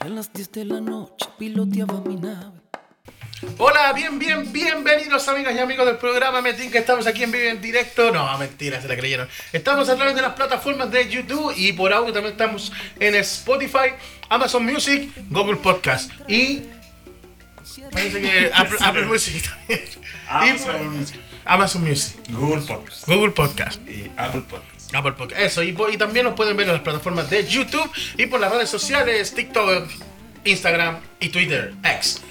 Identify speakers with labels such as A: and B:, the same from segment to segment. A: Eran las 10 de la noche, piloteaba mi nave.
B: Hola, bien, bien, bienvenidos amigas y amigos del programa Metín, que estamos aquí en vivo y en directo. No, mentira, se la creyeron. Estamos a través de las plataformas de YouTube y por audio también estamos en Spotify, Amazon Music, Google Podcast y parece que Apple, Apple Music también. Y por-
C: Amazon Music,
B: Amazon Music,
C: Google Podcast
B: Google Podcast.
C: y Apple Podcast.
B: Apple Podcast. Eso, y, po- y también nos pueden ver en las plataformas de YouTube y por las redes sociales, TikTok, Instagram y Twitter, X.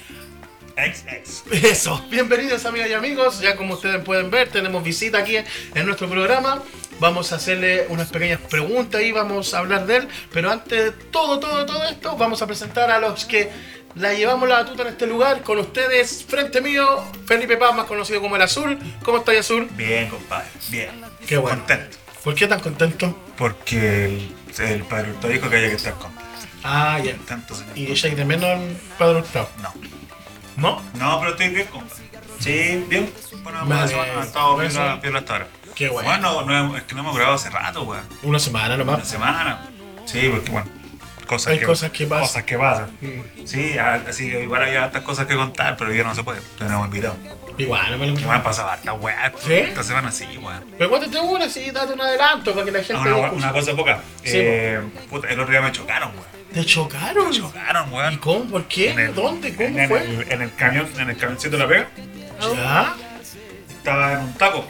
C: XX.
B: Eso. Bienvenidos amigas y amigos. Ya como ustedes pueden ver, tenemos visita aquí en nuestro programa. Vamos a hacerle unas pequeñas preguntas y vamos a hablar de él. Pero antes de todo, todo, todo esto, vamos a presentar a los que la llevamos la batuta en este lugar. Con ustedes, frente mío, Felipe Paz, más conocido como el Azul. ¿Cómo estáis, Azul?
C: Bien, compadre, bien.
B: Qué bueno.
C: Contento.
B: ¿Por qué tan contento?
C: Porque el, el padre Hurtado dijo que había que estar contento.
B: Ah, ya.
C: Tanto señor.
B: Y ella de menos al Padre Hurtado.
C: No.
B: ¿No?
C: No, pero estoy bien, compadre. Sí, bien. Bueno,
B: Vale.
C: buena semana, he estado
B: Buena
C: viendo
B: semana.
C: la piel hasta ahora.
B: Qué bueno.
C: Bueno, no hemos- es que no hemos grabado hace rato, weón.
B: Una semana
C: Una
B: nomás.
C: semana. Sí, porque bueno. Cosas
B: Hay cosas que pasan.
C: Cosas que pasan. Sí, a- así que igual había hartas cosas que contar, pero hoy día no se puede. Tenemos invitado.
B: Igual, no me
C: Que
B: lo
C: me han pasado hartas weas.
B: ¿Sí?
C: Esta semana sí, weón.
B: Pero cuéntate una, sí, date un adelanto para que la gente...
C: Ah, Una,
B: lo
C: una cosa poca.
B: Sí,
C: Eh, puta, el otro día me chocaron, weón.
B: ¿Te chocaron?
C: Chocaron,
B: ¿Y
C: weón.
B: cómo? ¿Por qué?
C: En el-
B: ¿Dónde?
C: en
B: ¿Cómo
C: el- Oh.
B: fue?
C: En el, camión, en el camioncito de la pega,
B: ¿Ya?
C: estaba en un taco,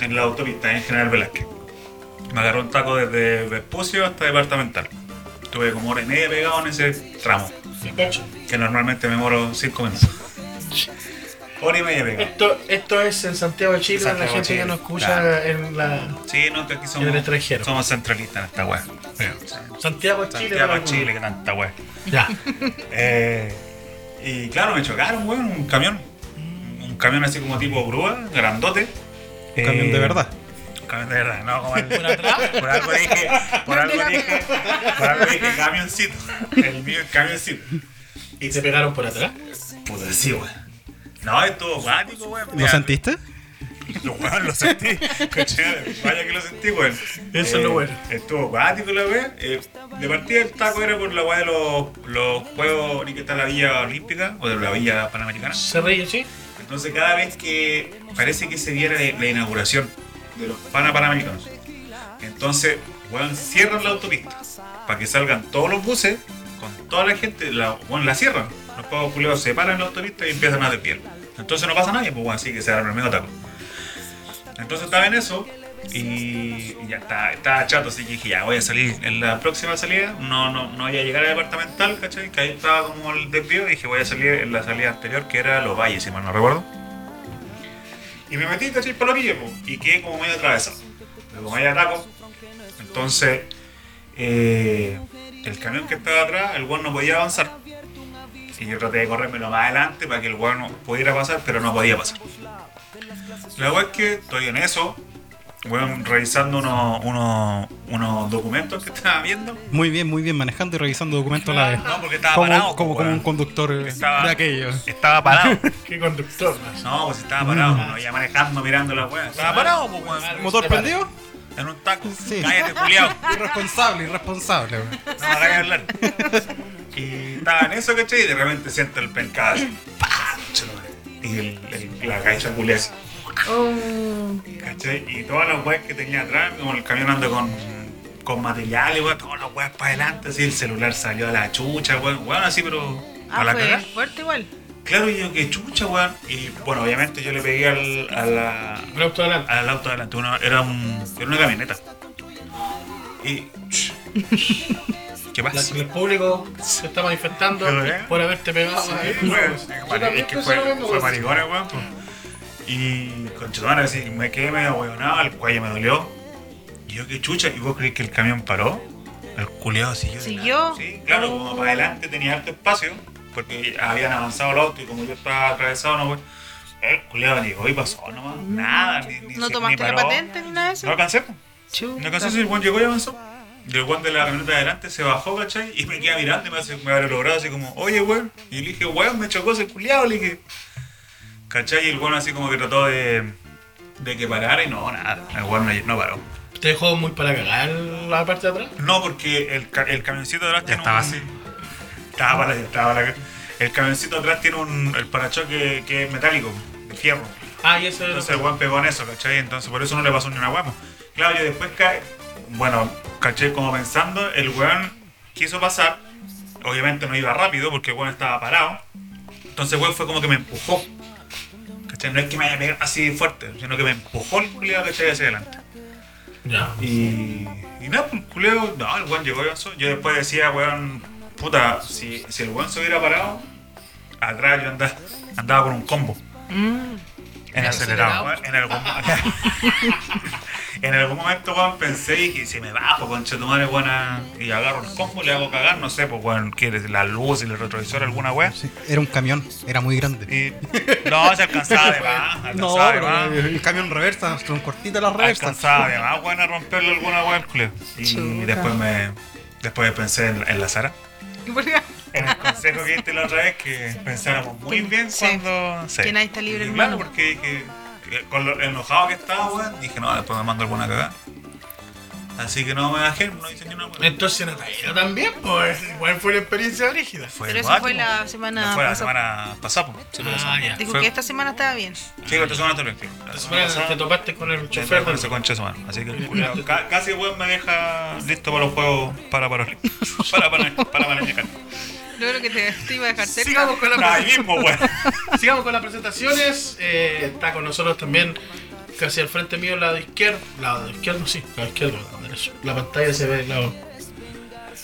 C: en la autopista, en General Velázquez. Me agarró un taco desde Vespucio hasta Departamental. Estuve como hora y media pegado en ese tramo,
B: Sí, cacho.
C: que normalmente me moro 5 minutos. Hora y media pegado.
B: Esto, esto es en Santiago de Chile,
C: Santiago
B: la gente
C: de Chile,
B: que nos escucha
C: claro.
B: en la...
C: Sí, no, que aquí somos,
B: En el extranjero.
C: somos centralistas en esta weá.
B: Santiago de Chile.
C: Santiago
B: para-
C: Chile, que tanta weá.
B: Ya.
C: Eh, y claro, me chocaron, weón, un camión. Un camión así como tipo grúa, grandote. Eh,
D: Un camión de verdad.
C: Un camión de verdad, no como el-
B: ¿Por atrás?
C: Por algo dije, por algo dije, por algo dije camioncito. El mío es camioncito.
B: ¿Y te pegaron por atrás?
C: Puta, sí, weón. No, estuvo guático, weón.
D: ¿Lo
C: Mira,
D: sentiste?
C: Lo weón, lo sentí. Coche, vaya que lo sentí, weón. Eh,
B: Eso es lo bueno.
C: Estuvo guático la weón. Eh, de partida el taco era por la weá de los, los juegos ni que está la Villa Olímpica o de la Villa Panamericana.
B: ¿Se reía, sí?
C: Entonces cada vez que parece que se diera la, la inauguración de los Pana Panamericanos, entonces, weón, cierran la autopista para que salgan todos los buses con toda la gente, la, weón, la cierran. Los pagos culiados se paran en la autopista y empiezan a desviar. Entonces no pasa nadie, pues weón, así que se arma el medio taco. Entonces estaba en eso y, y ya estaba, estaba chato, así que dije, ya voy a salir en la próxima salida, no, no, no voy a llegar al departamental, ¿cachai? Que ahí estaba como el desvío y dije, voy a salir en la salida anterior que era Los Valles, si mal no recuerdo. Y me metí, ¿cachai? Por la orilla, po, y quedé como medio atravesado. Pero como había taco, entonces eh, el camión que estaba atrás, el weón no podía avanzar. Y yo traté de correrme lo más adelante para que el weón no pudiera pasar, pero no podía pasar. La weá es que estoy en eso, weón, revisando unos, unos, unos documentos que estaba viendo.
D: Muy bien, muy bien, manejando y revisando documentos a la vez.
C: No, porque estaba
D: como,
C: parado.
D: como,
C: pues,
D: como un
C: weón.
D: conductor eh,
C: Estaba-
D: de aquellos.
C: Estaba parado.
B: ¿Qué conductor más?
C: No, pues estaba parado, no iba manejando, mirando la weá. Estaba parado, pues, weón.
D: ¿Motor prendido?
C: En un taco.
D: Sí.
C: Cállate, culiao.
D: Irresponsable, irresponsable. weón.
C: No me hagas hablar. Y estaba en eso, ¿cachai? Y de repente siento el pencazo. ¡Pah! Se lo ve. Y el, el- la cancha culia así.
E: Oh,
C: ¿Cachai? Y todas las weas que tenía atrás, como el camión anda con, con material y weón, todas las weas para adelante, así el celular salió a la chucha, weón, weón, así, pero a
E: Ah,
C: la
E: fue
C: cagada.
E: fuerte igual.
C: Claro, y yo, que chucha, weón. Y bueno, obviamente yo le pegué al, a la,
B: El auto adelante.
C: al auto adelante, una- era, un, era una camioneta. Y. ¿Qué
B: La-
C: pasa?
B: el público se está manifestando
C: Pero, ¿eh?
B: por haberte pegado. ¿eh?
C: Sí, weón.
B: Yo también
C: Mari- Pues, es que
B: pensé
C: fue,
B: lo mismo, pues.
C: fue
B: weón.
C: maricona, weón. po. Y conchetumare, así, me quedé medio hueonado, el cuello me dolió. Y yo, qué chucha, ¿y vos crees que el camión paró? El culeado siguió. de
E: ¿Siguió?
C: lado. Sí, claro, como para adelante tenía harto espacio, porque habían avanzado el auto y como yo estaba atravesado, no, weón, El culiado llegó y pasó nomás. Nada, ni, ni
E: Mm. ¿No
C: se-
E: tomaste
C: ni
E: la
C: paró.
E: patente ni nada de eso?
C: No alcancé. po.
E: Chuta.
C: No alcancé, si el buen llegó y avanzó. Y el buen de la camioneta de adelante se bajó, ¿cachai? Y me queda mirando y me, hace, me abre los brazos así como, oye, weón. Y le dije, weón, me chocó ese culiado, le dije. ¿Cachai? Y el weón así como que trató de, de que parara y no, nada. El weón no, no paró.
B: Te dejó muy para cagar la parte de atrás.
C: No, porque el, ca- el camioncito de atrás tiene
D: estaba
C: un-
D: así.
C: Estaba para estaba para El camioncito atrás tiene un el parachoque que es metálico, de fierro.
B: Ah, y eso
C: Entonces el guan pegó en eso, ¿cachai? Entonces por eso no le pasó ni una guapo. Claro, y después cae. Bueno, caché como pensando, el weón quiso pasar. Obviamente no iba rápido porque el weón estaba parado. Entonces el weón fue como que me empujó. ¿Cachai? No es que me haya pegado así fuerte, sino que me empujó el culiado, ¿cachai? Hacia adelante.
B: Ya.
C: Y, y nada, pues, culeo, no, el weón llegó y avanzó. Yo después decía, weón, puta, si, si el weón se hubiera parado, atrás yo andaba, andaba con un combo. En acelerado, weón, en algún momento. en algún momento, weón, pensé y dije, si me bajo, concha tu madre, weón, a- y agarro un combo, le hago cagar, no sé, pues, weón, quieres la luz y el retrovisor, alguna weón.
D: Sí, era un camión, era muy grande.
C: Y, no, se alcanzaba de más, Eh, alcanzaba
D: No,
C: de
D: pero
C: más.
D: el camión reversa, son cortitas las reversas.
C: Alcanzaba de más weón, a romperle alguna weón, culeo. Y
E: Chuta.
C: después me. Después pensé en, en la Sara.
E: ¿Por qué?
C: En el consejo que diste la otra vez, que pensáramos muy bien
E: Sí.
C: cuando. Sí.
E: Que nadie está libre,
C: Y
E: hermano.
C: Claro, porque dije. que Con lo enojado que estaba, weón, dije, no, después me mando alguna cagada. Así que no me bajé, no hice ni una weón.
B: Entonces Natalia también, pues. Igual fue una experiencia rígida.
C: Fue
E: Pero
C: el
E: eso fue
C: guate,
E: la
C: po.
E: semana
C: No, fue la
E: pasada.
C: semana pasada, po. Sí, fue la
B: Ah,
C: semana.
B: ya.
E: Dijo
C: Fue-
E: que esta semana estaba bien.
C: Sí, la otra semana te lo explico. La semana
B: Bueno, te
C: pasada-
B: topaste con el
C: Yo
B: chofer.
C: con ese concha de su mano. Así que el culiao ca- casi weón me deja listo para los juegos para para para para para para
E: Luego lo que te, te iba a dejar cerca.
B: Sigamos con, la
C: Ahí mismo, weón.
B: sigamos con las presentaciones. Eh, está con nosotros también, casi al frente mío, lado izquierdo. Lado izquierdo, sí, lado izquierdo, lado derecho. La pantalla se ve del lado.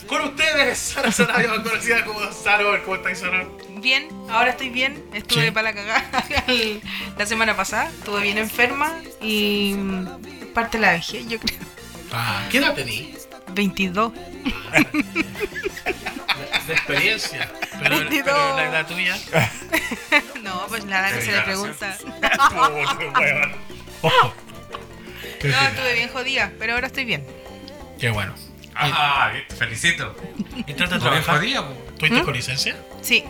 B: Con ustedes, Sara Sarabia, más conocida como Sarol. ¿Cómo estáis, Sarol?
E: Bien, ahora estoy bien. Estuve
B: Sí.
E: para la cagada el- la semana pasada. Estuve bien enferma y mm, parte de la vejez, yo creo.
B: Ah, ¿qué edad tenías?
E: 22.
B: De experiencia. Pero, pero
E: 22.
B: la edad tuya.
E: No, pues nada, que se le pregunta.
C: Puto, weón. Oh.
E: No, estuve bien jodida, pero ahora estoy bien.
B: Qué bueno.
F: Ah, bien, te felicito.
B: ¿Y trata de
F: No bien
B: trabajar?
F: jodida, po.
B: ¿Tuviste con licencia?
E: Sí,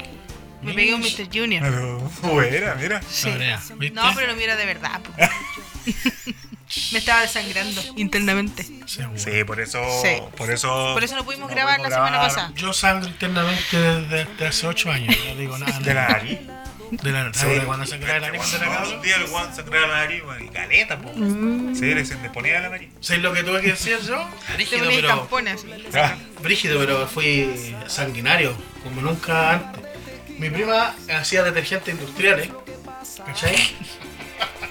E: me pegué un Mr. Junior.
C: Pero fuera, mira.
E: Sí.
B: Andrea, ¿viste?
E: No, pero no era de verdad. po. Me estaba desangrando internamente.
B: Seguro.
C: Sí, por eso.
E: Sí.
C: Por eso.
E: Por eso no pudimos grabar la semana pasada.
B: Yo sangro internamente desde, desde hace 8 años. No digo nada.
C: De la nariz.
B: De la
C: Sí.
B: de cuando sangraba la
C: Este
B: nariz de la
C: weón,
B: cabeza.
C: Un día el weón sangraba la nariz, weón, y caleta, po.
E: Mm.
C: Sí, le- se le ponía la nariz.
B: ¿Sabes lo que tuve que decir yo?
E: Te
B: Brígido,
E: ponías
B: pero,
E: tampones.
C: Ah,
B: brígido, pero fui sanguinario, como nunca antes. Mi prima hacía detergentes industriales, ¿cachai?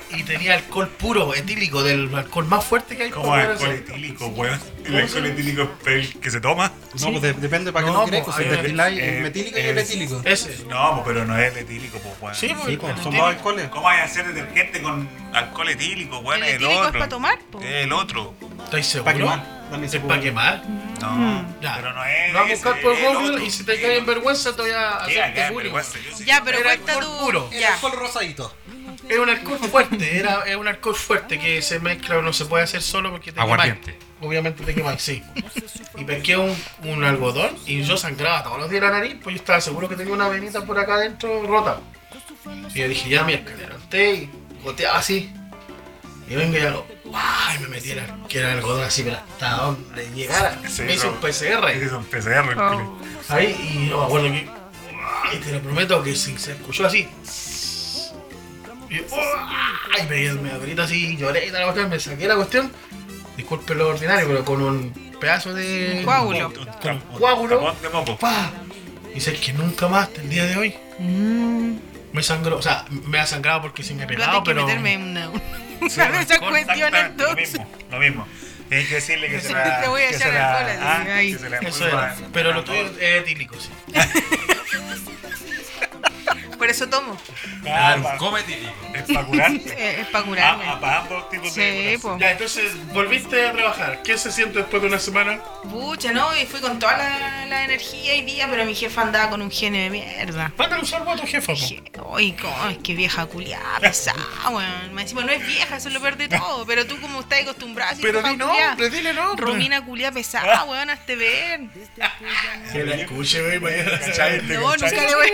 B: Y tenía alcohol puro, etílico, del alcohol más fuerte que hay.
C: Como
B: por
C: alcohol
B: eso.
C: etílico, weón. El alcohol etílico es el que se toma.
D: No, pues de- depende para qué
B: No,
D: lo quieras,
B: pues,
D: si
B: ahí
D: te
B: es-
D: peláis
C: eh,
D: el metílico y el
C: es-
D: etílico.
B: Ese.
C: No, po, pero no es el etílico, po, weón.
B: Sí, pues,
D: Sí, pues, son
B: el
D: dos
B: etílico.
D: alcoholes.
C: ¿Cómo vas a hacer detergente con alcohol etílico, weón?
E: El
C: Es
E: etílico es
C: otro.
E: pa' tomar, po.
C: Es el otro.
B: ¿Estáis
D: Para
B: seguros?
D: quemar. También se
B: ¿Es
D: puede-
B: para quemar?
C: No,
B: Ya.
C: pero no es.
B: Lo vas a buscar por
C: ese, es el
B: Google
C: otro.
B: y si te cae en vergüenza te voy a
C: Sí, acá
B: hacerte
C: en
B: bullying.
C: vergüenza, yo sí.
E: Ya, pero
B: Era
E: cuenta
B: alcohol puro.
E: tú.
D: El
E: Ya.
D: alcohol rosadito.
B: Es un alcohol fuerte, era, es un alcohol fuerte que se mezcla, no se puede hacer solo porque te quemáis.
F: Aguardiente.
B: Obviamente te quemáis, sí. Y pesqué un, un algodón y yo sangraba todos los días la nariz, pues yo estaba seguro que tenía una venita por acá adentro rota. Y yo dije, ya mira, que levanté y goteaba así. Y vengo y hago, ¡guau! Y me metí el, que era el algodón así, pero hasta donde llegara.
C: Sí,
B: me hice
C: no.
B: un PCR.
C: Ese Es un PCR, el
E: Oh.
C: culo.
B: Ahí, y yo me acuerdo que. Y te lo prometo que se, se escuchó así. Y, ¡ah! y pegué el medio grito así, lloré y tal, la cuestión, me saqué la cuestión. Disculpe lo ordinario, pero con un pedazo de.
E: Un coágulo.
C: Un
B: Con un
C: tra- un
B: coágulo.
C: tapón de moco.
B: ¡pa! Y sé que nunca más, hasta el día de hoy, me sangró. O sea, me ha sangrado porque se me ha
E: Yo antes
B: pegado,
E: Mm. que
B: pero.
E: meterme en una. una
C: Sí,
E: de esas
C: alcohol,
E: cuestiones
C: exactamente,
E: entonces.
C: Lo mismo, lo mismo. Tienes que decirle que se
E: Sí,
C: la.
E: te voy a
C: que
E: echar
C: se la-
E: alcohol, así,
C: ah, que
E: ahí.
C: se la
B: Eso
C: envuelva
B: era.
C: en-
B: Pero lo tuyo es etílico, sí.
E: Por por eso tomo.
F: Claro, un
C: pa-
F: comedy.
C: Es para curarte.
E: Eh, es para curarme.
C: Ah, ah, para ambos tipos de.
E: sí, pues.
B: Ya, entonces volviste a trabajar. ¿Qué se siente después de una semana?
E: Pucha, no, y fui con toda la, la energía y día, pero mi jefa andaba con un genio de mierda.
B: Mándale un saludo a tu jefa, po.
E: Dije, Ay, cómo, es que vieja culiada, pesada, weón. Me decimos, no es vieja, eso es lo peor de todo. Pero tú, como estás acostumbrada, si
B: Pero
E: vieja
B: di
E: culiá.
B: nombre, dile nombre.
E: Romina culiada pesada, weón, hazte ver.
B: Que la escuche, güey, mañana.
C: ¿Cachai? ¿Te
E: pues. No,
C: cachai?
E: nunca le, voy,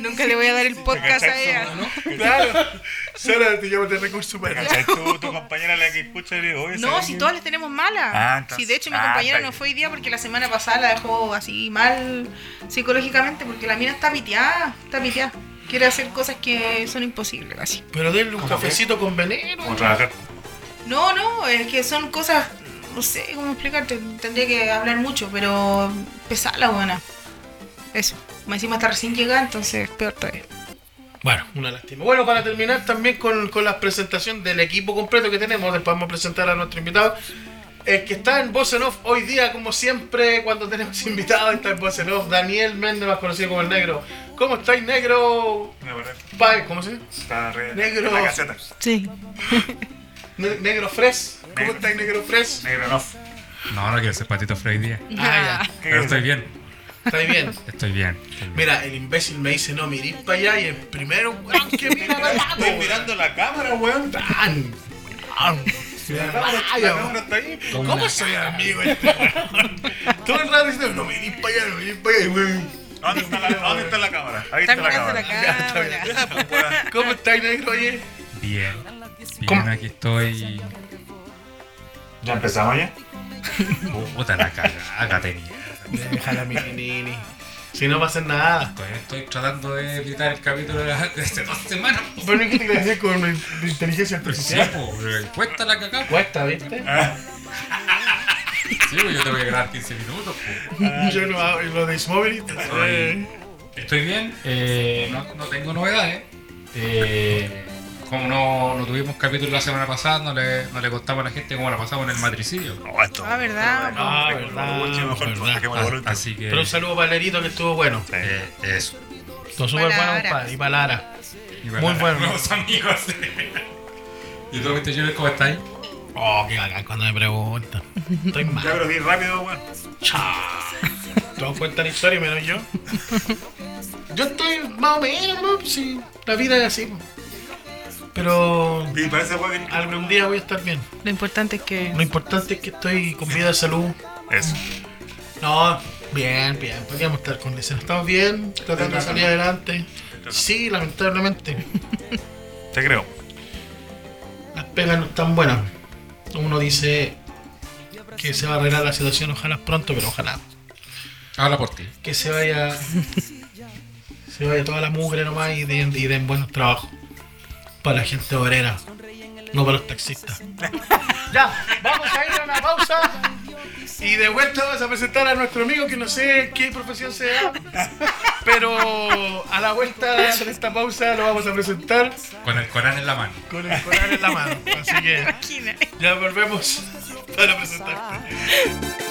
E: nunca le voy a dar el podcast a
C: cachai,
E: ella.
B: Claro. Sara, te llamo de recursos humanos.
C: ¿Cachai? Tú, tu compañera la que escucha, le digo, oye,
E: No,
C: ¿sabes?
E: si todas las tenemos malas.
C: Ah, entonces-
E: si de hecho mi
C: ah,
E: compañera
C: está
E: no
C: bien.
E: fue hoy día porque la semana pasada la dejó así mal psicológicamente porque la mina está piteada, está piteada. Quiere hacer cosas que son imposibles, así.
B: Pero denle un cafecito con veneno.
C: Vamos a trabajar.
E: No, no, es que son cosas, no sé cómo explicarte, tendría que hablar mucho, pero pesada la buena. Eso. Más encima está recién llegada, entonces peor todavía.
B: Bueno, una lástima. Bueno, para terminar también con, con la presentación del equipo completo que tenemos, después vamos a presentar a nuestro invitado. El que está en Voz en Off hoy día, como siempre, cuando tenemos invitado, está en Voz en Off, Daniel Méndez, más conocido como el Negro. ¿Cómo estáis, Negro?
C: Una verdad,
B: Pa- ¿Cómo se dice?
C: Está re.
B: Negro.
C: La caseta.
E: Sí.
B: Ne- negro Fres. ¿Cómo
C: Negro.
B: estáis, Negro Fres?
C: Negro no.
F: No, no quiero ser patito Freddy día.
B: Ah,
F: Pero estoy bien,
B: ¿Estáis bien?
F: estoy bien. estoy bien.
B: Mira, el imbécil me dice, no, mirís para allá y el primero, weón, que mira para allá,
C: Estoy mirando la cámara, weón. La
B: ¡Tan! ¡Tan! Vaya,
C: cámara está ahí.
B: ¿Cómo soy amigo este? weón? Todo el rato diciendo, no me di para allá, no me di para allá, weón.
C: ¿Dónde está la, dónde está la cámara? Ahí
E: Está
C: está la
E: mirando la
C: cámara.
E: cámara.
C: Ya, pues, weón.
B: ¿Cómo estáis, negro? Oye,
F: Bien. Bien,
B: ¿Cómo?
F: aquí estoy.
C: ¿Ya empezamos ya?
F: Puta la cagada tenía.
B: déjala, mi nini. Si no va a hacer nada.
F: Todavía estoy tratando de evitar el capítulo de, la- de hace dos semanas. po.
B: Pero no que te crees con mi- mi inteligencia
F: Pero sí,
B: artificial. Ah,
F: po, pero cuesta la cagada. po.
B: Cuesta, ¿viste?
F: Sí, po, yo tengo que grabar 15 minutos. po.
B: Yo no hago y lo de Smobili.
F: Ay. Estoy bien, eh, no, no tengo novedades. Eh, como no, no tuvimos capítulo la semana pasada, no le, no le contamos a la gente cómo la pasamos en el matricidio.
C: No, Oh, esto.
E: Ah, ¿verdad?
B: Ah,
C: Lo
B: verdad,
C: último, mejor,
B: verdad.
C: porque me lo
F: As-
C: último.
F: Ah, Así que
B: Pero un saludo para Lerito que estuvo bueno.
F: eh, eso.
B: Estuvo súper bueno,
E: Para Ara.
B: compadre. Y para Lara.
F: Y para
B: Muy bueno.
F: Nuevos amigos. y tú, Mr. Junior, ¿cómo estáis?
B: Oh, qué bacán cuando me preguntan. Estoy
C: Ya,
B: mal.
C: pero di rápido, weón.
B: Todos cuentan historia menos yo. Yo estoy más o menos, ¿no? Sí, la vida es así. po. Pero
C: Y parece weón que-
B: algún día voy a estar bien.
E: Lo importante es que.
B: Lo importante es que estoy con vida de salud.
C: Eso.
B: No, bien, bien. Podríamos estar con eso. Estamos bien, tratando de salir adelante. Sí, lamentablemente.
C: Te creo.
B: Las pegas no están buenas. Uno dice que se va a arreglar la situación, ojalá pronto, pero ojalá.
F: Habla por ti.
B: que se vaya se vaya toda la mugre nomás y den, y den buenos trabajos para la gente obrera no para los taxistas ya vamos a ir a una pausa y de vuelta vamos a presentar a nuestro amigo que no sé qué profesión sea pero a la vuelta de esta pausa lo vamos a presentar
F: Con el Corán en la mano.
B: con el colar en la mano así que
E: Imagina.
B: ya volvemos para presentarte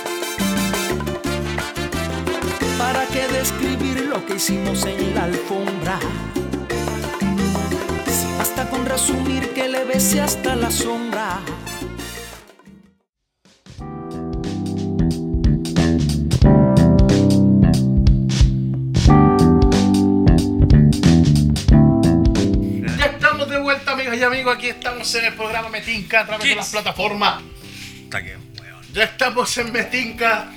A: ¿Para qué describir lo que hicimos en la alfombra? Si basta con resumir que le besé hasta la sombra.
B: ya estamos de vuelta amigos y amigos aquí estamos en el programa Metinca a través de las plataformas
C: Está que, weón.
B: Ya estamos en Metinca,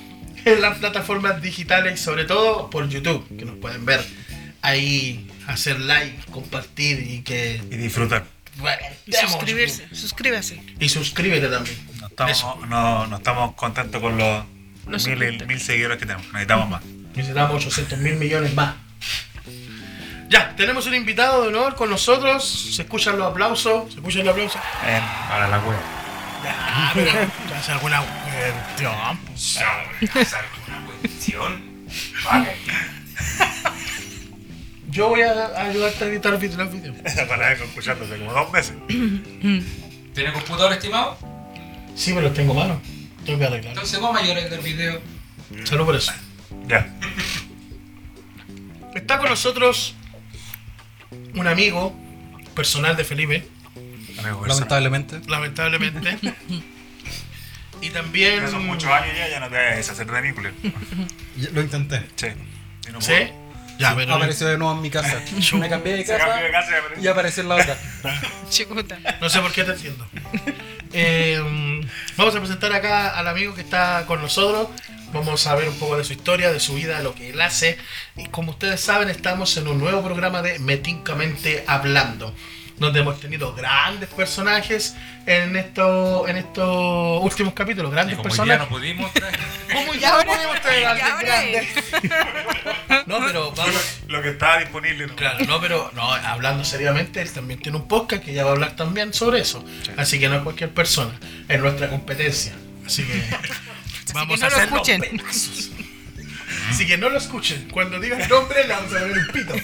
B: en las plataformas digitales y sobre todo por YouTube, que nos pueden ver ahí, hacer like, compartir y que...
C: Y disfrutar.
B: bueno,
E: Y
B: demos.
E: suscribirse. Suscríbase.
B: Y suscríbete también.
C: No estamos, no, no estamos contentos con los
E: No se
C: mil,
E: cuenta.
C: mil seguidores que tenemos. Necesitamos más.
B: Em, Necesitamos 800 mil millones más. Ya, tenemos un invitado de honor con nosotros. Se escuchan los aplausos. Se escuchan los aplausos.
F: Para la wea.
B: Ya, pero... ya hace alguna eh, cuestión, pues.
F: alguna cuestión? Vale.
B: Yo voy a ayudarte a editar vid- los videos.
C: Esa palabra que escuchando hace como dos meses.
F: ¿Tiene computador estimado?
B: Sí, pero los tengo malos. Tengo que arreglarlo.
F: Entonces vos mayores del video.
B: Salud por eso.
C: Ya.
B: Está con nosotros un amigo personal de Felipe,
F: Amigo, personal.
D: Lamentablemente.
B: lamentablemente. y también.
C: Ya son muchos años ya, ya no te vayas a deshacer de mí, culero.
D: Ya, Lo intenté.
C: Sí. Y no
B: ¿Sí?
C: puedo.
B: Ya, pero.
D: Apareció de nuevo en mi casa. Me cambié de
C: Se cambió de
D: casa
C: casa y apareció.
D: y apareció en la otra.
E: Chicuta.
B: No sé por qué te entiendo. Eh, vamos a presentar acá al amigo que está con nosotros. Vamos a ver un poco de su historia, de su vida, lo que él hace. Y como ustedes saben, estamos en un nuevo programa de Metincamente Hablando, donde hemos tenido grandes personajes en, esto, en estos últimos capítulos.
F: Y
B: Grandes
F: como hoy día
B: personajes.
F: no pudimos pues. traer-
B: ¿Cómo
E: Y ahora-
B: podemos traer a
E: y
B: alguien
E: ahora
B: grande? No, pero vamos.
C: Lo que estaba disponible. ¿no?
B: Claro, no, pero no, hablando seriamente, él también tiene un podcast que ya va a hablar también sobre eso. Así que no es cualquier persona, es nuestra competencia. Así que vamos
E: que
B: a
E: no lo
B: hacerlo
E: escuchen.
B: pedazos. Así que no lo escuchen. Cuando diga el nombre, le vamos a ver el pito.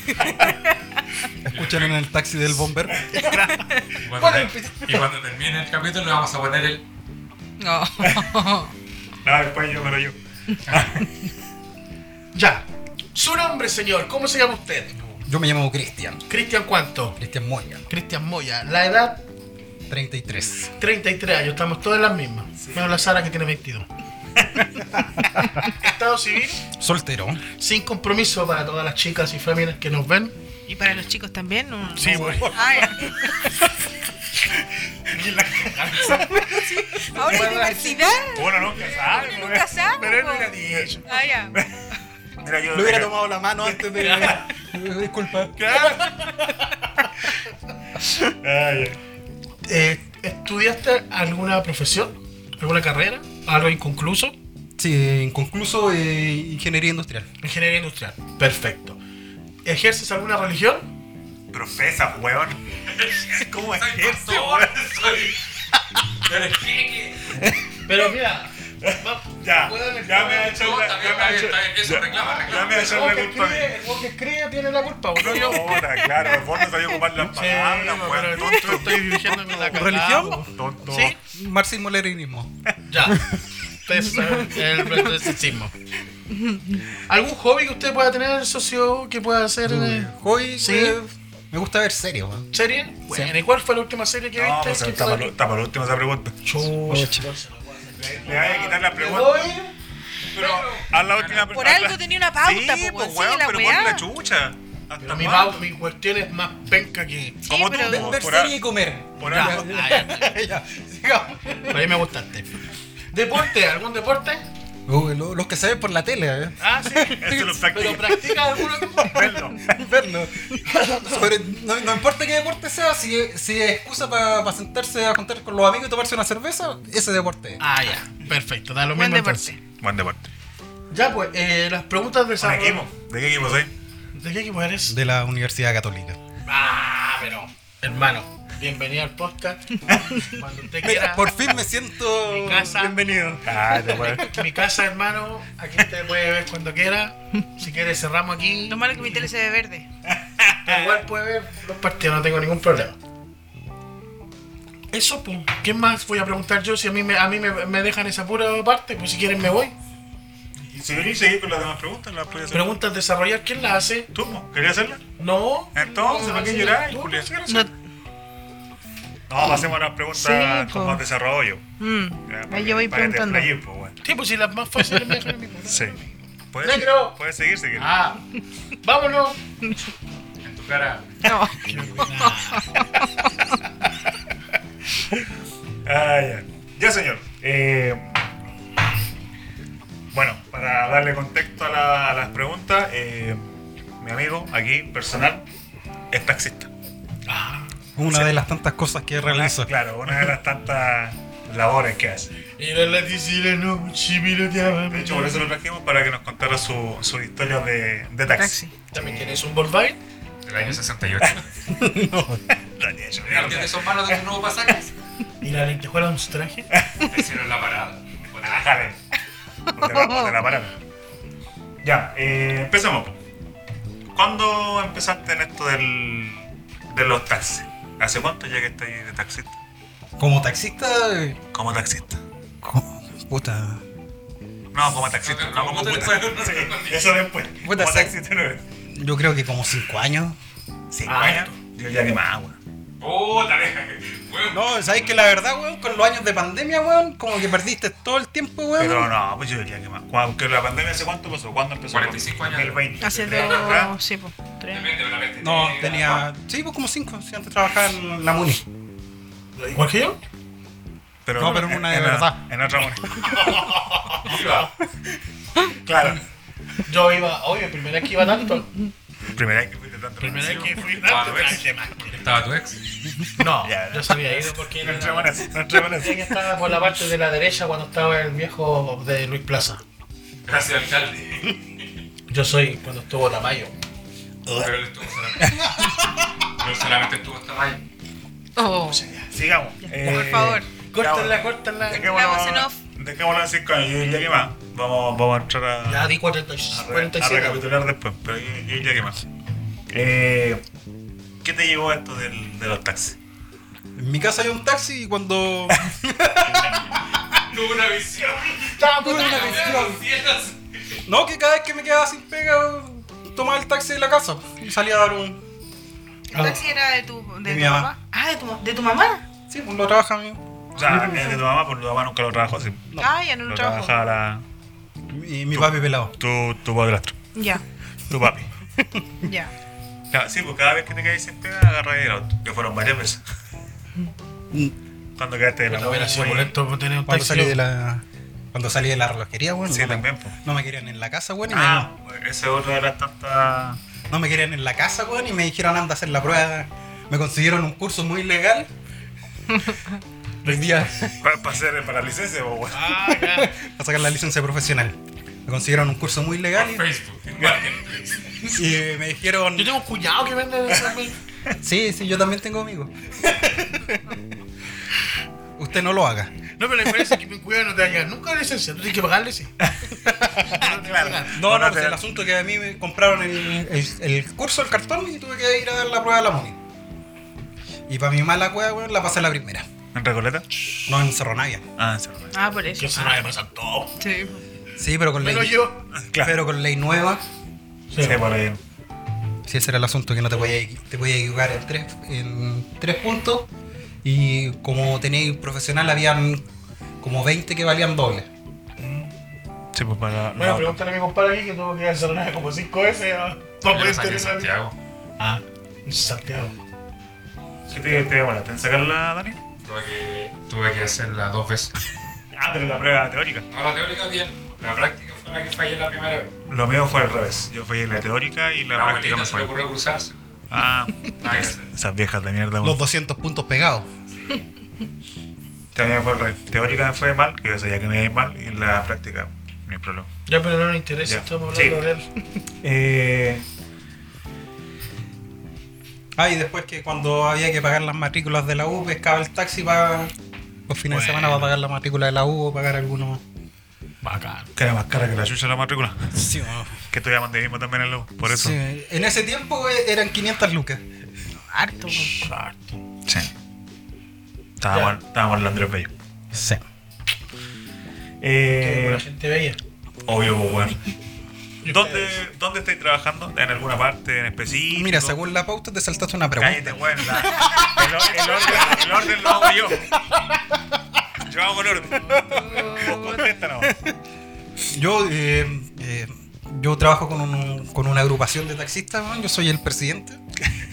D: Escucharon en el taxi del bomber.
F: Y cuando,
B: Bueno,
F: te-
D: pues.
F: y cuando termine el capítulo le vamos a poner el.
E: No.
C: No, después yo me lo llevo.
B: Ya. Su nombre, señor, ¿cómo se llama usted?
D: Yo me llamo Cristian.
B: Cristian Cuánto.
D: Cristian Moya.
B: Cristian Moya. La edad,
D: 33.
B: 33 años. Estamos todas las mismas. Menos la Sara que tiene 22. Estado civil,
D: Soltero.
B: sin compromiso para todas las chicas y féminas que nos ven.
E: ¿Y para los chicos también? No,
C: Sí,
E: no.
C: güey.
E: Ah, ya. Ahora hay diversidad.
C: Bueno, nunca sabe.
E: Uno
C: ¿no?
E: nunca sabe,
C: Pero él
E: po.
C: era 10.
E: Ah, ya.
C: Mira, yo.
D: Le hubiera tomado la mano antes de. Disculpa.
C: Ay, ay.
B: Eh, ¿Estudiaste alguna profesión? ¿Alguna carrera? ¿Algo inconcluso?
D: Sí, inconcluso eh, ingeniería industrial.
B: Ingeniería industrial. Perfecto. ¿Ejerces alguna religión?
C: Profesa, weón. ¿Cómo es esto,
F: Pastor, soy- Pero es que-
B: Pero mira, va-
C: Ya,
B: puedan
C: ya me ha
B: estar-
C: hecho
F: No,
C: la-
F: está bien,
C: ya me ha
F: está bien,
C: hecho-
F: está bien. Eso,
C: ya-
F: reclama,
C: Ya
F: reclama.
C: me ha
B: El
C: hecho
B: vos
C: la
B: que
C: culpa a mí.
B: escribe, el vos que escribe tiene la culpa, ¿o no yo.
C: Puta, claro, el vos no sabía ocupar las
B: Sí,
C: palabras,
B: no,
C: weón.
B: pero
C: Tonto,
B: yo estoy dirigiéndome a la cagada,
D: ¿Religión?
B: po.
C: tonto.
B: ¿Sí?
D: Marxismo leninismo.
B: Ya. Ustedes saben el progresismo. ¿Algún hobby que usted pueda tener, socio, que pueda hacer eh,
D: Hoy
B: Sí.
D: eh, me gusta ver series, weón.
B: serie? Bueno, ¿y cuál fue la última serie que
C: No,
B: viste?
C: pues
B: ¿Qué
C: está
B: tal?
C: para, lo- está para la última esa pregunta. Le voy a quitar la
B: ¿Le
C: pregunta.
B: doy?
C: Pero haz la última
E: Por
C: haz la-
E: algo tenía una pauta,
C: Sí,
E: po,
C: pues
E: weón,
C: weón,
E: sigue la
C: pero
E: weá.
C: pon la chucha. Hasta
B: Pero mi,
C: más.
B: pau- mi cuestión es más penca que.
E: Sí,
C: Como tú,
E: pero-
C: po,
D: Ver
C: por
D: series y
C: algo.
D: comer.
C: Por
B: Ya,
C: algo.
B: ah, ya.
D: Ya, sigamos.
B: Pero ahí me gustaste. ¿Deporte? ¿Algún deporte?
D: Uh, lo- los que se ven por la tele, eh.
B: Ah, sí.
C: Eso
B: ¿Pero
C: lo practico.
B: practicas alguno?
C: Verlo.
D: Verlo. Sobre- no, no importa qué deporte sea, si, si es excusa para sentarse a contar con los amigos y tomarse una cerveza, ese deporte.
B: Ah, ya. Perfecto, da lo
E: Buen
B: mismo
E: deporte.
B: entonces.
C: Buen deporte.
B: Ya, pues, eh, las preguntas de
C: ¿De
B: esa.
C: qué equipo? ¿De qué equipo soy?
B: ¿De qué equipo eres?
D: De la Universidad Católica.
B: Ah, pero. Hermano, bienvenido al podcast. Cuando usted quiera.
D: Mira, por fin me siento
B: Mi casa.
D: bienvenido.
C: Ah, te puedes.
B: Mi casa, hermano. Aquí te puede ver cuando quiera. Si quieres, cerramos aquí.
E: Lo malo es que mi tele se ve verde.
B: Igual puede ver los partidos, no tengo ningún problema. Eso, pues, ¿qué más voy a preguntar yo? Si a mí me, a mí me, me dejan esa pura parte, pues si quieren me voy.
C: Si queréis seguir con las demás preguntas, las puedes hacer.
B: Preguntas desarrollar, ¿quién las hace?
C: ¿Tú, mo? ¿Querías hacerla?
B: No.
C: Entonces, ¿para qué llorar,
B: No,
C: Julia?
B: no,
E: pues, No.
C: No, pasemos a las preguntas
E: Sí,
C: con
E: po.
C: más desarrollo.
E: Mm.
C: Ya, Ah, para
E: Ahí
C: que-
E: yo voy
C: para que te
E: preguntando.
C: explayes, po, weón.
B: Sí, pues si las más fáciles me dejan a mí.
C: Sí. ¿Puedes,
B: Negro.
C: puedes seguir si quieres.
B: Ah, vámonos.
F: En tu cara.
E: No.
C: Ah, ya. Ya, señor. Eh, bueno, para darle contexto a, la- a las preguntas, eh, mi amigo aquí, personal, es taxista.
D: Una de las tantas cosas que realizo.
C: Claro, una de las tantas labores que hace.
B: Era la tisera noche, piloteaba.
C: De hecho, por eso lo trajimos para que nos contara su, su historia de, de taxi.
E: Taxi.
B: ¿También tienes un Volkswagen?
F: Del año 68.
C: Daniel, yo, mierda.
F: ¿Entiendes son malos de tu nuevo pasajes?
B: ¿Y la lentejuela de un traje?
F: Te hicieron la parada. Bueno,
C: Ah, jale. O te la- o te la paran. Ya, eh, empezamos. po. ¿Cuándo empezaste en esto del, de los taxis? ¿Hace cuánto ya que estáis de taxista?
D: Como taxista. eh,
C: Como taxista.
D: co- Puta.
C: No, como taxista, no como puta. Sí, eso después.
D: Puta,
C: como
D: sí.
C: taxista no es.
D: Yo creo que como 5 años.
C: Sí,
B: Ah,
C: bueno,
B: esto.
C: yo ya quemaba, weón.
F: Puta, deja que. weón.
D: No, sabéis que la verdad, weón, con los años de pandemia, weón, como que perdiste todo el tiempo, weón.
C: Pero no, pues yo diría que más. Aunque la pandemia hace cuánto pasó, ¿cuándo empezó?
F: 45 años.
C: 2020.
E: Hace
C: Tres años atrás.
E: dos, Ah, sí, po, tres.
F: Depende de la peste
D: No,
F: negra,
D: tenía. Sí, pues como cinco, si antes trabajaba en la MUNI.
B: ¿Igual que yo?
C: Pero
D: No, pero una de
C: la-
D: verdad.
C: En otra moneda.
F: weón. Iba.
C: Claro.
B: Yo iba, oye, primera vez que iba tanto.
C: Primera vez que fuiste tanto.
B: Primera vez que fui
F: Cuatro
C: Ah,
B: tanto.
F: veces. Estaba tu ex.
B: No,
C: Ya,
B: yo sabía ido porque
C: No
B: era
C: entré
B: la-
C: monedas, no entré monedas.
B: Ella estaba por la parte de la derecha cuando estaba el viejo de Luis Plaza.
F: Gracias, alcalde.
B: Yo soy cuando estuvo Tamayo.
F: Pero él estuvo solamente. Pero solamente estuvo hasta mayo.
E: Oh,
C: Sigamos. Eh,
E: por favor.
B: Córtala, córtala.
E: Vamos en off.
C: Dejémoslo en 5 años. Yo diría que más. Vamos, vamos a entrar a.
B: Ya di
C: a
B: 46,
C: re- a
B: 47.
C: recapitular después, pero yo, yo diría que más. Eh, ¿Qué te llevó esto del, de los taxis?
D: En mi casa había un taxi y cuando.
F: Tuve una visión.
B: Estaba
D: Tuve una visión. No, que cada vez que me quedaba sin pega, weón, tomaba el taxi de la casa y salía a dar un.
E: ¿El taxi era de tu, de
D: De
E: tu
D: mi
E: mamá?
D: mamá.
E: Ah, de tu, de tu mamá.
D: Sí, pues lo trabaja, amigo.
C: O sea, es de tu mamá, porque tu mamá nunca lo trabajó así.
E: Ah, ya Mm. no lo
C: Lo
E: trabajo.
C: trabajaba la,
D: Y mi papi pelado.
C: tu, tu padrastro,
E: Ya,
C: tu papi.
E: ya.
C: Claro, sí, pues cada vez que te caes sin pega, agarras el auto. Que fueron varias veces. Cuando quedaste de la pues,
B: Hubiera sido
C: muy-
B: boleto tener un
D: Cuando
B: taxi.
D: salí de la. Cuando salí de la relojería, weón.
C: Sí,
D: no me-
C: también, pues.
D: No me querían en la casa, weón. y me-
C: Ah, esa es otra de las tantas.
D: No me querían en la casa, weón, y me dijeron anda a hacer la prueba. Me consiguieron un curso muy legal. Hoy día,
C: Para, para hacer para la licencia, pues, weón.
B: Ah, ya.
D: a sacar la licencia profesional. Me consiguieron un curso muy legal
F: Por
D: y-
F: Facebook. Marketplace.
D: y, me dijeron.
B: Yo tengo un cuñado que vende de
D: Sí, sí, yo también tengo amigos. Usted no lo haga.
B: No, pero la diferencia es que mi cuñado no te va a llegar nunca la licencia. Tú tienes que pagarle, sí.
C: Claro.
D: No, no,
C: te-
D: pues el asunto que a mí me compraron el, el- el curso, el cartón y tuve que ir a dar la prueba a la MUNI. Y para mi mala cueva, weón, la pasé la primera.
C: ¿En Recoleta?
D: No en Cerro Navia.
C: Ah, en Cerro.
E: Ah, por eso.
B: Que se nos pasan todo.
E: Sí.
D: Sí, pero con ley.
B: Menos yo.
C: Claro.
D: Pero con ley nueva.
C: Sí, por ahí.
D: Si ese era el asunto, que no te podías equi- te podías equivocar en tres, en tres puntos. Y como tenéis profesional, habían como 20 que valían doble.
C: Sí, pues para.
B: Bueno,
C: la-
B: pregúntale a mi compadre aquí que tuvo que ir al salón como 5 veces. ah, Para
F: Yo lo
B: poder
F: saqué
B: tener
F: de
B: la
F: Santiago.
B: Ah, Santiago.
C: ¿Qué te, te llama la atención sacarla, Dani?
F: Tuve que, tuve que hacerla dos veces.
C: Ah, pero la prueba teórica.
F: No, la teórica bien. La práctica fue la que fallé la primera vez.
C: Lo mío fue al revés. Yo fui la teórica y la
F: La
C: práctica
F: abuelita
C: me
F: se le
C: fue.
F: ocurrió cruzarse.
C: Ah,
F: Nada que hacer.
C: esas viejas de mierda.
D: Los
C: weón.
D: 200 puntos pegados.
C: También fue al revés. Teórica me fue mal, que yo sabía que me iba a ir mal, y la práctica, mi problema.
B: Ya, pero no nos interesa,
C: Ya.
B: estamos
C: Sí.
B: hablando de él.
C: Eh,
D: Ah, y después que cuando había que pagar las matrículas de la U, pescaba el taxi para. Los fines de semana para pagar la matrícula de la U o pagar algunos.
B: Bacán.
C: que era más cara que la chucha la matrícula.
D: Sí,
C: Que tú llaman de mismo también en la U, por eso. Sí.
D: En ese tiempo eh, eran 500 lucas.
E: Harto. po.
C: Estábamos, estábamos en el Andrés Bello.
D: Sí.
B: Que
C: Eh,
B: la gente veía.
C: obvio, pues, weón. ¿Dónde, ¿Dónde estáis trabajando? ¿En alguna parte en específico?
D: Mira, según la pauta te saltaste una pregunta.
C: Cállate, weón. la- El, or- el orden, el orden lo hago yo. Yo hago el orden. Vos contesta nomás.
D: Yo, eh, eh, yo trabajo con, un- con una agrupación de taxistas, weón. yo soy el presidente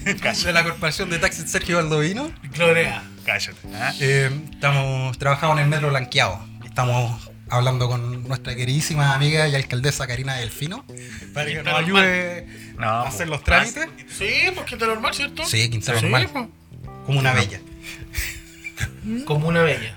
D: de la corporación de taxis Sergio Valdovino.
B: Gloria.
C: Cállate. ¿ah?
D: Eh, estamos trabajando en el metro blanqueado. Estamos hablando con nuestra queridísima amiga y alcaldesa Karina Delfino para que nos ayude
C: No,
D: a
C: pues,
D: hacer los trámites.
B: Sí, porque está normal, ¿cierto?
D: Sí, pues. quince
B: Ah, Sí,
D: normal.
B: po.
D: Como una bella.
B: Como una bella.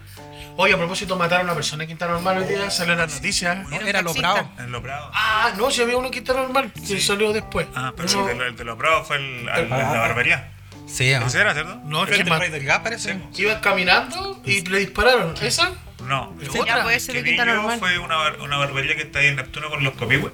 B: Oye, a propósito, mataron a una persona en Quintana Normal hoy día, salió en las noticias.
D: No,
E: Era un
D: era lo
E: taxista.
D: bravo.
C: En Los Bravos.
B: Ah, no, si había uno en Quintana Normal, que salió después.
C: Ah, pero
B: Uno-
C: el, de- el de Los Bravos fue el, al- el de la barbería.
D: Sí, ah.
C: ¿Ese era, cierto?
B: No,
D: Creo
B: es
D: que
B: que
D: el
B: ma-
D: rey del gas parece.
B: iban caminando y le dispararon. ¿Esa?
C: No.
B: Pero
C: Sí,
B: otra.
E: Ya pues, puede ser de
C: que vi
E: Quintana
C: yo
E: Normal.
C: fue una, bar- una barbería que está ahí en Neptuno con los copihue.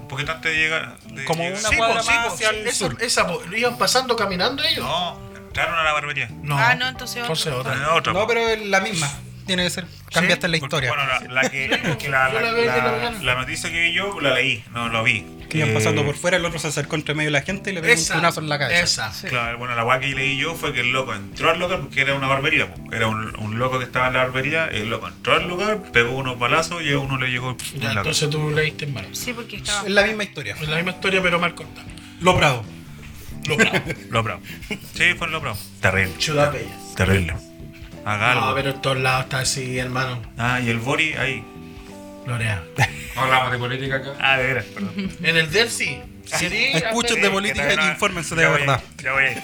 C: Un poquito antes de llegar. de
D: Como
C: llegar-
D: una
B: Sí,
D: cuadra
B: po, sí,
D: más
B: po,
D: hacia
B: sí,
D: el
B: esa,
D: sur.
B: esa, po, iban pasando caminando ellos.
C: No, entraron a la barbería.
B: No.
E: Ah, no, entonces otro.
B: Entonces otra.
C: Ah, otra,
D: No,
C: po.
D: pero es la misma. Tiene que ser. Cambiaste la
C: Porque,
D: historia.
C: Bueno, la, la que,
B: Sí,
C: que la,
B: yo la
C: la-
B: vi hoy día en la
C: la-
B: mañana.
C: la noticia que vi yo la leí, no lo vi.
D: Que iban
C: Eh,
D: pasando por fuera, el otro se acercó entre medio de la gente y le pegó
B: Esa,
D: un punazo en la cabeza.
B: Esa.
C: Claro, bueno, la guay que leí yo fue que el loco entró al local porque era una barbería. po. Era un, un loco que estaba en la barbería, el loco entró al lugar, pegó unos balazos y a uno le llegó pff, en
B: Ya,
C: la cabeza.
B: entonces tú leíste mal.
E: Sí, porque estaba.
D: Es la misma historia.
B: Es la misma historia, pero mal contada.
D: Lo Prado.
B: Lo bravo.
C: Lo bravo. Sí, fue en lo bravo. Terrible,
B: Ciudad Bellas.
C: terrible. Haga
B: No,
C: algo.
B: pero en todos lados está así, hermano.
C: Ah, y el Bori ahí.
B: Lorea.
F: No hablamos de política acá.
C: Ah, de veras, perdón.
B: En el Delsi. Sí,
D: Escuchen de política y infórmense de
C: Ya voy a ir,
D: verdad.
C: Ya voy a ir.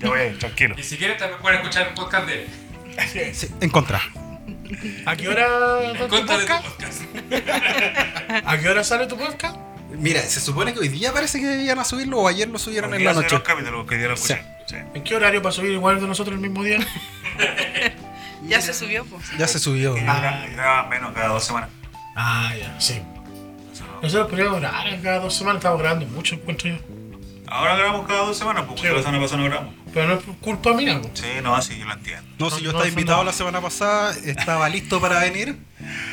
C: Ya voy a ir, tranquilo.
F: Y si quieren también pueden escuchar un podcast de él.
D: Sí, en contra.
B: ¿A qué hora va tu
F: Cuéntale tu
B: podcast?
F: podcast.
B: ¿A qué hora sale tu podcast?
D: Mira, se supone que hoy día parece que debían a subirlo o ayer lo subieron en la noche.
C: Los capítulos que dieron escuché. Sí.
B: ¿En qué horario para subir igual de nosotros el mismo día?
E: Ya se subió, pues.
D: Ya se subió.
C: Y graba- y graba Ah, menos cada dos semanas.
B: Ah, ya, sí. Nosotros podríamos grabar cada dos semanas, estamos grabando mucho, encuentro yo.
C: Ahora grabamos cada dos semanas, porque
B: Sí.
C: la semana pasada no grabamos.
B: Pero no es por culpa mía, po.
C: Sí, no, así yo lo entiendo.
D: No, si yo
B: No,
D: estaba
B: eso
D: invitado
B: no.
D: la semana pasada, estaba listo para venir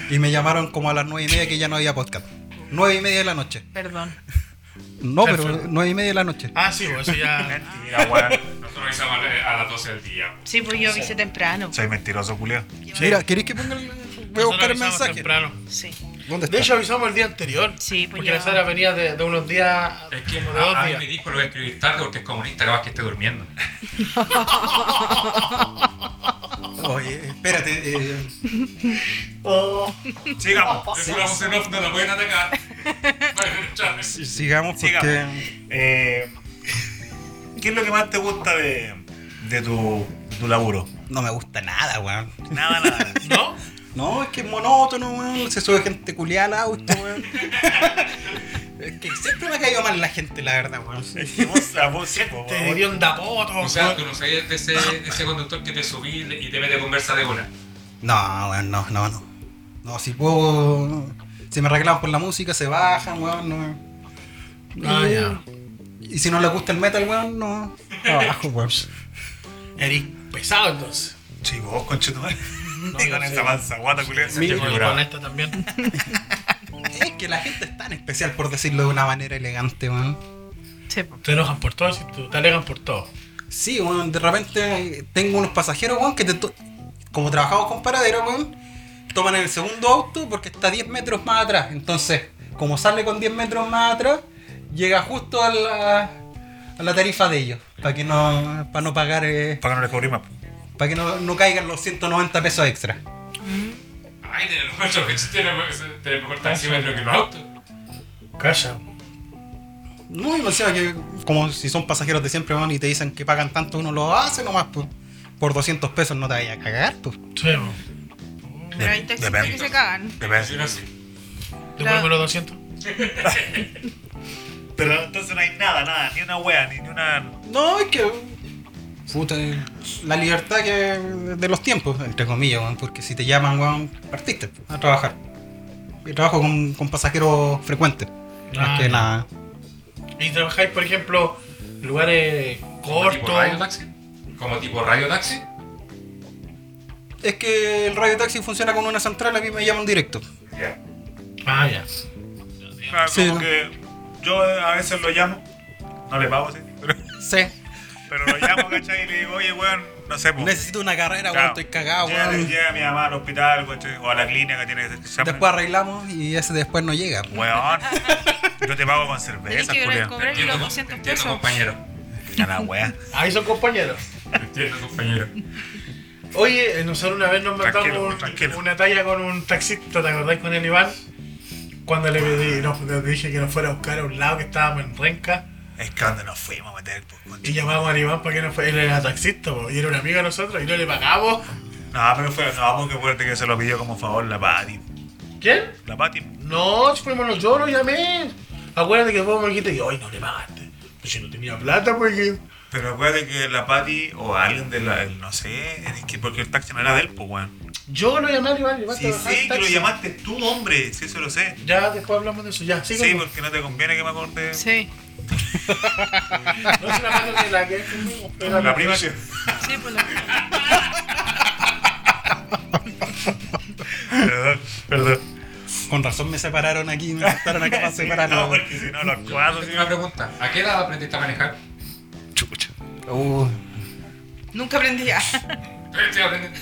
D: y me llamaron como a las nueve y media que ya no había podcast. Nueve y media de la noche.
E: Perdón.
D: No, pero
B: Perfecto.
D: nueve y media de la noche.
B: Ah, sí, pues eso ya.
C: Mentira, weón.
F: Nosotros avisamos a las 12 del día.
E: Sí, pues yo avisé temprano.
C: Soy mentiroso, culiao.
D: Mira, ¿queréis que ponga el... Voy a
B: Nosotros
D: buscar el
B: avisamos
D: mensaje.
B: temprano.
E: pues, Sí.
D: ¿Dónde está?
B: De hecho, avisamos el día anterior.
E: Sí, pues
B: Porque
E: ya.
B: la Sara venía de, de unos días.
F: Es que
B: como de
F: a,
B: dos
F: a mí me
B: días.
F: dijo lo voy a escribir tarde porque es comunista, capaz que esté durmiendo.
D: Oye, espérate. eh,
B: Oh,
C: Sigamos.
F: Si lo vamos en off, no lo pueden atacar. Bueno, chao.
D: sigamos porque...
C: Sigamos. Eh, ¿Qué es lo que más te gusta de, de tu, de tu laburo?
D: No me gusta nada, weón.
C: Nada, nada.
B: ¿No?
D: No, es que es monótono, weón. Se sube gente culiada al auto, weón. es que siempre me ha caído mal la gente, la verdad, weón.
C: Y vos, a vos seco,
B: Te
C: weón.
B: dio un dapoto.
F: O sea, tú no sabes de ese, de ese conductor que te subí y te mete conversa de una.
D: No, weón, no, no, no. No, si puedo. no. Si me reclaman por la música, se bajan, weón, no.
B: Ah, ya.
D: Y si no les gusta el metal, weón, no. Abajo, weón.
B: Eres pesado entonces.
C: Sí, vos, conchetumare.
B: No,
C: y con
B: yo
C: esa
B: sé.
C: panza guata, culiao. se
D: Mi-
C: te
B: Y
C: figuraba.
B: con esta también.
D: Es que la gente es tan especial, por decirlo de una manera elegante, weón.
E: Sí, pues.
B: Te enojan por todo, si tú- te alegan por todo.
D: Sí, weón, de repente tengo unos pasajeros, weón, que te to- como trabajamos con paradero, weón, toman el segundo auto porque está 10 metros más atrás. Entonces, como sale con 10 metros más atrás, llega justo a la, a la tarifa de ellos, para que no, para no pagar,
C: Para que no les cubrí más.
D: para que no, no caigan los 190 pesos extra.
F: Ay, tiene los mejor tiene, tiene mejor taxi metro que los autos.
B: Calla.
D: No, y me decía que como si son pasajeros de siempre, weón, y te dicen que pagan tanto, uno lo hace nomás, pues. Por 200 pesos no te vaya a cagar, pues.
B: Sí, po.
E: Pero hay taxistas
C: depende.
E: que se cagan.
F: Yo no sé.
B: Devuélveme los 200.
C: Pero entonces no hay nada, nada, ni una wea, ni, ni una.
D: No, es que. Puta, eh, la libertad que de los tiempos, entre comillas, weón, porque si te llaman, weón, partiste a trabajar. Y trabajo con, con pasajeros frecuentes.
B: Ah,
D: más que
B: ya.
D: nada.
B: Y trabajáis, por ejemplo, en lugares
F: ¿Como tipo radio
B: cortos.
F: taxi? ¿Como tipo radio taxi?
D: Es que el radio taxi funciona con una central, a mí me llaman directo.
F: Ya.
B: Ah, ya.
C: Claro,
D: Sí,
C: como
D: no.
C: que yo a veces lo llamo, no le pago, sí, pero,
D: Sí.
C: pero lo llamo, ¿cachai? Y le digo, oye, weón, no sé, po.
D: Necesito una carrera, weón,
C: Claro.
D: estoy cagado,
C: Llega-
D: weón.
C: Llega mi mamá al hospital, ¿cachai? O a la clínica que tiene que ser.
D: Después arreglamos y ese después no llega.
C: Weón, yo te pago con cerveza,
E: Tienes que ver-
C: Julián.
E: cobrar los 200
F: entiendo,
E: pesos.
F: compañero.
C: A la wea.
B: Ahí son compañeros.
F: Entiendo, compañero.
B: Oye, eh, nosotros una vez nos
C: Tranquilo,
B: matamos un-
C: tranquilo.
B: una talla con un taxista, ¿te acordás con el Iván? Cuando le pedí, no, le dije que nos fuera a buscar a un lado que estábamos en Renca
C: Es que donde nos fuimos a meter, pues, po,
B: y
C: concha.
B: llamamos al Iván para que nos fuera. Él era taxista po, y era un amigo de nosotros y no le pagamos.
C: No, pero fue, no, porque fuerte que se lo pidió como favor la Pati.
B: ¿Quién?
C: La Pati.
B: No, si fuimos nosotros, yo lo llamé. Acuérdate que vos me dijiste que hoy no le pagaste. Pues yo no tenía plata porque.
C: Pero acuérdate que la Pati o alguien de la. el- no sé, es que porque el taxi no era de él, pues weón.
B: Yo lo llamé al Iván, Iván
C: Sí,
B: trabajaba en
C: sí, que lo
B: taxi.
C: llamaste tú, hombre, sí, eso lo sé.
B: Ya después hablamos de eso, ya,
C: Sí,
B: sígueme.
C: porque no te conviene que me acorde.
E: Sí.
B: No es una mano de la que es conmigo, pero
C: La prima que.
E: Sí, pues la-
C: Perdón, perdón.
D: O Con razón me separaron aquí, me cortaron acá para
C: no,
D: separarnos.
C: porque si no, los cuatro.
F: Tengo una pregunta. ¿A qué edad aprendiste a manejar?
B: Chucha.
D: Uh,
E: Nunca aprendí a.
F: Estoy aprendiendo.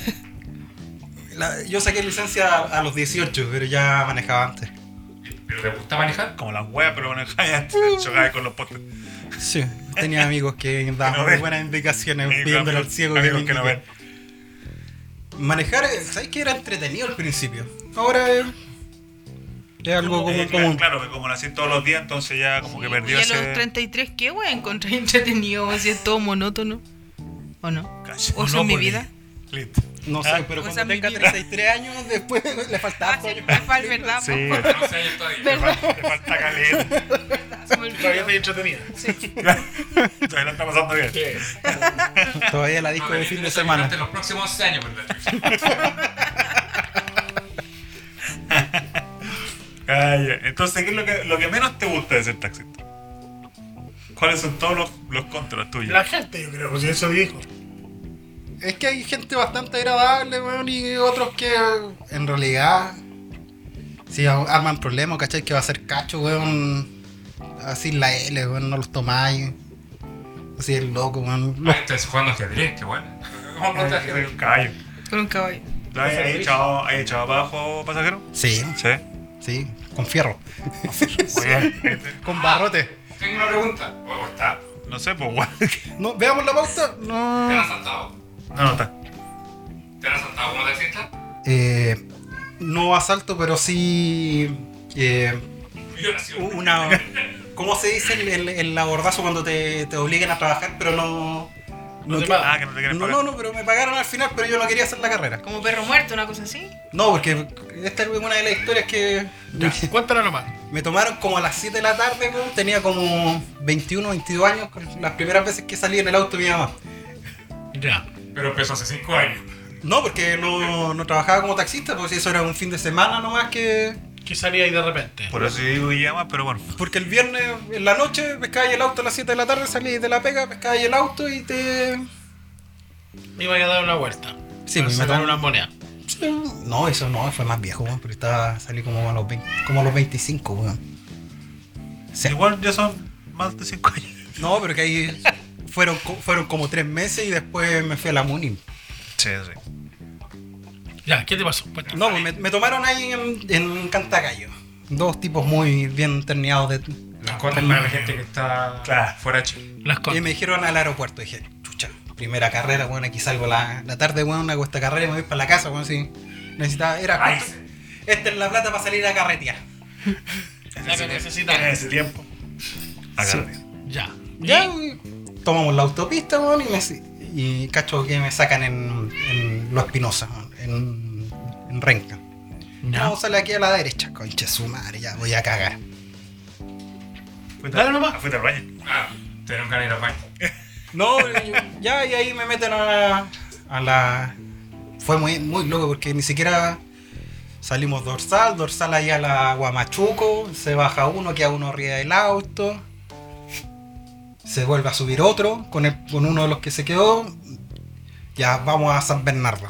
D: la- yo saqué licencia a los 18, pero ya manejaba antes.
F: ¿Pero te gusta manejar?
C: Como las weas, pero bueno, chocaba con los postes.
D: Sí, tenía amigos que
C: Que
D: daban
C: no
D: muy
C: ven.
D: buenas indicaciones pidiéndole al ciego
C: amigos
D: me
C: que no ven.
D: indique. Manejar, eh, ¿sabes que era entretenido al principio? Ahora eh, es algo como
C: Eh,
D: común.
C: claro, claro, que como lo hacía todos los días, entonces ya como que
E: Y
C: perdió
E: a
C: ese.
E: los 33, ¿qué wea encontré entretenido? Si es todo monótono. ¿O no?
C: Cacho,
E: ¿O eso es mi
C: Monopoly.
E: vida?
C: Listo.
D: No sé,
C: Ah.
D: pero
E: o
D: cuando
E: sea, mi
D: tenga
E: vida.
D: 33 años después le faltaba
E: Ah, sí,
D: años.
E: me fal- ¿verdad?
C: Sí,
E: po?
C: le
F: No sé, yo todavía.
C: falta, le falta caleta.
E: Se me olvidó.
B: Todavía estoy entretenida.
C: Todavía la está pasando bien.
D: Todavía la disco
F: No,
D: de
F: tenés
D: fin de
F: que
D: semana.
F: terminarte los próximos 11 años, ¿verdad?
C: Ah, ya. Entonces, ¿qué es lo que, lo que menos te gusta de ser taxista? ¿Cuáles son todos los, los contras tuyos?
B: La gente, yo creo, si eso dijo.
D: Es que hay gente bastante agradable, weón, y otros que en realidad si a- arman problemas, ¿cachai? Que va a ser cacho, weón. Así la L, weón, no los tomáis. Así el loco, weón.
F: Ah, Estás jugando ajedrez, qué bueno. ¿Cómo no
C: Ay,
F: te ajedrez?
C: un caballo.
E: Con un caballo.
C: ¿Lo ¿Hay, hay echado, ¿Hay echado abajo, pasajero?
D: Sí,
C: Sí.
D: sí, con fierro.
C: Muy bien.
D: Con barrote.
F: Tengo una pregunta. ¿O está?
C: No sé, pues guau.
D: No, veamos la pausa.
F: ¿Te han
D: No.
F: asaltado?
C: No, no está.
F: ¿Te han asaltado como taxista?
D: Eh, no asalto, pero sí. eh,
F: Violación.
D: una. ¿Cómo se dice el, el, el abordazo cuando te, te obligan a trabajar, pero no.
B: No te
D: que-
B: pagan.
C: Ah, que no te quieren
D: No,
C: pagar.
D: no, no, pero me pagaron al final, pero yo no quería hacer la carrera.
E: Como perro muerto, una cosa así.
D: No, porque esta es una de las historias que
B: Ya, cuéntala nomás.
D: me tomaron como a las 7 de la tarde, weón. tenía como 21, 22 años, con las primeras veces que salí en el auto de mi mamá.
B: Ya.
F: Pero empezó hace 5 años.
D: No, porque no, no trabajaba como taxista, porque eso era un fin de semana nomás que...
B: Que salía ahí de repente.
C: Por eso yo digo que llama, pero bueno.
D: Porque el viernes en la noche pescaba ahí el auto a las 7 de la tarde, salí de la pega, pescaba ahí el auto y te...
C: Pues-
B: Me iba a dar una vuelta.
D: Sí,
B: Para
D: me
B: sacar
D: mataron.
B: una moneda.
D: No, eso no, fue más viejo, weón, pero estaba, salí como a los, 20 como a los 25, weón. Sí.
C: Igual ya son más de 5 años.
D: No, pero que ahí fueron, co- fueron como tres meses y después me fui a la Muni.
C: Sí, sí.
B: Ya, ¿qué te pasó? Cuéntame.
D: No, pues me, me tomaron ahí en, en Cantagallo. Dos tipos muy bien terneados de...
F: Las cosas para la gente que está
C: Claro.
F: fuera de Chile.
B: Las
D: Y
B: cosas.
D: me dijeron al aeropuerto, dije, chucha, primera carrera, bueno, aquí salgo la, la tarde, bueno, hago esta carrera y me voy para la casa, bueno, si necesitaba, era
F: Ay,
D: justo- Esta es la plata para salir a carretear.
B: La que necesitas.
C: En ese tiempo. Agarre.
B: Ya.
D: Ya, y tomamos la autopista, weón, y, me, y cacho que me sacan en, en Lo Espinosa, weón, en, en Renca. No, sale aquí a la derecha, conche su madre, ya voy a cagar.
C: Fuiste-
B: Dale nomás.
C: ah, Fuiste al baño.
F: Ah, te dieron ganas de ir al baño.
D: No, y- ya, y ahí me meten a la. A la fue muy, muy loco porque ni siquiera salimos dorsal, dorsal ahí a la Guamachuco, se baja uno, queda uno arriba del auto, se vuelve a subir otro con, el- con uno de los que se quedó, ya vamos a San Bernardo.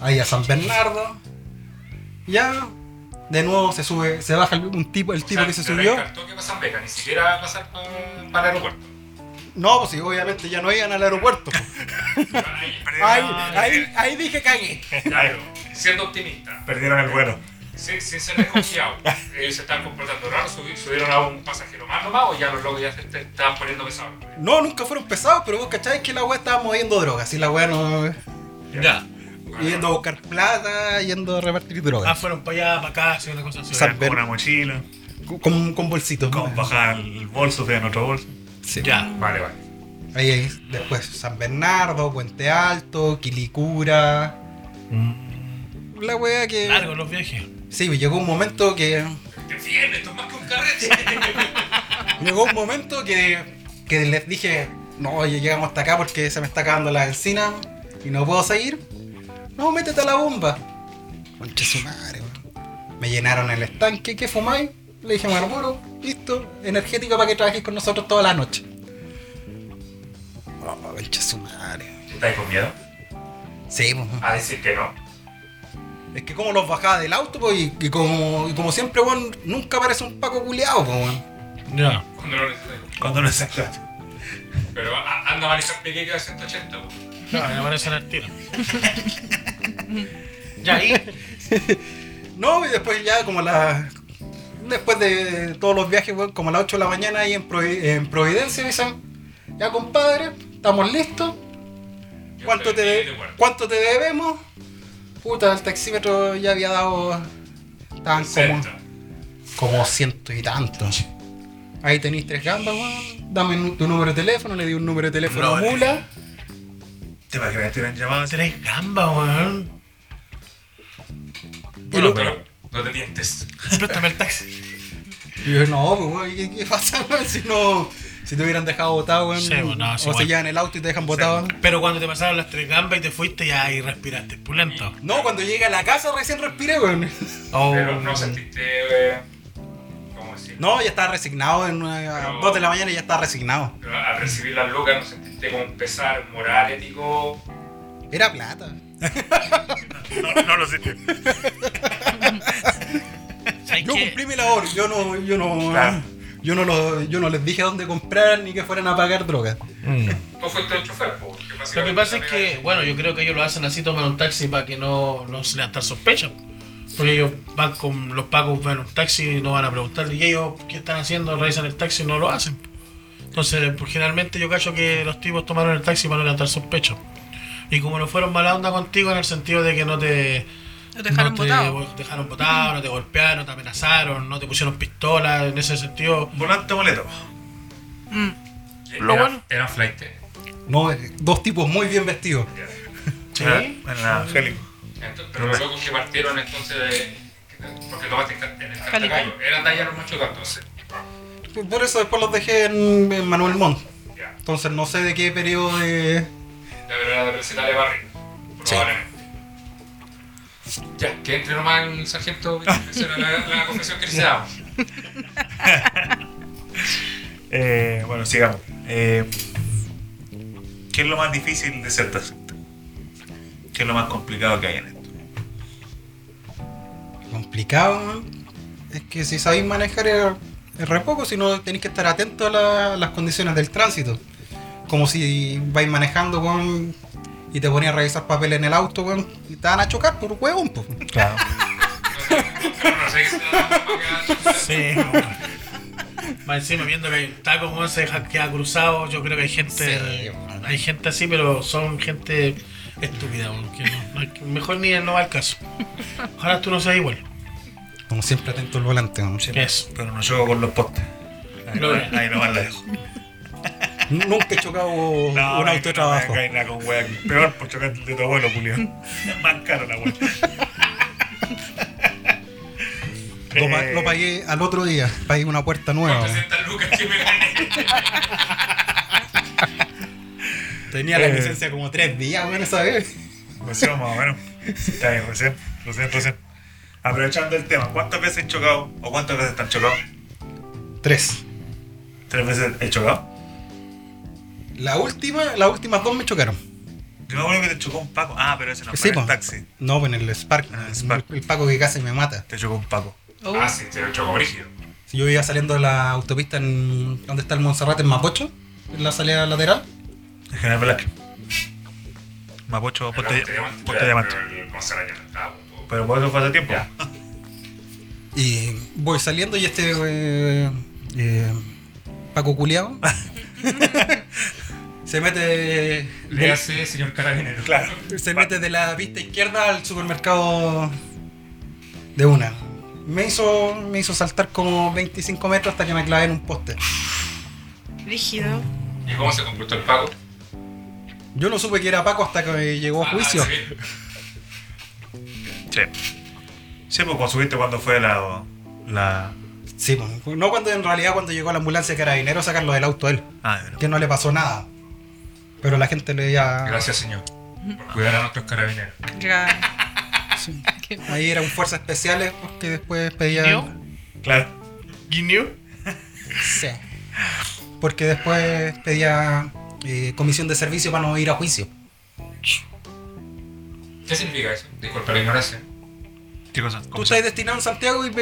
D: Ahí a San Bernardo, ya de nuevo se sube, se baja el- un tipo, el
F: O
D: tipo
F: sea,
D: que se
F: te
D: subió.
F: reencartó que pasan beca, ni siquiera pasar pa- para el aeropuerto.
D: No, pues sí, obviamente ya no iban al aeropuerto.
F: Ay,
D: Ahí,
F: perdieron-
D: ahí, ahí dije cagué.
F: Claro, siendo optimista,
C: Perdieron el vuelo.
F: sin, sin ser desconfiado, ellos se están comportando raro, subi- subieron a un pasajero más nomás o ya los locos ya se te- estaban poniendo pesados.
D: No, nunca fueron pesados, pero vos cacháis que la weá estaba moviendo drogas. Y la weá no.
B: Ya.
D: Yendo a buscar plata, yendo a repartir
B: Ah,
D: drogas.
B: fueron para allá, para acá, hacían una cosa así.
D: San
C: Con
D: Ber-
C: una mochila.
D: Con, con bolsitos.
C: Con bajar el bolso, te dan otro bolso.
D: Sí.
B: Ya.
F: Vale, vale.
D: Ahí, ahí. Después San Bernardo, Puente Alto, Quilicura. La weá que.
B: Largos los viajes.
D: Sí, pues llegó un momento que.
F: Te bien, esto es más que un carrete.
D: Llegó un momento que, que les dije, no, oye, llegamos hasta acá porque se me está acabando la encina y no puedo seguir. No, métete a la bomba. Concha su madre, weón. Me llenaron el estanque, ¿qué fumáis? Le dije, me arburo, listo, energética para que trabajes con nosotros toda la noche. Oh, concha su madre.
F: ¿Estáis con miedo?
D: Sí, pues,
F: A decir que no.
D: Es que como los bajaba del auto, pues, y, y como, y como siempre, weón, nunca aparece un Paco culiado, pues, weón.
G: Ya.
F: Cuando lo necesitáis.
C: Cuando no exacto.
F: Pero a- anda a manejar pequeño a 180, po.
G: Claro, me aparecen al tiro.
B: Ya, y
D: No, y después ya como a las... Después de todos los viajes, weón, como a las 8 de la mañana ahí en, Provi- en Providencia, me dicen, ya compadre, estamos listos.
F: Yo
D: ¿Cuánto te,
F: estoy
D: de-
F: de acuerdo.
D: ¿Cuánto te debemos? Puta, el taxímetro ya había dado... Estaban como,
F: Cerca.
D: como ciento y tantos. Ahí tenéis tres gambas, weón. Dame nu- tu número de teléfono, le di un número de teléfono a
C: Brother.
G: eh.
D: Mula.
C: Te va a creer que hubieran llamado así.
B: tres gambas, weón.
F: Bueno, pero no te mientes.
B: Préstame el taxi.
D: Y yo, no, pues, weón, ¿qué, qué pasa, weón? Si no. Si te hubieran dejado botado, weón.
G: Sí, weón, no,
D: o
G: sí,
D: se
G: igual.
D: llevan el auto y te dejan botado.
B: Pero cuando te pasaron las tres gambas y te fuiste, ya ahí respiraste, pulento.
D: No, cuando llegué a la casa recién respiré, weón.
B: Oh,
F: Pero no sentiste. Eh, ¿Cómo decir?
D: No, ya estaba resignado. En una, a
F: Pero-
D: las 2 de la mañana ya estaba resignado.
F: Pero Al recibir las lucas, no sentiste como un pesar moral, ético.
D: Era plata.
C: No, no lo sé.
G: ¿Sabes
D: Yo
G: qué?
D: cumplí mi labor. Yo no. Yo no.
C: Claro.
D: Yo no, lo- yo no les dije dónde comprar ni que fueran a pagar drogas.
F: Tú fuiste el chofer, po. que
B: Lo que
F: básicamente
B: pasa
F: la
B: es
F: pega-
B: que, bueno, yo creo que ellos lo hacen así, toman un taxi para que no, no se levanten sospechas. Porque ellos van con los pagos, ven un taxi y no van a preguntarle. Y ellos, ¿qué están haciendo? Revisan el taxi y no lo hacen. Entonces, pues, generalmente yo cacho que los tipos tomaron el taxi para no levantar sospechas. Y como no fueron mala onda contigo en el sentido de que no te...
E: Lo dejaron
B: no te
E: botado.
B: go- dejaron botado, no te golpearon, no te amenazaron, no te pusieron pistola, en ese sentido...
C: Volante boleto.
E: Mm.
B: Lo
F: era,
B: bueno.
F: Era flight.
D: No, eh, dos tipos muy bien vestidos.
B: Sí.
C: Era, era angélico.
F: Entonces, pero los locos que partieron entonces de. Porque tomaste en Car- en el Cartacayo. Eran de eh. allá los machucos entonces.
D: Por eso después los dejé en, en Manuel Montt.
F: Ya.
D: Entonces no sé de qué periodo de.
F: Ya, pero era de recitales barrio. Probablemente. Ya, que entre nomás el sargento. Esa era la, la confesión que le daba.
C: Eh, bueno, sigamos. Eh, ¿Qué es lo más difícil de ser taxista? ¿Qué es lo más complicado que hay en esto?
D: complicado, ¿no? Es que si sabéis manejar es, es re poco, si no tenéis que estar atento a, la- las condiciones del tránsito. Como si vais manejando, weón, y te ponías a revisar papeles en el auto, weón, y te van a chocar por huevón, po.
G: Claro.
F: No sé qué se da.
B: Sí, weón. Más encima viendo que hay un taco, weón, se deja queda cruzado. Yo creo que hay gente.
D: Sí, weón.
B: hay gente así, pero son gente estúpida, weón, que no- no hay que- mejor ni no va al caso. Ojalá tú no seas igual.
D: Como siempre atento al volante, weón. Siempre.
B: Eso.
C: Pero no llego con los postes. Ahí,
B: Lo-
C: ahí nomás la dejo.
D: Nunca he chocado
C: No,
D: un
C: no,
D: auto de
C: no,
D: trabajo.
C: no hay nada con wea aquí. Peor por chocar el de tu abuelo, culiao. Más caro la wea.
D: Lo, pa- lo
C: eh.
D: pagué al otro día, pagué una puerta nueva. weón.
F: 400 lucas que me gané.
D: Tenía la
C: Eh.
D: licencia como tres días, weón, esa vez.
C: Recién, más o menos. Está bien, recién, recién, recién. Aprovechando el tema, ¿cuántas veces he chocado o cuántas veces están chocado?
D: Tres.
C: ¿Tres veces he chocado?
D: La última, las últimas dos me chocaron.
C: Yo me acuerdo que te chocó un Paco. Ah, pero ese no fue
D: Sí,
C: en
D: po.
C: el taxi.
D: No, pues, en el Spark.
C: Ah, el Spark.
D: El Paco que casi me mata.
C: Te chocó un Paco.
E: Oh.
F: Ah, sí, te lo chocó brígido.
D: Si Yo iba saliendo de la autopista en, donde está el Monserrate en Mapocho, en la salida lateral.
C: El general Velázquez. Mapocho,
F: Pero
C: poste,
F: te llaman-
C: poste diamante.
F: pero el Gonzalo ya no estaba, po.
C: Pero por eso fue hace tiempo.
F: Ya.
D: Y voy saliendo y este eh, eh, Paco Culeado se mete de,
F: Le hace señor carabinero.
C: Claro.
D: se mete de la pista izquierda al supermercado de una. Me hizo, me hizo saltar como 25 metros hasta que me clavé en un poste.
E: Rígido.
F: ¿Y cómo se comportó el pago?
D: Yo no supe que era Paco hasta que llegó a juicio.
F: Ah, sí.
C: Sí. Sí, pues cuando subiste cuando fue la. la...
D: Sí, pues, no cuando en realidad cuando llegó la ambulancia de carabineros a sacarlo del auto a él.
C: Ah, de verdad.
D: que no le pasó nada. Pero la gente le ya.
F: Gracias, señor. Por cuidar a nuestros carabineros.
E: Ya.
D: Ahí eran fuerzas especiales porque después pedían.
B: ¿Yo?
C: Claro.
B: ¿Guineo?
D: Sí. Porque después pedía eh, comisión de servicio para no ir a juicio.
F: ¿Qué significa eso? Disculpa la ignorancia.
G: ¿Qué cosa? ¿Cómo
D: Tú
G: se-
D: estás destinado en Santiago y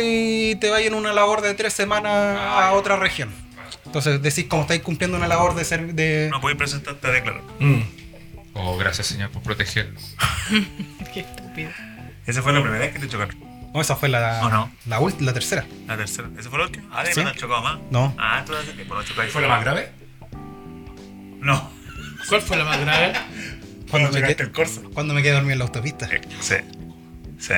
D: y te vas en una labor de tres semanas
C: Ah,
D: a otra región. Entonces decís como estáis cumpliendo una labor de ser de...
C: No podéis presentarte a declarar.
F: Oh, gracias, señor, por protegernos.
E: Qué estúpido.
C: Esa fue la primera vez que te chocaron.
D: No, esa fue la,
C: No, no.
D: la ult- la tercera.
C: La tercera. ¿Esa fue la última? Ah, de
D: Sí.
C: no te han chocado más.
D: No.
C: Ah, tú la tercera. Bueno, chocaste.
F: ¿Fue la más grave?
C: No.
B: ¿Cuál fue la más grave?
D: Cuando
C: Cuando
D: me,
C: chocaste
D: quedé,
C: el corso.
D: cuando me quedé dormido en la autopista.
C: Eh, Sí. Sí.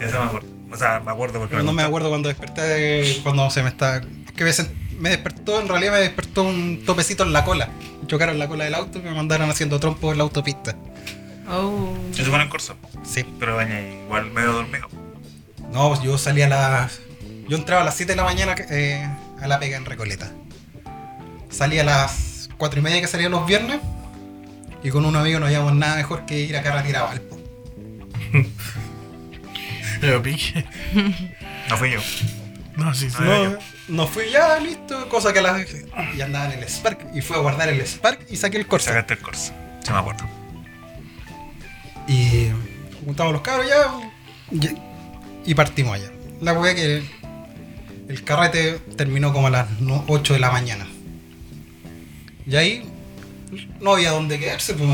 C: Esa me acuerdo. O sea, me acuerdo porque
D: Pero no me
C: gustó.
D: acuerdo cuando desperté, de- cuando se me está... Que me, sent- me despertó, en realidad me despertó un topecito en la cola. Chocaron la cola del auto y me mandaron haciendo trompos en la autopista.
E: Oh.
C: Eso fue en el corso.
D: Sí.
C: Pero baña igual medio dormido.
D: No, pues, yo salía a las... Yo entraba a las 7 de la mañana eh, a la pega en Recoleta. Salía a las 4 y media que salía los viernes. Y con un amigo no habíamos nada mejor que ir a carretera a Valpo.
G: Pero pique.
C: No fui yo.
G: No, sí, sí.
C: No era
D: No, no fui ya, listo. Cosa que a las... Y andaba en el Spark. Y fui a guardar el Spark y saqué el Corsa.
C: Sacaste el corso. Se me acuerdo.
D: Y juntamos los cabros ya. Y, y partimos allá. La wea que el carrete terminó como a las 8 de la mañana. Y ahí no había dónde quedarse. pues.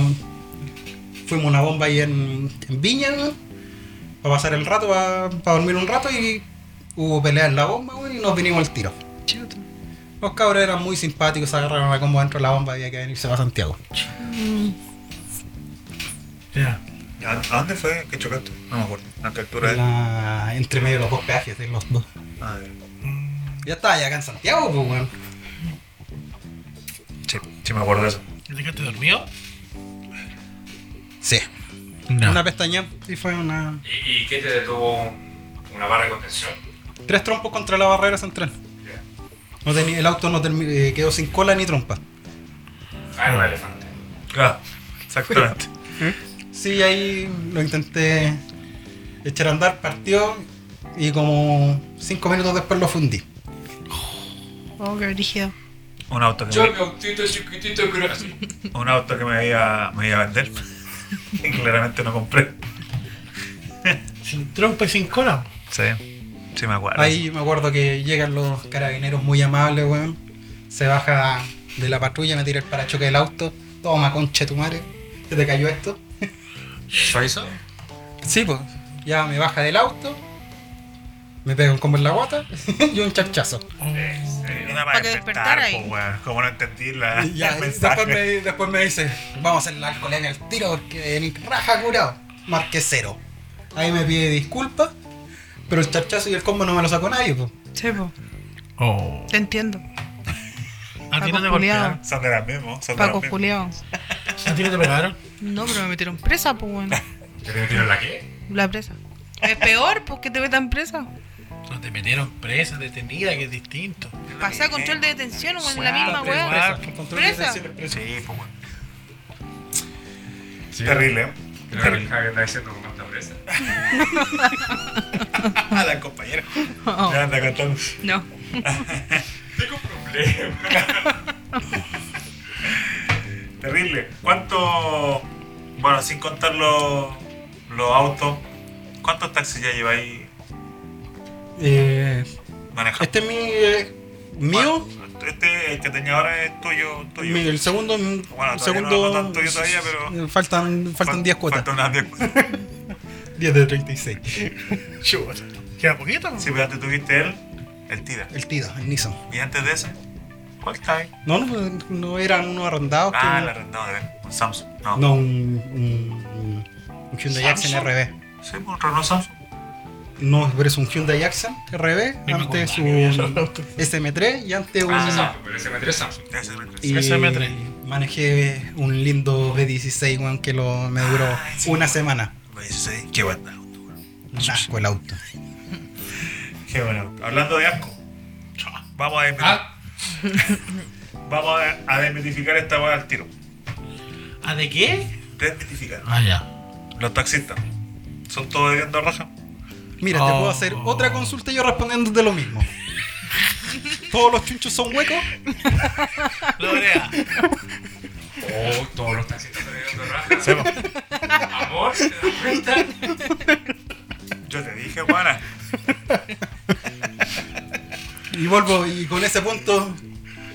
D: Fuimos a una bomba ahí en, en Viña, para pasar el rato, para dormir un rato y hubo pelea en la bomba, weón, y nos vinimos al tiro.
E: Chuta.
D: Los cabros eran muy simpáticos, se agarraron a combo dentro de la bomba, había que venirse para Santiago.
G: Ya.
C: ¿A a dónde fue que chocaste? No me acuerdo. ¿A qué altura era?
D: La- entre medio de los dos peajes de los dos.
C: Ah, ya.
D: Ya estaba ya acá en Santiago, pues, weón.
C: Sí, sí me acuerdo de eso.
G: ¿Te quedaste dormido?
D: Sí.
G: No.
D: Una pestaña y fue una.
F: ¿Y, y qué te detuvo una barra de contención?
D: Tres trompos contra la barrera central. No tenía, el auto no termi- eh, quedó sin cola ni trompa.
F: Ah, era un elefante.
C: Ah, exactamente.
D: Sí, ahí lo intenté echar a andar, partió y como cinco minutos después lo fundí.
E: Oh, qué brígido.
C: Un auto que,
F: Yo, autito chiquitito, gracias.
C: me, un auto que me, iba, me iba a vender. y claramente no compré.
G: Sin trompa y sin cola.
C: Sí, sí me acuerdo.
D: Ahí me acuerdo que llegan los carabineros muy amables, weón. Se baja de la patrulla, me tira el parachoque del auto. Toma, conche tu madre. Se te cayó esto.
F: ¿Suizo?
D: Sí, pues. Ya me baja del auto. Me pega un combo en la guata y un chachazo.
C: Era
E: Para que despertar ahí.
C: po, pues, weón. Como no entendí la,
D: Y ya,
C: el
D: después, me,
C: Ah, mensaje.
D: después me dice, vamos a hacer la alcoholemia al tiro porque en raja curado. Marqué cero. Ahí me pide disculpas, pero el chachazo y el combo no me lo sacó nadie. pues. po.
E: Sí, po.
G: Oh.
E: Te entiendo.
G: ¿A ti no te
E: Paco culiao.
G: golpearon?
C: Son de las mismas. Son de las
E: Paco
C: mismas.
E: Julián.
G: ¿A ti no te pegaron?
E: No, pero me metieron presa, pues, weón.
F: ¿Te metieron la qué?
E: La presa. Es peor, pues, que te metan presa.
G: No te metieron presa, detenida, que es distinto.
E: Pasé a control de detención, weón. La
G: Claro,
E: misma,
G: pero
E: weón.
G: igual.
E: Presa.
C: Sí, po, pues, weón.
F: Sí.
C: Terrible, ¿eh?
F: Creo que el Javier está diciendo con cuánta presa.
C: A la compañera.
E: Oh,
C: Ya anda cantando.
E: no.
F: Tengo un problema.
C: Terrible. ¿Cuánto. Bueno, sin contar los los autos, ¿cuántos taxis ya lleváis
D: Eh,
C: manejando?
D: este es mi... eh, mío,
C: Bueno, este, el que tenía ahora es tuyo. tuyo.
D: mi- el segundo... mm,
C: todavía
D: segundo
C: no- no tanto yo todavía, pero-
D: eh, Faltan, faltan 10 cuotas.
C: Faltan unas 10 cuotas.
D: 10 de 36.
G: Chuta. ¿Queda poquito?
C: Sí, pero antes tuviste él, el Tira.
D: El Tida, el Nissan.
C: Y antes de ese, ¿cuál está ahí?
D: No, no, no eran unos arrendados. que-
C: Ah, el arrendado de ver, un Samsung. No,
D: No, un, un, un Hyundai Accent
C: ¿Samsung?
D: RB.
C: Sí, un Renault Samsung.
D: No, pero es un Hyundai Accent RB.
G: Ni me
D: Antes un
G: acordaba.
D: SM3 y antes un.
C: Ah,
F: Samsung, pero ese meter es Samsung.
C: Ese es el tres.
D: y
G: SM3.
D: Manejé un lindo B16, weón, que lo, me duró
C: Ah, ese
D: una
C: weón.
D: semana.
C: Me dice, sí, qué buen auto.
D: Un asco el auto.
C: Qué buen auto. Hablando de asco, vamos a, desmiti-
F: Ah,
C: vamos a, a desmitificar esta weá al tiro.
G: ¿A de qué?
C: Desmitificar.
G: Ah, ya.
C: Los taxistas, ¿son todos debiendo raja?
D: Mira, te
G: Oh.
D: puedo hacer otra consulta yo respondiéndote lo mismo. Todos los chunchos son huecos.
G: Lorea.
F: oh, todos los taxistas están viendo raja. Amor, ¿te das cuenta?
C: Yo te dije.
D: Volvo, y con ese punto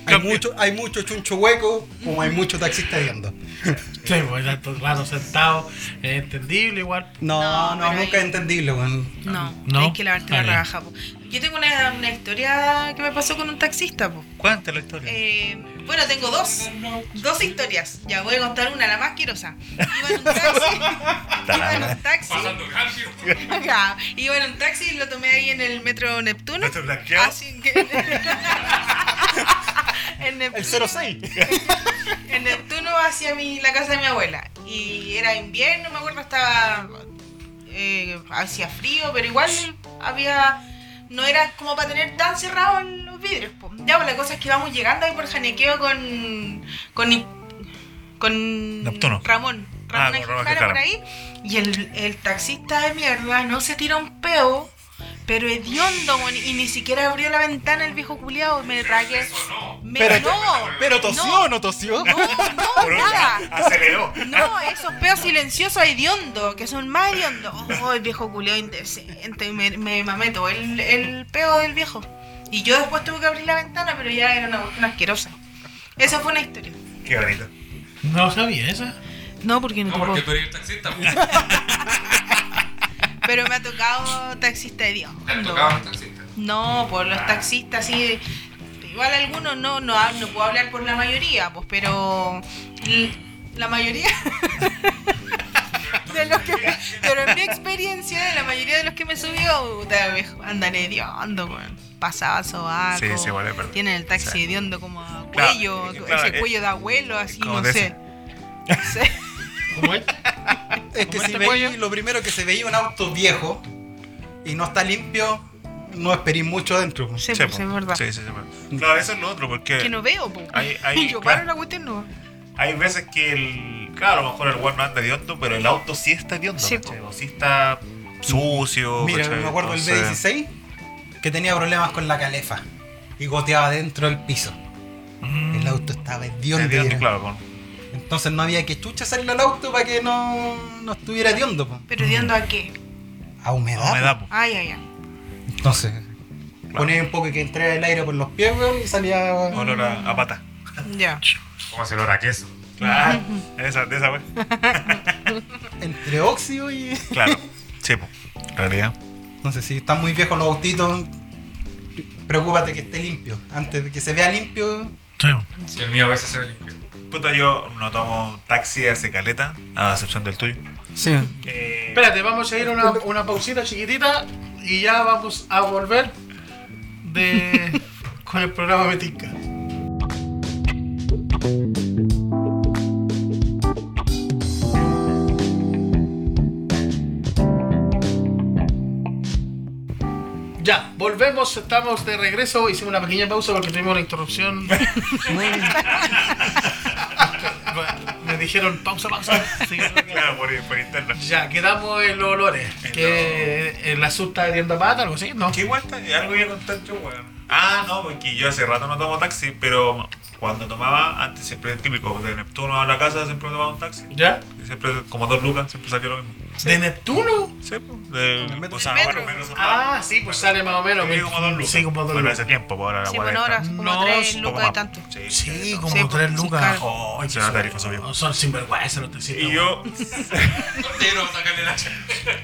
D: hay mucho, hay mucho chuncho hueco, como hay mucho taxista yendo.
G: Sí, pues tanto rato sentado, es entendible igual.
D: No, no,
E: No, pero
D: nunca
E: ahí-
D: es entendible, weón.
E: No,
G: No.
E: hay que lavarte la
G: Ah, ya.
E: raja. po. Yo tengo una, una historia que me pasó con un taxista. po.
C: Cuéntalo la historia.
E: Eh, bueno, tengo dos. Dos historias. Ya voy a contar una, la más asquerosa. Iba en un taxi. iba en un taxi.
F: Pasando calcio.
E: Ya, Iba en un taxi y lo tomé ahí en el metro Neptuno.
C: Metro blanqueado.
E: Así que. En
D: El
E: Neptuno,
D: 06.
E: en Neptuno hacia mi, la casa de mi abuela. Y era invierno, me acuerdo, estaba. eh, hacía frío, pero igual había. No era como para tener tan cerrados los vidrios. po. Ya, pues la cosa es que íbamos llegando ahí por janequeo con. con. i- con.
C: Neptuno.
E: Ramón.
C: Ah,
E: Ramón
C: con Ramón
E: Ángel Jara
C: Ángel
E: por ahí. Y el, el taxista de mierda no se tira un peo. Pero hediondo, mon, y ni siquiera abrió la ventana el viejo culiao, me ragué. Me,
D: Pero-
E: no,
D: Pero
E: no.
D: tosió, no tosió.
E: No, no,
C: Por un-
E: nada.
C: Aceleró.
E: No, esos peos silenciosos hediondo, que son más hediondo. Oh, el viejo culeo indecente. Me, me mamé todo el, el peo del viejo. Y yo después tuve que abrir la ventana, pero ya era una cuestión asquerosa. Esa fue una historia.
C: Qué bonito.
G: No sabía esa.
E: No, porque no,
F: No,
E: tocó.
F: porque tú eres el taxista. pues. po.
E: Pero me ha tocado taxista hediondo.
F: Te han tocado los taxistas.
E: No, por los taxistas, sí. Igual algunos no, no, hab- no puedo hablar por la mayoría, pues, pero l- la mayoría de los que me- pero en mi experiencia, de la mayoría de los que me subió, puta, viejo, andan hediondo, weón. pasaba sobaco.
C: Sí, sí, vale, perdón.
E: Tienen el taxi
C: Sí.
E: hediondo como a
C: Claro,
E: cuello,
C: es que, claro,
E: ese
C: eh,
E: cuello de abuelo, así,
C: como
E: no
C: de
E: sé. No sé.
G: ¿Cómo es?
D: Es que
G: ¿Cómo
D: si
G: este
D: veis,
G: cuello?
D: lo primero que se veía un auto viejo y no está limpio, no esperéis mucho adentro.
E: Sí,
C: Sí,
E: pues,
C: po.
E: es verdad.
C: Sí, sí, sí, po. Claro, eso es lo otro, porque
E: Que no veo, pues.
C: Ahí- ahí,
E: Yo
C: claro.
E: paro la cuestión, no.
C: hay veces que el. Claro, a lo mejor el weón no anda hediondo, pero el auto sí está hediondo.
E: Sí, pues.
C: ¿cachai? O sí está sucio.
D: Mira,
C: Oh, ¿cachai?
D: me acuerdo el
C: Entonces,
D: B16 que tenía problemas con la calefa y goteaba dentro del piso. El auto estaba hediondo. y
C: Hediondo,
D: era-
C: claro, con-
D: Entonces no había que chucha salir al auto para que no, no estuviera hediondo. po.
E: Pero hediondo a qué?
D: A humedad.
C: con humedad, po.
E: Ay, ay, ay.
D: po. Entonces, ponía un poco que entrara el aire por los pies, weón, y salía.
C: Olor a, a pata.
E: Ya.
F: Como se lo a queso.
C: Claro. esa, de esa, wey.
D: Entre óxido y.
C: Claro. Sí, po. En realidad.
D: No sé, si están muy viejos los autitos, preocúpate que esté limpio. Antes de que se vea limpio,
F: Si el mío a veces se ve limpio.
C: Puta, yo no tomo taxi hace caleta, a excepción del tuyo.
D: sí.
C: Eh,
B: Espérate, vamos a ir a una, una pausita chiquitita y ya vamos a volver de, con el programa Metinca. Ya, volvemos, estamos de regreso, hicimos una pequeña pausa porque tuvimos una interrupción. Me dijeron pausa, pausa. así que-
C: Claro, por, por interno.
B: ya, quedamos en los olores. Que en la susta de tienda pata, algo así, ¿no?
C: ¿Qué cuesta? Algo iba a contar yo, weón. Ah, no, porque yo hace rato no tomo taxi, pero cuando tomaba, antes siempre el típico, de Neptuno a la casa siempre tomaba un taxi.
B: ¿Ya?
C: Siempre, como dos lucas, siempre salió lo mismo.
B: ¿De Neptuno?
C: Sí, pues, de,
D: ¿El metro?
C: o sea,
E: ¿El
C: más o
E: metro?
C: menos.
B: Ah, sí, pues sale más o menos.
C: sí, como dos lucas.
B: Sí, como dos
C: Bueno,
B: lucas.
C: hace tiempo, pues ahora la
E: Sí,
C: weá
E: bueno,
C: está-
E: ahora como
B: No,
E: tres
B: sí,
C: un poco
E: lucas de
C: más.
E: tanto.
C: Sí,
B: Sí,
C: no.
B: como
E: Sí,
B: tres
E: sí,
B: lucas.
E: claro.
C: Oh, se la tarifa subió.
B: No, son sinvergüenza los taxistas.
C: Y yo
F: Quiero sacarle la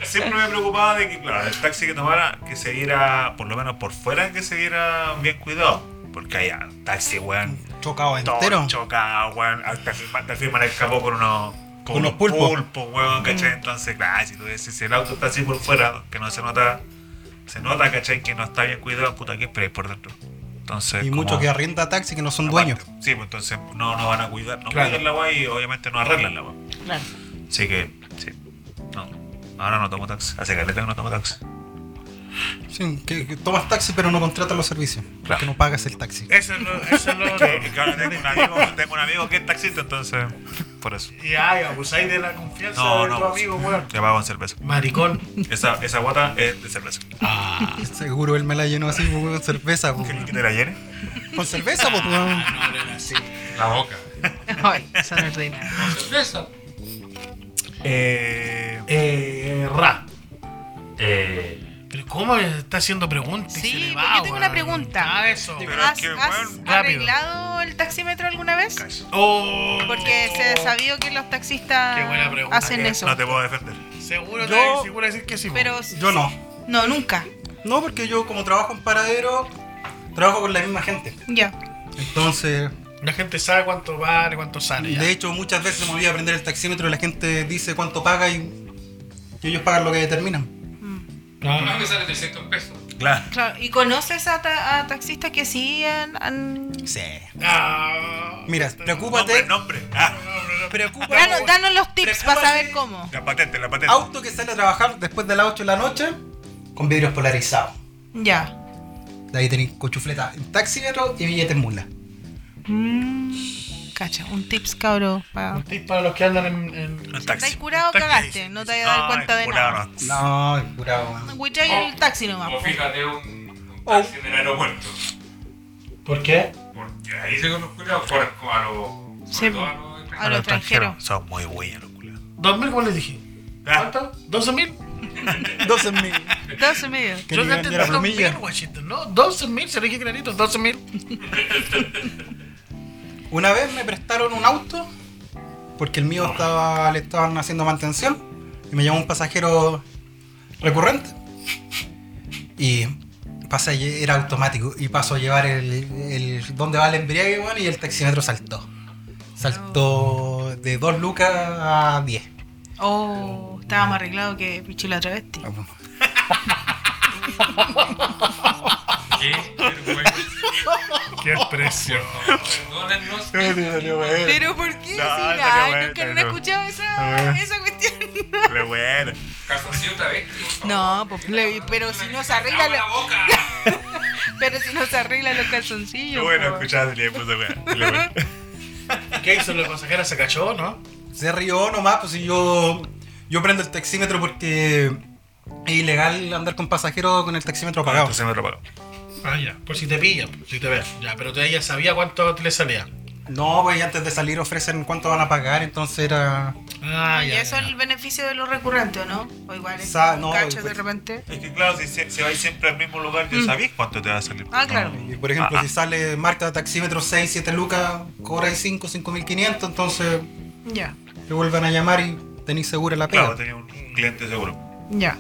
C: siempre me preocupaba de que, claro, el taxi que tomara, que se viera, por lo menos por fuera, que se viera bien cuidado. Porque hay ah, taxi, weón,
D: Chocado
C: todo
D: entero.
C: chocado, weón. ah, Te firman, te firman el capó con unos,
D: Con unos pulpos. Mm.
C: weón, ¿cachai? Entonces, claro, si tú decís, si el auto está así por fuera, que no se nota, se nota, ¿cachai? Que no está bien cuidado, puta, que esperáis por dentro. Entonces,
D: y
C: como-
D: muchos que arrienda taxi que no son
C: Aparte,
D: dueños.
C: Sí, pues entonces no, no van a cuidar, no
B: Claro.
C: cuidan la weá y obviamente no arreglan la weá.
E: Claro.
C: Así que, sí. No. Ahora no tomo taxi. Hace caleta que no tomo taxi.
D: Sí, que, que tomas taxi pero no contratas los servicios.
C: Claro.
D: Que no pagas el taxi.
C: Eso es lo. Eso es lo claro, tengo un amigo, tengo un amigo que es taxista, entonces. Por eso.
B: Y ay, abusáis de la confianza
C: No,
B: de
C: no.
B: tu amigo, weón.
C: Le pago en cerveza.
B: Maricón.
C: Esa, esa guata es de cerveza.
D: Seguro él me la llenó así pues, con cerveza. pues.
C: ¿Quieres que te la llene?
D: Con cerveza, pues. weón.
F: La boca.
E: Ay, esa no es de nada.
F: Con cerveza.
C: Eh.
B: Eh, ra.
F: Eh.
G: Pero ¿cómo
B: ¿Cómo está haciendo preguntas?
E: Sí,
B: Se le
E: porque
B: va,
E: yo tengo una
B: weón.
E: pregunta.
B: Ah, eso.
C: Pero
E: ¿Has,
C: qué
E: has
C: weón,
B: rápido.
E: arreglado el taxímetro alguna vez?
B: Oh,
E: Porque se ha sabido que los taxistas
B: Qué buena pregunta,
E: hacen
B: que
E: eso.
C: No te puedo defender.
B: Seguro,
D: Yo-
B: te, seguro decir que sí.
E: Pero
D: Yo no.
E: no, nunca.
D: No, porque yo como trabajo en paradero, trabajo con la misma gente.
E: Ya.
D: Entonces,
B: La gente sabe cuánto vale, cuánto sale. ya.
D: de hecho, muchas veces me voy a prender el taxímetro y la gente dice cuánto paga y, y ellos pagan lo que determinan.
F: No me sale 300 pesos.
C: Claro.
E: Claro. ¿Y conoces a, ta- a taxistas que sí han, han-
D: Sí.
B: Ah,
D: Mira,
C: Nombre,
D: preocúpate.
C: nombre. Ah,
D: Preocúpate.
E: Danos, danos los tips
D: Preocúpate.
E: para saber cómo.
C: la patente, la patente.
D: Auto que sale a trabajar después de las 8 de la noche con vidrios polarizados.
E: Ya.
D: De ahí tenéis cochufleta en taxímetro y billetes mula.
E: Mm, cacha, un tips cabro. Pa...
B: un tip para los que andan en. en-
C: Un
E: ¿Estás
C: taxi.
E: curado o cagaste? No te vas a dar cuenta de nada.
D: No, es curado. man.
E: Huichai
B: Oh.
E: el taxi nomás.
F: O fíjate un, un
D: Oh.
F: taxi en el aeropuerto.
B: ¿Por qué?
F: Porque ahí se conozco por, a los.
E: Sí.
F: sobre todo a
E: A lo
F: los extranjeros.
E: extranjero.
C: Son muy buenos los culiados.
B: ¿2000 cómo les dije?
C: Ah,
B: ¿Cuánto? ¿12.000?
D: 12 mil.
E: Dos y medio.
D: Que
B: Yo
D: ni
B: te
D: vendía
B: entendí
D: la
B: 2.000,
D: plumilla.
B: Washington, ¿no? 12.000, se lo dije clarito, 12.000.
D: Una vez me prestaron un auto porque el mío estaba, le estaban haciendo mantención y me llamó un pasajero recurrente y pasé, a lle- era automático y pasó a llevar el, el donde va el embriague weón, y el taxímetro saltó. Saltó de 2 lucas a 10.
E: Oh, estaba más arreglado que Pichula Travesti.
F: ¿Qué? vergüenza.
C: Ah.
B: Qué expresión.
F: Perdónennos.
E: ¿Pero por qué?
C: No,
E: Sí,
C: no,
E: ay,
C: no,
E: nunca
C: no,
E: no he
C: no.
E: escuchado esa, esa cuestión.
C: pero bueno.
F: Casación otra vez. por favor.
E: No, pues, le- pero si no se arregla,
F: ¡Abre la
E: lo-
F: boca!
E: pero si no se arregla los
C: Qué
E: calzoncillos.
C: bueno
E: po.
C: escuchar a Adrián, pues, weón. Qué bueno.
B: ¿Qué hizo la pasajera? Se cachó, ¿no?
D: Se rió nomás, pues si yo, yo prendo el taxímetro porque es ilegal andar con pasajeros con el taxímetro apagado.
C: Entonces me lo pagó.
B: Ah, ya. Por si te pilla, por si te ve. Ya, pero ella sabía cuánto le salía.
D: No, pues y antes de salir ofrecen cuánto van a pagar, entonces era...
B: Ah,
E: Y
B: ya.
E: eso es el beneficio de los recurrentes, ¿o ¿no? O igual es
D: Sa-
E: un
D: no,
E: cacho de
D: pues-
E: repente.
C: Es que claro, si se, se va a ir siempre al mismo lugar, ya sabías cuánto te va a salir.
E: Mm. Ah, claro.
D: Y por ejemplo,
C: Ah,
D: si sale marca taxímetro 6, 7 lucas, cobra 5, 5.500, entonces
E: Ya,
D: te vuelven a llamar y tenéis segura la pega.
C: Claro, tenía un cliente seguro.
E: ya.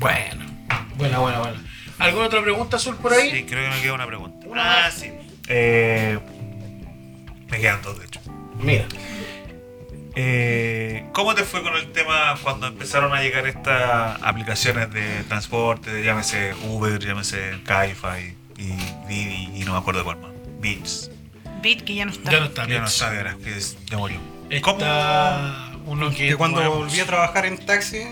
B: Bueno. Buena, buena, buena. ¿Alguna otra pregunta azul por ahí?
C: Sí, creo que me queda una pregunta. Ah, sí. Eh, me quedan dos, de hecho.
B: Mira.
C: Eh, ¿Cómo te fue con el tema cuando empezaron a llegar estas aplicaciones de transporte, de llámese Uber, llámese Cabify y Didi y no me acuerdo cuál más? Beats.
E: Bit que ya no está.
B: Ya no está,
C: Ya
B: bien.
C: no sabe ahora que es ya murió.
B: Está uno que.
D: Que cuando
B: nuevo.
D: volví a trabajar en taxi,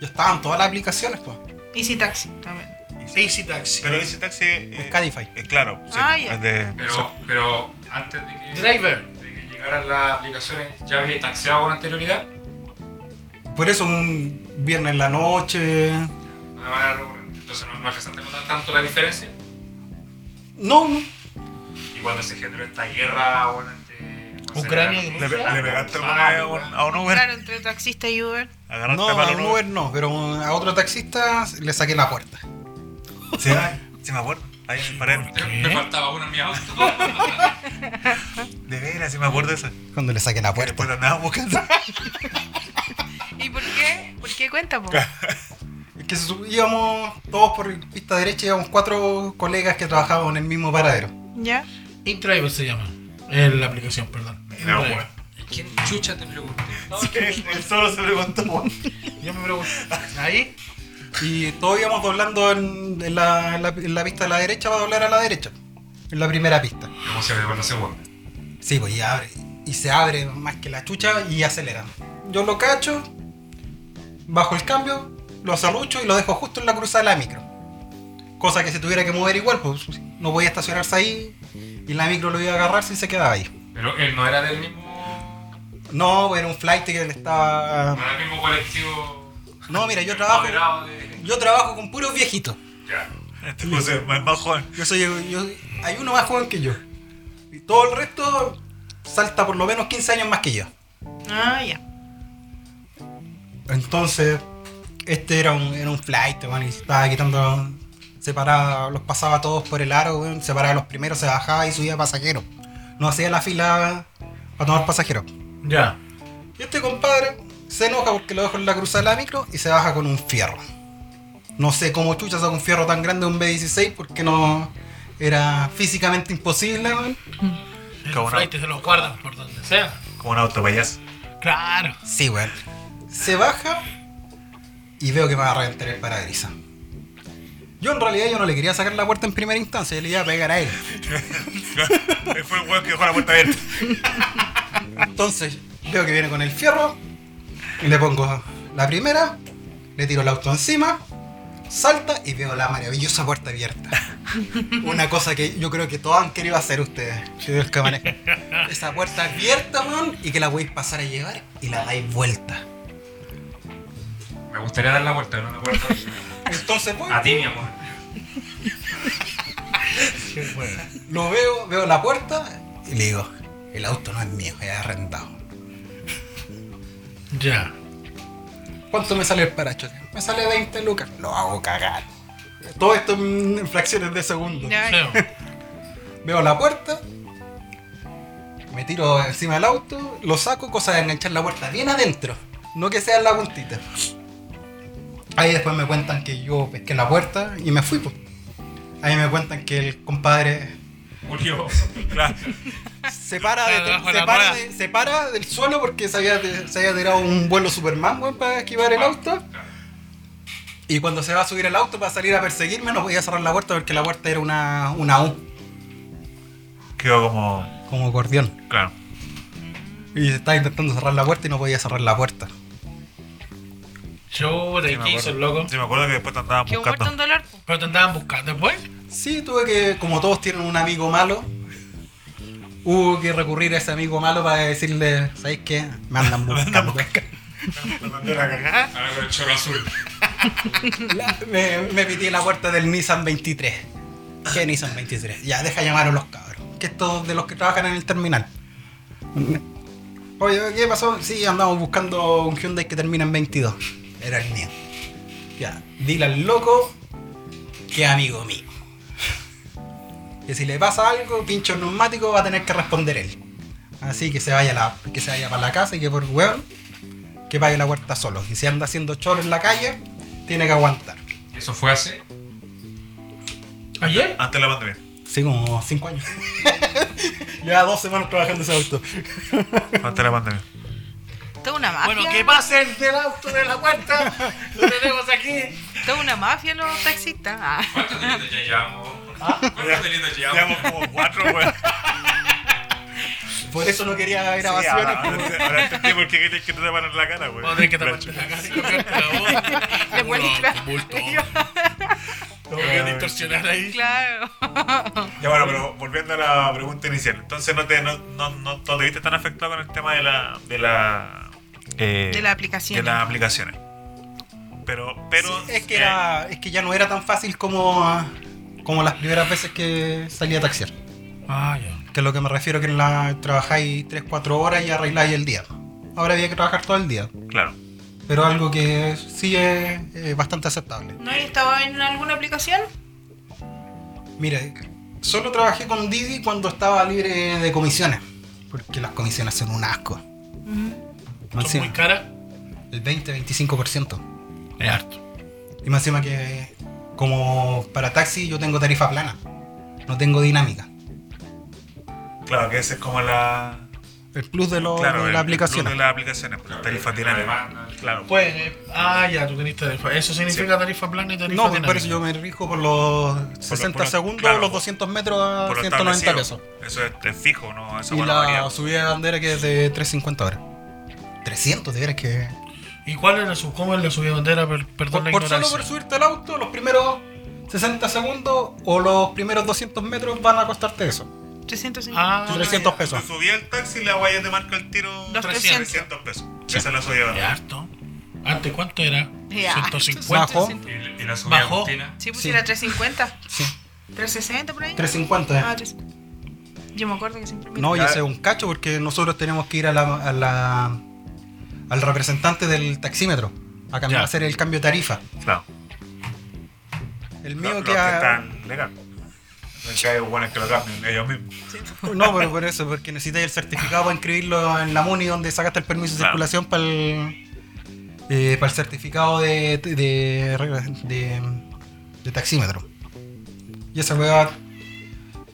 D: ya estaban todas las aplicaciones, pues.
E: Easy Taxi también.
B: Easy Taxi.
C: Pero ese taxi eh,
D: Es Cabify.
C: eh, claro, sí,
E: Ah, ya.
C: es de-
F: Pero, pero antes de que, de
B: Driver.
F: que llegaran las aplicaciones, ¿ya había taxeado con anterioridad?
D: Por eso un viernes en la noche...
F: De manera recurrente. Entonces no, no se está notando tanto la diferencia.
D: No, no.
F: Y cuando se generó esta guerra, bueno, entre. no sé,
B: Ucrania
F: la-
B: y
C: le,
B: Rusia.
C: le pegaste alguna
F: Ah,
C: vez a un, a un Uber,
E: Claro, entre taxista y Uber.
C: agarraste
D: No,
C: para
D: a
C: un
D: un
C: Uber.
D: Uber no, pero a otro taxista le saqué la puerta.
C: Sí, ay, sí me acuerdo. Ahí en el pared.
F: Me faltaba uno en mi auto.
C: De veras, sí me acuerdo de esa.
D: Cuando le saqué la
C: Que después
D: puerta.
C: la andábamos buscando.
E: ¿Y por qué? ¿Por qué cuenta, po?
D: Es que su- íbamos todos por pista derecha, íbamos cuatro colegas que trabajaban en el mismo paradero.
E: ¿Ya?
B: InDriver se llama. Eh, la aplicación, perdón.
C: No,
B: InDriver.
C: bueno.
F: ¿Y quién chucha te pregunté?
C: Él él solo se preguntó.
B: Yo me pregunto. Ahí.
D: Y todos íbamos doblando en, en la, en la- en la pista de la derecha para doblar a la derecha. En la primera pista.
F: ¿Cómo se ve con la segunda?
D: Sí, pues y abre. Y se abre más que la chucha y acelera. Yo lo cacho, bajo el cambio, lo azarucho y lo dejo justo en la cruzada de la micro. Cosa que se tuviera que mover igual, pues no podía estacionarse ahí y la micro lo iba a agarrar si se quedaba ahí.
F: Pero él no era del mismo.
D: No, era un flight que le estaba.
F: No era del mismo colectivo.
D: No, mira, yo trabajo.
F: moderado de-
D: Yo trabajo con puros viejitos.
F: Ya.
C: Este José es más, más joven.
D: Yo soy. yo- hay uno más joven que yo. Y todo el resto salta por lo menos 15 años más que yo.
E: Ah, ya.
D: Entonces, Este era un, era un flight, weón, y se estaba quitando. Se paraba, los pasaba a todos por el aro, weón. Se paraba los primeros, se bajaba y subía pasajeros. No hacía la fila para tomar pasajeros.
B: Ya.
D: Y este compadre se enoja porque lo dejó en la cruzada de la micro y se baja con un fierro. No sé cómo chucha saca un fierro tan grande de un B16 porque no era físicamente imposible, weón.
G: El
C: Cabrón.
G: flight se los guardan por donde sea.
C: Como un auto payaso.
G: Claro.
D: Sí, weón. Se baja y veo que me va a reventar el parabrisas. Yo en realidad yo no le quería sacar la puerta en primera instancia, yo le iba a pegar a él.
C: Fue el weón que dejó la puerta abierta.
D: Entonces, veo que viene con el fierro, y le pongo la primera, le tiro el auto encima, salta y veo la maravillosa puerta abierta. Una cosa que yo creo que todos han querido hacer ustedes, chicos que manejan. Esa puerta abierta, weón, y que la podéis pasar a llevar y la dais vuelta.
F: Me gustaría dar la vuelta, no la vuelta.
D: Entonces, voy,
F: A ti, mi amor.
D: lo veo, veo la puerta y le digo, el auto no es mío, es arrendado.
G: Ya.
D: ¿Cuánto me sale el parachote? Me sale 20 lucas. Lo hago cagar. Todo esto en fracciones de segundo.
E: Ya,
G: Feo.
D: Veo la puerta. Me tiro encima del auto, lo saco, cosa de enganchar la puerta bien adentro. No que sea en la puntita. Ahí después me cuentan que yo pesqué la puerta y me fui. po. Ahí me cuentan que el compadre
F: Julio.
C: Claro.
D: se para, de-
G: Está debajo de
D: se
G: la
D: para
G: rueda.
D: de- se para del suelo porque se había, se había tirado un vuelo Superman weón, para esquivar el auto. Y cuando se va a subir al auto para salir a perseguirme, no podía cerrar la puerta porque la puerta era una, una U,
C: Quedó como.
D: como acordeón.
C: Claro.
D: Y se estaba intentando cerrar la puerta y no podía cerrar la puerta.
G: Chuta, ¿y qué hizo el loco?
C: Sí, me acuerdo que después te andaban
E: que un muerto en
C: buscando.
E: dolor. po.
G: Pero te andaban buscando pues. después.
D: Sí, tuve que, como todos tienen un amigo malo, hubo que recurrir a ese amigo malo para decirle, ¿sabéis qué? Me andan buscando.
C: Te mandaron a cagar.
F: Ahora con el chorro azul.
D: La- me, me pitié la puerta del Nissan 23. ¿Qué Nissan 23? Ya, deja llamar a los cabros. Que estos de los que trabajan en el terminal. Oye, ¿qué pasó? Sí, andamos buscando un Hyundai que termina en 22. Era el mío. Ya, dile al loco que es amigo mío. Que si le pasa algo, pincho neumático, va a tener que responder él. Así que se vaya, a la, que se vaya para la casa y que por hueón, que pague la puerta solo. Y si anda haciendo choro en la calle, tiene que aguantar.
F: Eso fue hace.
G: ¿Ayer?
C: Antes de la pandemia.
D: Sí, como 5 años. Lleva dos semanas trabajando ese auto.
C: Antes de la pandemia.
E: Toda una mafia.
G: Bueno, que pasen del auto de la puerta. Lo tenemos aquí.
E: Toda una mafia los taxistas. Ah.
F: ¿Cuántos delitos ya llevamos? ¿Cuántos
C: Ah,
F: delitos ya llevamos?
C: Llevamos como cuatro, weón.
D: Por eso no quería
C: Sí, ah,
D: grabaciones.
C: ahora, ahora- ahora entendí por qué querías que te taparan la cara, weón.
G: Vamos a tener que taparte la cara y cogerte la voz.
E: Le pones
G: Culo,
E: la-
G: bulto. Lo voy a distorsionar ahí.
E: Claro.
C: Ya bueno, pero volviendo a la pregunta inicial, entonces no te, no, no, no, no te viste tan afectado con el tema de la de la eh,
E: De las aplicaciones.
C: de las aplicaciones. Pero,
D: pero
C: pero eh,
D: es, que era, es que ya no era tan fácil como, como las primeras veces que salía a taxiar.
G: Ah, ya.
D: Que es lo que me refiero que en la, trabajáis 3-4 horas y arregláis el día. Ahora había que trabajar todo el día.
C: eh, claro.
D: Pero algo que sí es, eh, bastante aceptable.
E: ¿No has estado en alguna aplicación?
D: Mira, solo trabajé con Didi cuando estaba libre de comisiones. Porque las comisiones son un asco. Más
G: Son muy
D: encima,
G: caras.
D: el 20-25%.
G: Es harto.
D: Y más encima que como para taxi yo tengo tarifa plana. No tengo dinámica.
C: Claro, que ese es como la
D: El plus de, lo,
C: claro,
D: Oh, de
C: el-
D: la
C: el
D: aplicación.
C: plus de las aplicaciones, pues, las tarifas dinámicas. Claro.
G: Pues, eh, ah, ya, tú tenés tarifa. Eso significa tarifa plana y tarifa
D: No, pues
G: dinámica.
D: por eso yo me rijo por los 60
C: por los-
D: segundos,
C: claro,
D: los 200 metros a
C: Por lo
D: 190
C: establecido.
D: pesos.
C: Eso es, es fijo, no eso
D: Y
C: bueno, varía.
D: la subida de bandera que es de 350 horas. 300, de veras que...
G: ¿Y cuál era su cómo es la subida de bandera? Per- Perdón
D: Por,
G: la
D: por
G: ignorancia.
D: solo por subirte al auto, los primeros 60 segundos o los primeros 200 metros van a costarte eso.
E: 350.
G: Ah,
D: Tú 300
G: ya.
D: pesos.
C: Tú subí al taxi y la guaya te marca el tiro
E: Los
C: 300,
E: 300
C: pesos. Esa es la subida.
G: Es harto. ¿Antes cuánto era?
E: Ya.
G: 150.
D: Bajó.
F: Y, y la subida
G: Bajó.
F: rutina.
E: Sí, pues
D: Sí.
E: era 350.
D: Sí.
E: 360 por ahí.
D: 350. eh.
E: Ah, 350. Yo me acuerdo que siempre me-
D: No, y
C: Ya.
D: ese es un cacho porque nosotros tenemos que ir a la, a la- al representante del taxímetro a,
B: Ya.
D: cambiar- a hacer el cambio de tarifa.
C: Claro.
D: El
C: Lo-
D: mío
C: los
D: que
C: que
D: a-
C: están legal. No es que hay buenos que lo cambien ellos mismos.
D: No, pero por eso, porque necesitáis el certificado para inscribirlo en la MUNI donde sacaste el permiso de
C: Claro.
D: circulación para el, eh, para el certificado de, de, de, de taxímetro. Y esa weá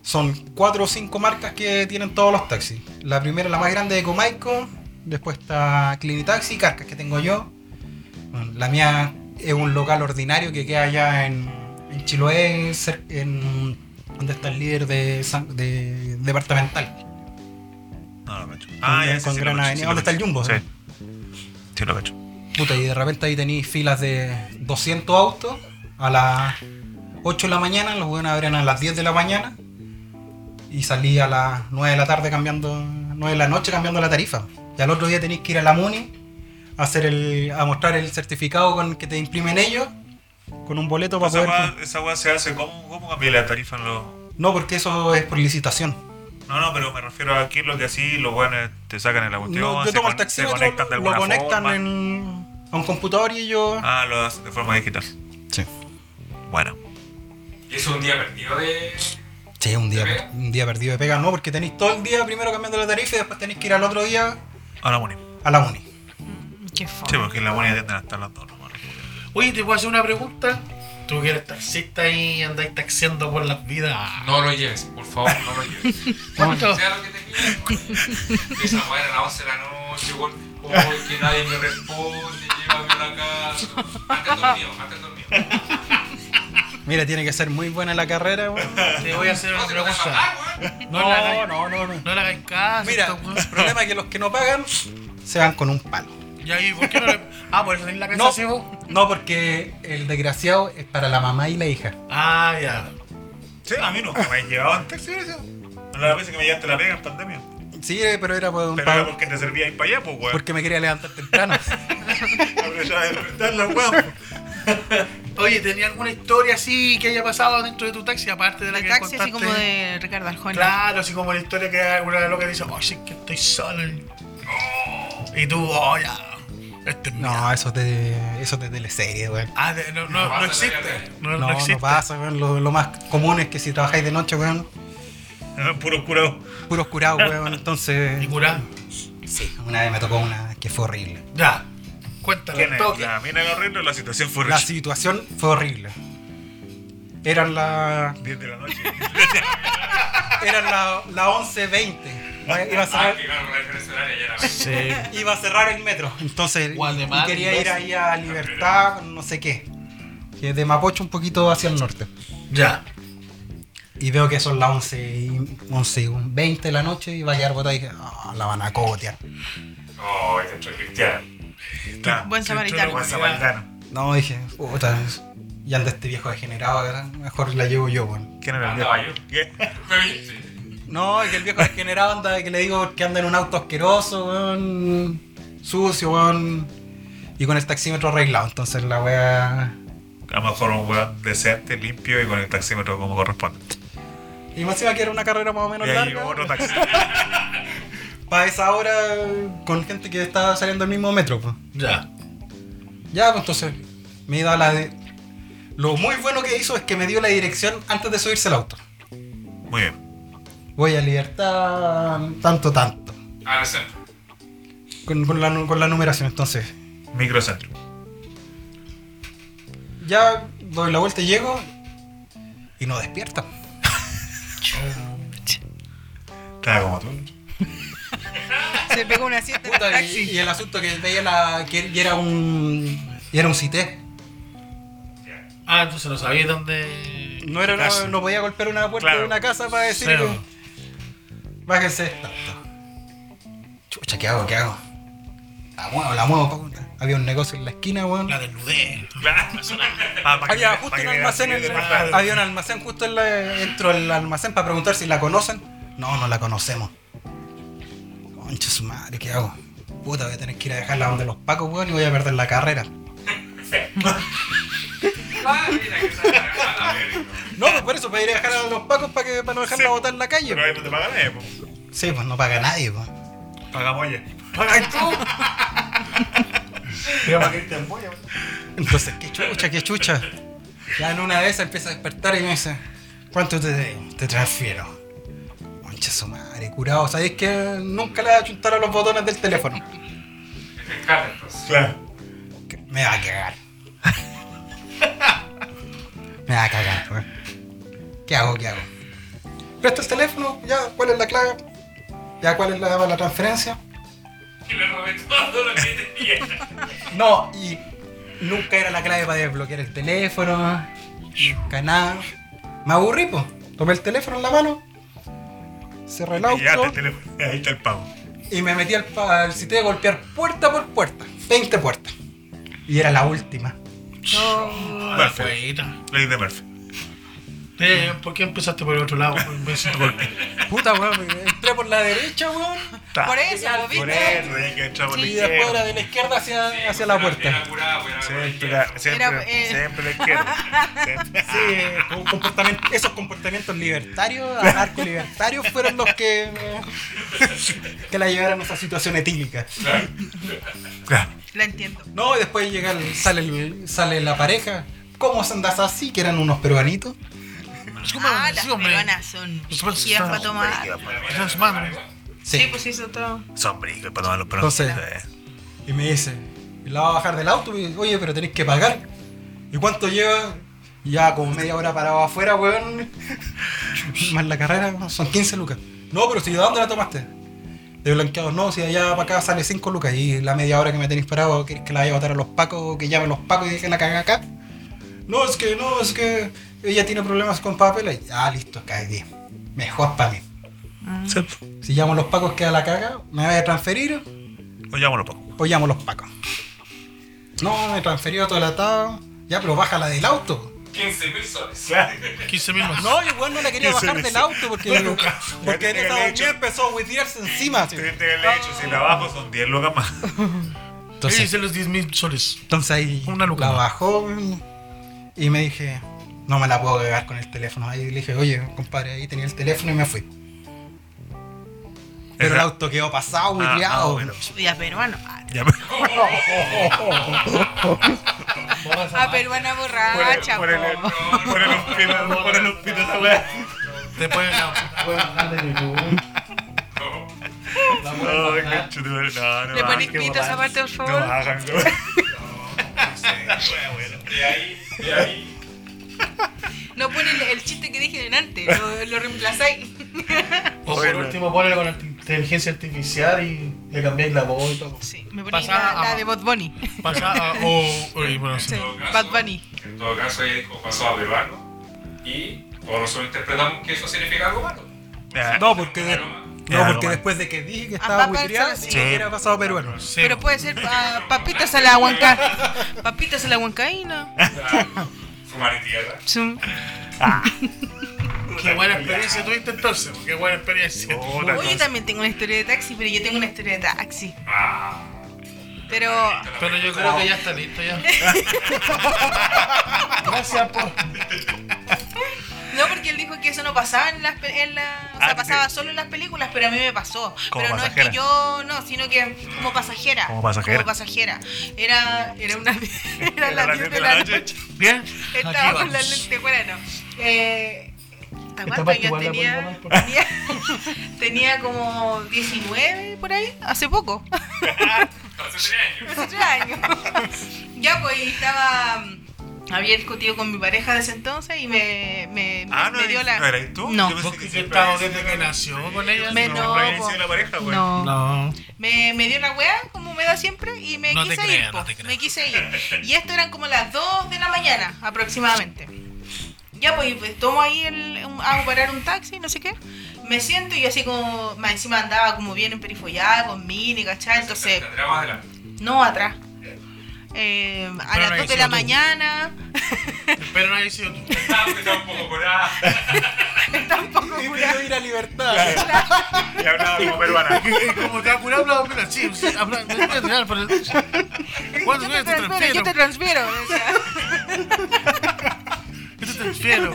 D: son cuatro o cinco marcas que tienen todos los taxis. La primera, la más grande de Comaico, después está Clinitaxi y Carcas que tengo yo. Bueno, La mía es un local ordinario que queda allá en, en Chiloé, cer- en, donde está el líder de, San- de departamental.
C: No lo cacho. Ah, ya,
D: Con-
C: sí,
D: con
C: sí, lo
D: Gran
C: cacho,
D: Avenida.
C: sí, lo
D: ¿Dónde está el
C: cacho.
D: Jumbo? eh?
C: Sí. Sí, lo cacho.
D: Puta, y de repente ahí tenéis filas de 200 autos a las 8 de la mañana, los buenos abrían a las 10 de la mañana y salí a las 9 de la tarde cambiando, 9 de la noche cambiando la tarifa. Y al otro día tenéis que ir a la MUNI a, hacer el, a mostrar el certificado con que te imprimen ellos con un boleto para
C: Esa
D: poder...
C: weá, esa weá se hace. ¿Cómo, cómo cambia la tarifa en los.?
D: No, porque eso es por licitación.
C: No, no, pero me refiero a aquí lo que así los weones te sacan en la cuestión.
D: No,
C: oh, se
D: yo tomo el
C: con- se
D: taxímetro,
C: conectan de
D: lo
C: alguna
D: conectan
C: forma.
D: en- a un computador y ellos...
C: Ah, lo hacen de forma digital.
D: Sí.
C: Bueno.
F: Y eso es un día perdido de.
D: Sí, un día,
F: ¿De pega?
D: un día perdido de pega, no, porque tenéis todo el día primero cambiando la tarifa y después tenéis que ir al otro día
C: Ahora Moni.
D: a la uni.
E: Qué
C: Sí,
E: fome.
C: porque en la Moni atienden hasta las dos, no Moni.
B: Oye, te puedo hacer una pregunta. Tú que eres taxista y andáis taxiando por las vidas.
F: No lo lleves, por favor, no lo lleves.
B: ¿Cuánto?
F: Sea lo que te pidan, weón. Esa weá era a las 11 de la noche, weón. Uy, que nadie me responde, llévame a la casa. Antes dormido, antes dormido.
D: Mira, tiene que ser muy buena la carrera, weón.
B: Te voy a hacer
F: No
B: una
F: se lo voy a
B: pregunta.
F: pagar, weón.
B: No, la hagáis-
D: no, no, no.
B: no le hagáis caso.
D: Mira,
B: esta weá.
D: el problema es que los que no pagan se van con un palo.
B: Ya, ¿y por qué no le... Ah, por eso tenés la cabeza
D: No,
B: así vos.
D: no porque el desgraciado es para la mamá y la hija.
B: Ah, ya.
C: Sí, a mí nunca me han llevado en taxi, gracias. La vez que me llevaste la pega en pandemia.
D: Sí, eh, pero era por un
C: Pero era
D: palo.
C: porque te servía ir para allá, pues, weón.
D: Porque me quería levantar temprano.
C: Aprovechaba de despertar la pues. weón.
B: Oye, ¿tenía alguna historia así que haya pasado dentro de tu taxi, aparte de la
E: El
B: que
E: taxi así
B: contaste?
E: como de Ricardo Arjona.
B: Claro, así como la historia que alguna loca dice, oh, sí que estoy solo. Y tú, oh, ya. Este es mi
D: No, eso te, eso te teleserie, weón.
B: Ah, de- no, no,
F: No
B: no
F: pasa,
B: existe. No,
F: no,
D: No,
B: no
D: no,
B: existe.
D: pasa, weón. Lo, lo más común es que si trabajáis de noche, weón,
C: Ah, Puro curado.
D: puros curados, weón. Entonces.
B: Y curá.
D: Sí, una vez me tocó una que fue horrible.
B: Ya. Cuéntalo,
C: ¿Quién es?
B: toque.
C: La mina de horrible o la situación fue
D: La
C: horrible.
D: situación fue horrible. Eran la.
C: 10 de la noche.
D: Eran la, la 11.20. Iba a
F: Ah,
D: cerrar.
F: que claro, la diferencia horaria ya era.
B: Sí.
D: Iba a cerrar el metro. Entonces
B: Guatemala,
D: y quería ir
B: imbécil.
D: ahí a Libertad, no sé qué. Que es de Mapocho un poquito hacia el norte.
B: Ya.
D: Y veo que son las 11 y 11 y 20 de la noche y va a llegar botada y dije, "Ah, la van a cogotear.
C: Oh, este es cristiano. Está.
E: Buen samaritano.
C: Buen samaritano.
D: No, dije, puta, y anda este viejo degenerado, ¿verdad? mejor la llevo yo, weón.
C: ¿Quién era el
F: Andaba
C: viejo? ¿Qué?
F: Me viste.
D: No, es que el viejo degenerado anda, que le digo que anda en un auto asqueroso, weón. Sucio, weón. Y con el taxímetro arreglado. Entonces la wea.
C: A lo mejor un weón decente, limpio y con el taxímetro como corresponde.
D: Y más encima que era una carrera más o menos
C: y ahí
D: larga.
C: otro taxi.
D: Para esa hora, con gente que estaba saliendo del mismo metro, pues.
B: Ya.
D: Ya, pues entonces me da la de. Lo muy bueno que hizo es que me dio la dirección antes de subirse al auto.
C: Muy bien.
D: Voy a libertad. tanto, tanto.
F: Ahora centro.
D: Con, con la, nu- con la numeración, entonces.
C: Microcentro.
D: Ya doy la vuelta y llego. Y no despierta.
C: Estaba como tú.
E: Se pegó una siesta en el
D: Puta, y,
E: taxi.
D: y el asunto que veía la, que y era un y era un cité.
B: Ah, entonces no sabía dónde.
D: No era una-
C: Casa.
D: no podía golpear una puerta
C: Claro.
D: de una casa para decir
B: Cero.
D: que- bájense tanto. Chucha, ¿qué hago? ¿Qué hago? La muevo, la muevo, pa' puta. Había un negocio en la esquina, weón.
B: La desnudé.
C: Claro. Ah, para que-
D: Había
C: para
D: justo
C: que
D: un
C: veas
D: almacén,
C: que
D: en
C: te
D: la-
C: mataron.
D: había un almacén justo en la, entro al almacén para preguntar si la conocen. No, no la conocemos. Concha su madre, ¿qué hago? Puta, voy a tener que ir a dejarla donde los pacos, weón, y voy a perder la carrera.
F: Ah, mira, que esa weá, a ver.
D: No, pues por eso, para ir a dejarla donde los pacos para, que, para no dejarla
C: Sí.
D: botar en la calle.
C: Pero ahí no te pagan nadie, pues.
D: Sí, pues no paga nadie, pues.
C: Pagamos ya.
B: Digamos que Cristian Boya, weón.
D: Entonces, qué chucha, qué chucha. Ya en una de esas empieza a despertar y me dice, ¿cuánto te debo? Te transfiero. Concha su madre, curado. ¿Sabéis que nunca le achuntaron los botones del teléfono?
F: Descarga, entonces.
C: Claro.
D: Que Me va a cagar. Me va a cagar, weón. ¿Qué hago, qué hago? Presta el teléfono, ya, ¿cuál es la clave? Ya, ¿cuál es la, la transferencia?
F: Y le robé todo lo que tenía.
D: No, y nunca era la clave para desbloquear el teléfono, nunca nada. Me aburrí, po. Tomé el teléfono en la mano, cerré el
C: Ya te
D: auto
C: teléfono. Ahí está el pago.
D: y me metí al, pa- al sitio de golpear puerta por puerta, 20 puertas. Y era la última.
G: Ah,
C: Perfecto.
G: jueguita.
C: Ley de Murphy.
B: Eh, ¿Por qué empezaste por el otro lado? por imbécil?
D: Puta, weón, me- entré por la derecha, weón,
E: Por eso, ¿vos
C: Por
E: viste?
C: eso, hay que entrar por la
D: y después era
C: izquierda.
D: de la izquierda hacia, hacia la
F: Era
D: puerta.
F: curado, era
C: Siempre
F: curado.
C: la, siempre,
E: Era, eh.
C: siempre la izquierda. Siempre.
D: Sí, eh, con comportamiento- esos comportamientos libertarios, anarco-libertarios, fueron los que, me- que la llevaron a esa situación etílica.
C: Claro.
E: La entiendo.
D: No, y después llega el- sale, el- sale la pareja. ¿Cómo se andas así? Que eran unos peruanitos.
E: Ah, las
G: sí, hombre.
E: peruanas son
G: Nosotros
E: gigas para
G: estamos-
E: tomar.
G: Esas manos.
E: Sí. pues eso todo.
C: Sombrigo, para tomar los perros.
D: Entonces,
E: eh,
D: y me dice, y la va a bajar del auto, y me dice, oye, pero tenéis que pagar. ¿Y cuánto lleva? Y Ya como media hora parado afuera, weón. Más la carrera, son 15 lucas. No, pero si de dónde la tomaste? De blanqueados, no, si de allá para acá sale 5 lucas. Y la media hora que me tenéis parado, ¿queréis que la vaya a botar a los pacos o que llamen los pacos y dejen la caga acá? No, es que, no, es que ella tiene problemas con papel. Y, ah, listo, cae bien. Mejor para mí. Si llamo a los pacos queda la caga, me voy a transferir
E: pues
C: O llamémoslo poco.
D: o llamo a los pacos. No, me transferió todo el atado. Ya, pero bájala del auto.
F: 15 mil soles.
G: 15 mil más.
D: No, igual no la quería
C: Eso
D: bajar
C: es.
D: del auto porque,
C: Nunca.
D: porque en
C: Ya te
D: esa
C: había hecho.
D: bombilla empezó a huitearse encima. así.
C: Tuviste que haberle hecho, si la bajo son 10 lucas más.
E: Ah,
G: Ahí
D: Entonces,
G: dice los 10 mil soles.
D: entonces ahí
G: Una luca
D: la
G: más.
D: bajó y me dije, no me la puedo pegar con el teléfono. Ahí le dije, oye, compadre, ahí tenía el teléfono y me fui. Pero el
C: Esa-
D: auto quedó pasado,
C: Ah,
D: huiteado.
C: ah, bueno.
E: Y a peruano. Ah,
C: Ya,
E: A peruana borracha,
C: Ponele ponele un
E: po.
C: pito, ponele un pito a esa weá.
G: Después
B: pues,
C: No, qué chulo, no, no.
E: ¿Le
C: bajan,
E: pones
C: que
E: pito a esa
C: bajan.
E: parte, por
C: No ah.
E: favor?
C: bajan, no.
F: De ahí, de ahí.
E: No ponen el, el chiste que dije delante, lo, lo reemplazáis.
B: O por
C: Bueno.
B: último, ponle con arti- inteligencia artificial y le cambiáis la voz y todo. ah,
E: Sí, me ponéis
G: Pasaba
E: la, la
G: a-
E: de Bad Bunny.
G: pasaba.
B: oh,
G: O. oye, bueno, sí.
E: Sí, Bad Bunny.
F: En todo caso, es como pasó a peruano. Y todos nosotros interpretamos que eso significa algo malo.
C: Ya,
D: No, porque, de-
F: Pero,
D: no,
C: Ya,
D: porque
C: no,
D: después de que dije que
E: Ah,
D: estaba
E: papá,
D: huiteado,
E: sí.
D: sí que era pasado peruano.
G: Sí,
E: Pero puede ser ah, papitas a la huanca. Papitas a la huancaína.
F: claro, Fumar en tierra.
E: Sí.
B: Qué buena experiencia tuviste entonces. Qué buena experiencia.
C: Puta,
E: Oye, yo
C: entonces,
E: también tengo una historia de taxi, pero yo tengo una historia de taxi.
F: Ah,
E: Pero
B: Pero yo creo que ya está listo ya. Gracias por.
E: no porque él dijo que eso no pasaba en las pe- en la, o sea,
C: Ah,
E: pasaba
C: sí.
E: solo en las películas, pero a mí me pasó.
C: Como
E: pero no
C: pasajera.
E: es que yo no, sino que como pasajera.
C: Como pasajera.
E: Como pasajera. Era era una era
C: a
E: la
C: las
E: 10 de la noche.
B: Bien.
E: Estaba
B: Aquí
E: con la
B: vamos.
E: lente fuera, no. Eh, ¿te acuerdas?
B: parte
E: Yo
B: igual la
E: tenía,
B: podemos poner
E: tenía, tenía como 19 por ahí, hace poco,
F: Hace tres años.
E: hace tres años. ya, pues y estaba. mm, Había discutido con mi pareja desde entonces y me, me,
C: Ah,
E: me
C: no,
E: dio
C: eres-
E: la.
C: no eres tú.
E: No.
C: Yo pensé
B: ¿Vos
C: que
B: Pues que
C: siempre
B: estabas
C: habías
B: desde
C: sido
B: que
C: la-
B: nació con ella?
E: Me-
C: No,
E: no,
C: siempre habías
E: po.
C: sido la pareja, pues. güey.
E: No.
G: No.
E: Me, me dio la weá, como me da siempre, y me
G: No te
E: quise
G: creo,
E: ir.
G: no
E: po,
G: te creo.
E: me quise ir. Y esto eran como las 2 de la mañana aproximadamente. Ya, pues, y pues, tomo ahí el, un- a parar un taxi, no sé qué. Me siento y yo así como, más encima andaba como bien emperifollada, con mini, ¿cachai? Entonces,
F: Tendrá más adelante.
E: no atrás. Eh, a
G: Pero no
E: las 2 de
G: hiciste
E: la
G: tú.
E: mañana,
B: Pero no había sido tú.
F: Estaba estaba Ah, pues, un poco curada.
E: tampoco
D: Y me
E: curada.
D: dio ir a libertad.
C: Y hablaba como peruana.
B: Y como te ha curado, habla mira, sí, sí, habla, me voy a tirar por el- ¿Cuánto
E: Yo te
B: te
E: transfiero, yo te
B: transfiero?
E: transfiero. o sea.
B: Yo te Fiero.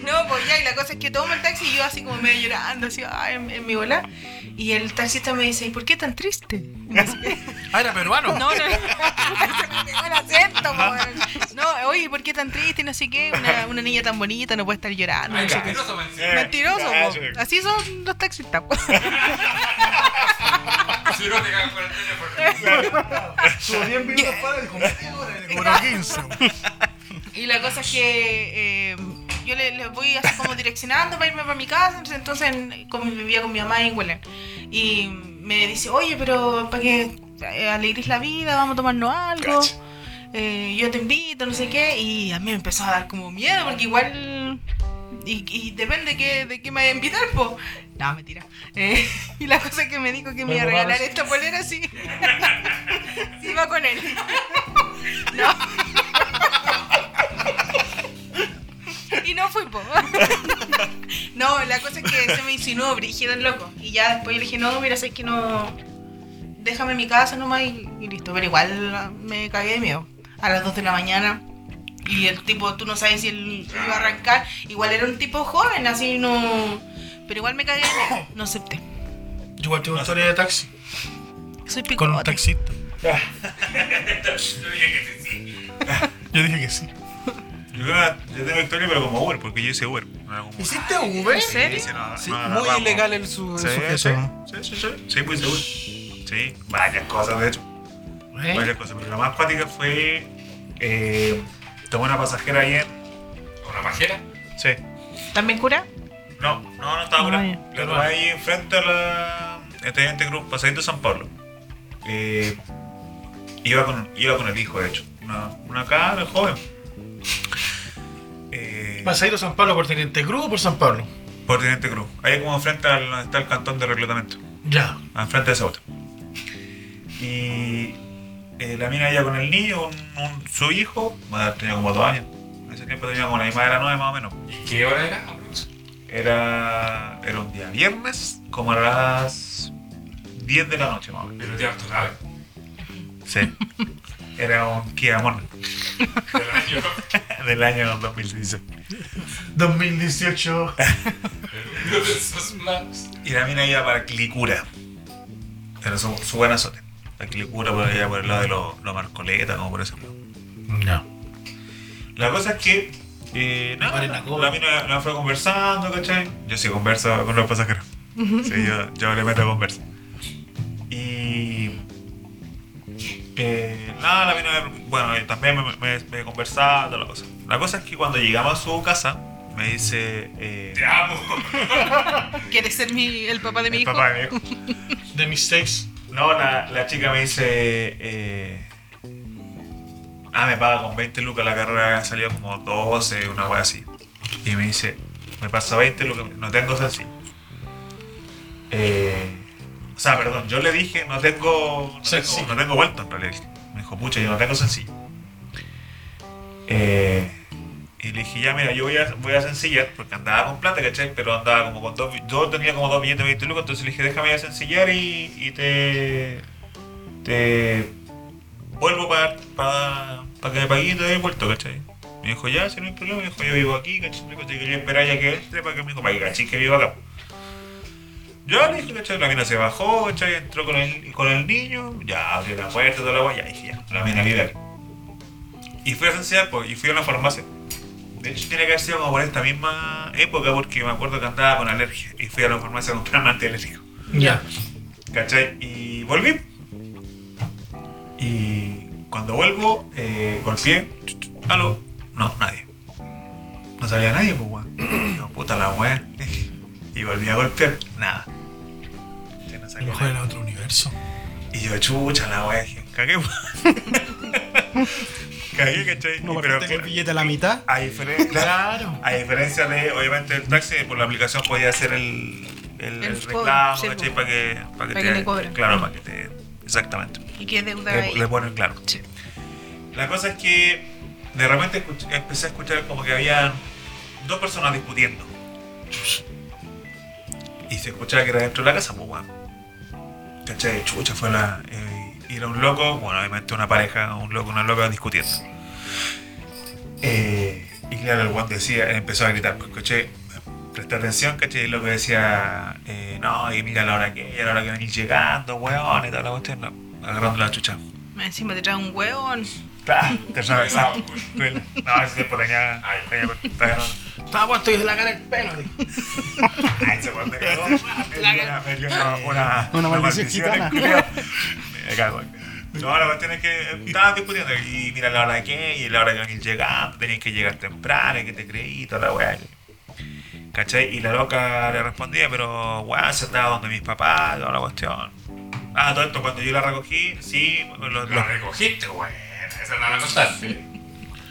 E: No, pues ya, y la cosa es que tomo el taxi y yo así como medio llorando, así, ay, en, en mi bola. Y el taxista me dice, ¿y por qué tan triste? Y no sé qué.
G: Ah, era peruano.
E: No, no, el acento, po, weón. No, oye, ¿por qué tan triste? No sé qué, una, una niña tan bonita no puede estar llorando.
F: Ay,
E: no sé qué.
F: mentiroso, me
D: Eh.
F: encima.
E: Mentiroso, po.
C: Cacho.
E: así son los taxistas. po.
F: Si no te cagan con el teléfono.
B: Subo 10 minutos para el
G: Como 15.
E: Y la cosa es que eh, yo le- les voy así como direccionando para irme para mi casa. Entonces, en- como vivía con mi mamá en Huelén. Y me dice, oye, pero para que eh, alegres la vida, vamos a tomarnos algo.
C: Cacha.
E: Eh, yo te invito, no sé qué. Y a mí me empezó a dar como miedo, porque igual. Y, y depende que, de qué me vaya a invitar, po. No, mentira. Eh, y la cosa es que me dijo que me iba a
B: Bueno,
E: regalar
B: vamos.
E: esta polera, sí. sí, va con él. no. Y no fui, po. no, la cosa es que se me insinuó brígido el loco. Y ya después yo le dije, no, mira, sé que no. Déjame en mi casa nomás y, y listo. Pero igual me cagué de miedo. A las 2 de la mañana. Y el tipo, tú no sabes si él iba a arrancar. Igual era un tipo joven, así no. Pero igual me cagué de miedo. No acepté.
G: Yo igual tengo una historia de taxi.
E: Soy
G: Con un
E: picote.
G: taxista.
C: Yo dije que sí, sí.
G: Yo dije que sí.
C: Yo yo tengo historia, pero como Uber, porque yo hice Uber. en algún momento.
D: ¿Hiciste Uber?
E: ¿En serio?
C: Sí, no,
D: Sí,
C: no, no,
D: muy
C: vamos.
D: ilegal el, su, el
C: Sí, sí,
D: sujeto.
C: sí, sí, sí. Sí, pues seguro. Sí, varias cosas, de hecho.
G: ¿Eh?
C: Varias cosas. Pero la más práctica fue. Eh, tomé una pasajera ayer.
F: ¿Con una pajera?
C: Sí.
E: ¿También cura?
C: No, no, no estaba
E: Ah,
C: ahora.
E: ya.
C: La tomé ahí enfrente a la. este Estudiante Cruz, pasadito de San Pablo. Eh, iba, con, iba con el hijo, de hecho. Una, una cara joven. Eh,
B: ¿Vas a ir a San Pablo por Teniente Cruz o por San Pablo?
C: por Teniente Cruz. Ahí como frente al donde está el cantón de reclutamiento.
B: Ya.
C: Ah, enfrente de esa otra. Y eh, la mina ella con el niño, un- un- su hijo, bueno, tenía como dos años. En ese tiempo tenía como la misma era nueve más o menos.
F: ¿Y qué hora era? aprox?
C: Era, era un día viernes, como a las 10 de la noche más o menos.
F: Pero te harto grave.
C: Sí. Era un Kia Morning
F: Del año.
C: del año 2016.
B: 2018.
F: Uno de esos maps.
C: Y la mina iba para Clicura. Era su, su buen azote. La Clicura por allá por el lado de los los Marcoletas, como por ese lado.
B: No.
C: La cosa es que. eh, nada,
G: Vale, la cola.
C: la mina la fue conversando, ¿cachai? Yo sí converso con los pasajeros. sí, yo, yo le meto conversa. Y. eh, nada, la mina. Bueno, eh, también me, me, me conversaba, toda la cosa. La cosa es que cuando llegamos a su casa, me dice. eh,
F: Te amo.
E: ¿Quieres ser mi, el papá de mi
C: el
E: hijo?
C: papá de mi hijo.
B: De mis seis.
C: No, la, la chica me dice. eh, ah, me paga con 20 lucas la carrera, salió como 12, una wea así. Y me dice, me pasa 20 lucas, no tengo así. o sea, perdón, yo le dije, no tengo. No
B: Sencillo.
C: tengo, no tengo vuelta en realidad. Me dijo, pucha, yo no tengo sencillo. Eh, y le dije, ya, mira, yo voy a, voy a sencillar, porque andaba con plata, ¿cachai? Pero andaba como con dos. bi- Yo tenía como dos billetes de 20 lucas, entonces le dije, déjame ir a sencillar y, y te. Te. Vuelvo para pa, pa que me pagué y te doy vuelto, ¿cachai? Me dijo, ya, si no hay problema, me dijo, yo vivo aquí, ¿cachai? Me dijo, te quería esperar ya que entre para que me dijo, para que cachis que vivo acá. Yo le dije, ¿cachai? La mina se bajó, ¿cachai? Entró con el, con el niño, ya abrió la puerta, toda la guay, ya dije, ya, la mina vive aquí. Y fui a esencial, pues, y fui a una farmacia. De hecho, tiene que haber sido como por esta misma época, porque me acuerdo que andaba con alergia. Y fui a la farmacia a comprar un antialérgico.
B: Ya.
C: ¿Cachai? Y volví. Y cuando vuelvo, eh, golpeé. ¿Aló? No, nadie. No sabía nadie, pues, weón. Digo, puta la weá. Y volví a golpear. Nada. Sí, no
G: A
C: sabía
G: lo mejor era otro universo.
C: y yo, chucha, la wea, dije, cagué. po. cagué, ¿cachai?
D: No
C: Y
D: partiste con el billete a la mitad.
C: A diferencia,
B: Claro.
C: a diferencia de, obviamente, el taxi, por la aplicación podía hacer el, el,
E: El
C: el
E: cobro,
C: reclamo,
E: sí,
C: ¿cachai?
E: po.
C: Para que, pa que
E: Pa' que te cobren.
C: Claro, para que te. Exactamente.
E: ¿Y qué deuda
C: Le,
E: hay?
C: Eh, le ponen claro.
E: Sí.
C: La cosa es que de repente escuch- empecé a escuchar como que había dos personas discutiendo. Y se escuchaba que era dentro de la casa, pues weón. ¿Cachai? Chucha fue la. eh, y era un loco, bueno, obviamente una pareja, un loco, una loca discutiendo. Eh, y claro, el guante decía, empezó a gritar, pues, coche, presta atención, caché, y lo que decía, eh, no, y mira la hora que, y la hora que venís llegando, weón, y toda la cuestión, no, agarrando la chucha.
E: Encima te trae un hueón.
C: Ta, Ah, te atravesaba. No, ese tiempo tenía, ay, tenía,
B: Estaba puesto y se la cara el pelo. dijo.
C: Ay, se me pegó. Me dio una- me dio una- una,
G: Una maldición gitana.
C: el culiao. Me cago. No, la cuestión es que estaban discutiendo y mira la hora de que y la hora que venís llegando, tenías que llegar temprano, y que te creí, toda la weá. ¿Cachai? Y la loca le respondía, pero weá, se andaba donde mis papás, toda la cuestión. Ah, todo esto, cuando yo la recogí, sí, los,
F: Lo
C: los-
F: recogiste, güey. Esa no la contaste.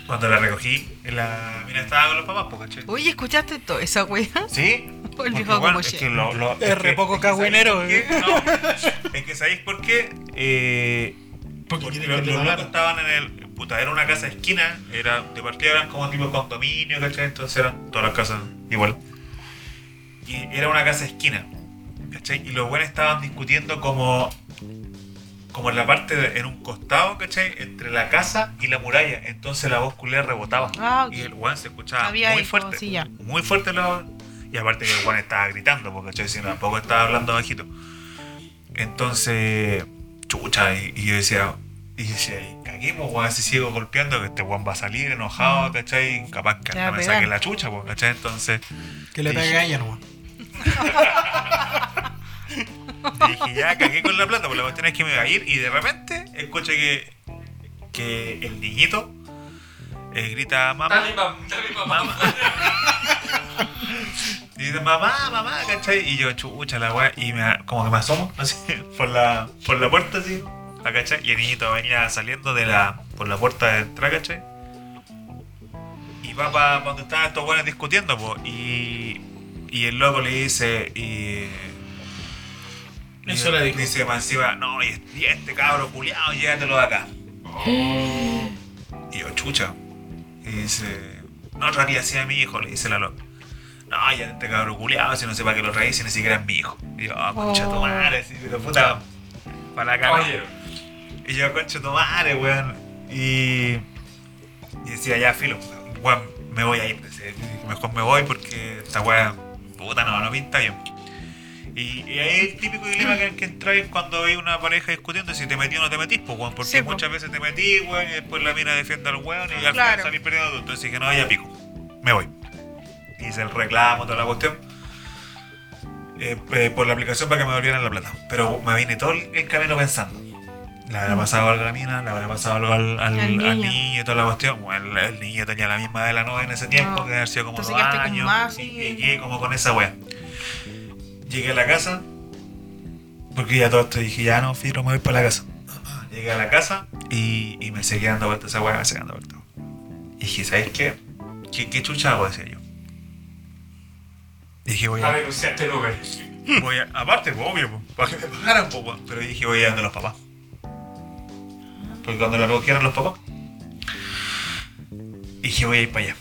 C: cuando la recogí, la mina estaba con los papás, pues, ¿cachai?
E: Oye, ¿escuchaste todo esa wea?
C: Sí.
E: Por
C: porque,
E: viejo
C: bueno,
E: como
C: es
E: che.
C: que lo- lo-
G: Es re
C: que-
G: poco eh.
C: que ¿sabéis
G: cagüinero,
C: por qué? No, es que sabéis por qué. Eh,
G: Porque
C: porque
G: tiene
C: los,
G: que
C: los
G: pagar.
C: locos estaban en el. Puta, era una casa de esquina. Era, de partida eran como tipo condominio, ¿cachai? Entonces eran todas las casas igual. Y era una casa de esquina. ¿cachai? Y los buenos estaban discutiendo como. Como en la parte, de- en un costado, ¿cachai? Entre la casa y la muralla. Entonces la voz culera rebotaba.
E: Ah, ok.
C: Y el weón se escuchaba
E: Había
C: muy
E: eco,
C: fuerte.
E: sí, ya.
C: Muy fuerte la Y aparte que el Juan estaba gritando, porque ¿cachai? Si no, tampoco estaba hablando bajito. Entonces, chucha, y, y yo decía, y yo decía, "Y caguemos, Juan, si sigo golpeando, que este Juan va a salir enojado, ¿cachai? Capaz que
E: Mm. Te va a
C: hasta me
E: pegar.
C: saque la chucha, pues, ¿cachai? Entonces,
D: Que le
C: Sí.
D: pegue a ella nomás.
C: dije, ya cagué con la plata, pues la cuestión es que me iba a ir. Y de repente, escuché que, que el niñito eh, grita, mamá,
F: Dale, pa- dale, papá.
C: Y dice, mamá, mamá, ¿cachai? Y yo, chucha, la weá, y me, como que me asomo, así, por la, por la puerta, así, la cachai, y el niñito venía saliendo de la, por la puerta de entrada, cachai. Y va para donde estaban estos weones discutiendo, po, y, y el loco le dice, y... y
B: Eso le dijo.
C: Dice, más encima, no, y este, y este cabro culiao, llévatelo de acá. Y yo, chucha. Y dice, no traté así a mi hijo, le dice la loca. No, ya este cabrón culiado, si no sé para qué lo traí, si ni siquiera es mi hijo. Y yo, ah, concha tu madre, si pero puta, para la cara.
F: Caballero.
C: Y yo, concha tu madre, weón. Y, y decía, ya, filo, weón, me voy a ir. decía, Mejor me voy porque esta weá, puta, no, no pinta bien. Y, y ahí el típico dilema que, que entráis cuando hay una pareja discutiendo si te metí o no te metís, pues, weón, porque
E: Sí, po.
C: muchas veces te metí, weón, y después la mina defiende al weón y al final
E: Claro.
C: salís perdiendo tú. Entonces dije, no, ya pico, me voy. Hice el reclamo, toda la cuestión. eh, eh, por la aplicación para que me volvieran la plata. Pero me vine todo el el camino pensando. La habrá pasado algo a la mina, la habrá pasado algo al, al-
E: Al niño.
C: al niño y toda la cuestión. Bueno, el, el niño tenía la misma de la novia en ese tiempo,
E: Ah.
C: que haber sido como
E: Entonces
C: dos
E: quedaste con
C: años.
E: más,
C: y,
E: sí.
C: y quedé como con esa wea. Llegué a la casa, porque ya todo esto dije, ya no, filo, me voy para la casa. Llegué a la casa y, y me seguía dando vueltas esa weá, me seguía dando vueltas. Y dije, ¿sabes qué? ¿Qué, qué chucha hago? Decía yo. Dije, voy
F: A
C: a.
F: denunciarte el Uber.
C: Voy a aparte, pues, obvio, pues, para que me pagaran, pues, weón. Pero dije, voy a ir donde los papás. Porque cuando la recogieron los papás. Dije, voy a ir para allá.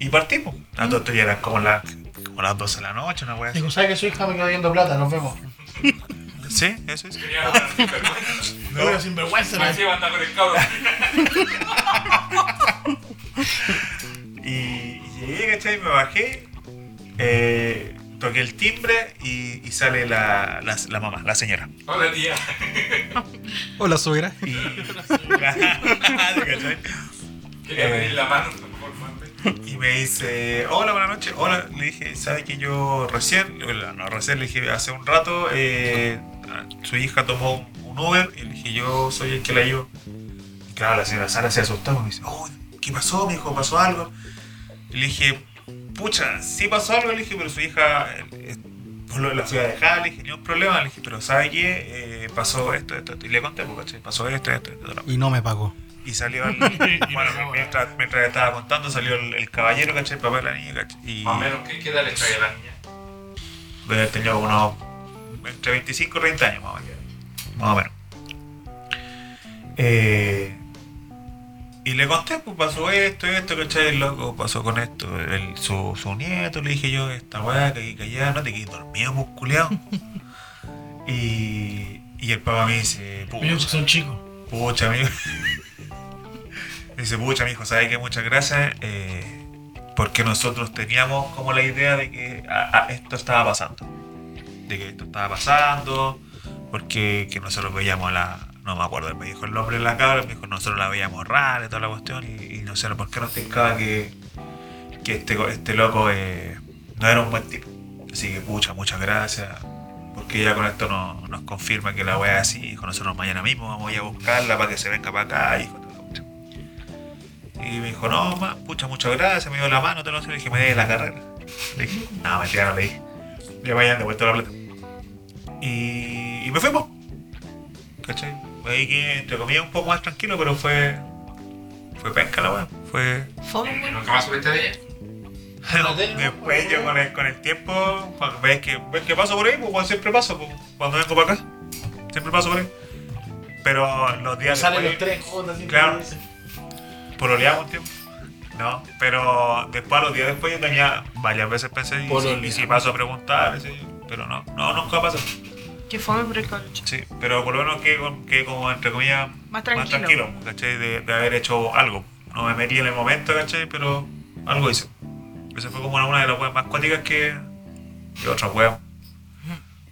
C: Y partimos. A todo esto ya eran como, las como las 12 de la noche, una weá. así.
B: Dijo, ¿sabes que su hija me quedó viendo plata? Nos vemos.
C: Sí, eso es.
F: Tenía una sinvergüenza.
B: No, era sinvergüenza. ¿no?
F: Más encima andaba con el cabrón.
C: Y llegué, ¿cachai? Me bajé, eh, toqué el timbre y, y sale la, la, la mamá, la señora.
F: Hola, tía.
D: Hola, suegra.
C: Y, ¿cachai?
F: Quería pedir la mano, por favor.
C: Y me dice, hola, buenas noches. Hola, le dije, ¿sabe que yo recién, hola, no recién, le dije, hace un rato, eh, su hija tomó un- un Uber y le dije, yo soy el que la llevo. Y claro, la señora Sara se asustó, me dice, oh, ¿qué pasó, mi hijo? ¿Pasó algo? Y le dije, pucha, sí pasó algo, le dije, pero su hija eh, eh, pues, lo- la fui a dejar, le dije, no hay problema, le dije, pero ¿sabe qué? Eh, pasó esto, esto, esto. Y le conté, pues, ¿cachai? Pasó esto, esto, esto. esto
D: Y no me pagó.
C: y salió el, bueno, mientras, mientras estaba contando salió el, el caballero, ¿cachai? El papá de la niña, ¿cachai? Y
F: Más o menos, ¿qué, qué edad le trae a la niña?
C: debe haber tenido unos entre 25 y 30 años más o menos. Más o menos. Eh, y le conté, pues pasó esto, esto, ¿cachai? Loco, pasó con esto. El- su, su nieto, le dije yo, esta weá, que aquí, que allá, no te quedes dormido, musculeado. y, y el papá me dice,
G: Yo
C: pucha,
G: son chicos.
C: Pucha, amigo. Dice, pucha, mijo, ¿sabes qué? Muchas gracias. Eh, Porque nosotros teníamos como la idea de que ah, ah, esto estaba pasando. De que esto estaba pasando, porque que nosotros veíamos la. No me acuerdo, me dijo el nombre de la cabra, me dijo nosotros la veíamos rara y toda la cuestión, y, y no sé por qué nos tincaba que, que este, este loco eh, no era un buen tipo. Así que, pucha, muchas gracias. Porque ya con esto no- nos confirma que la wea es así. Dijo, nosotros mañana mismo vamos a ir a buscarla para que se venga para acá. Dijo, toda la cuestión. y me dijo, no, ma, pucha, muchas gracias. Me dio la mano, todo lo sé. Le dije, me dé la carrera. Le dije, no, mentira, no le dije. Ya vayan de vuelta la plata. Y, y me fuimos. ¿Cachai? Ahí que, entre comillas, un poco más tranquilo, pero fue. Fue penca la wea. Fue.
E: Fome,
F: ¿Nunca más subiste de ella?
C: Después yo con el, con el tiempo, cuando ves que, ves que paso por ahí, pues cuando siempre paso, pues, cuando vengo para acá, siempre paso por ahí. Pero los días
B: Salen los
C: después,
B: tres jodas. así,
C: Claro.
B: como dicen.
C: pololeaba un tiempo. No, pero después los días después yo tenía varias veces pensé y, si- y si paso a preguntar, sí, pero no, no, nunca pasó.
E: que fome por el coche.
C: Sí, pero por lo menos que, que como entre comillas
E: Más tranquilo.
C: ¿cachai? De, de haber hecho algo. No me metí en el momento, ¿cachai? Pero algo hice. Esa fue como una, una de las weas más cuáticas que. que otras weas.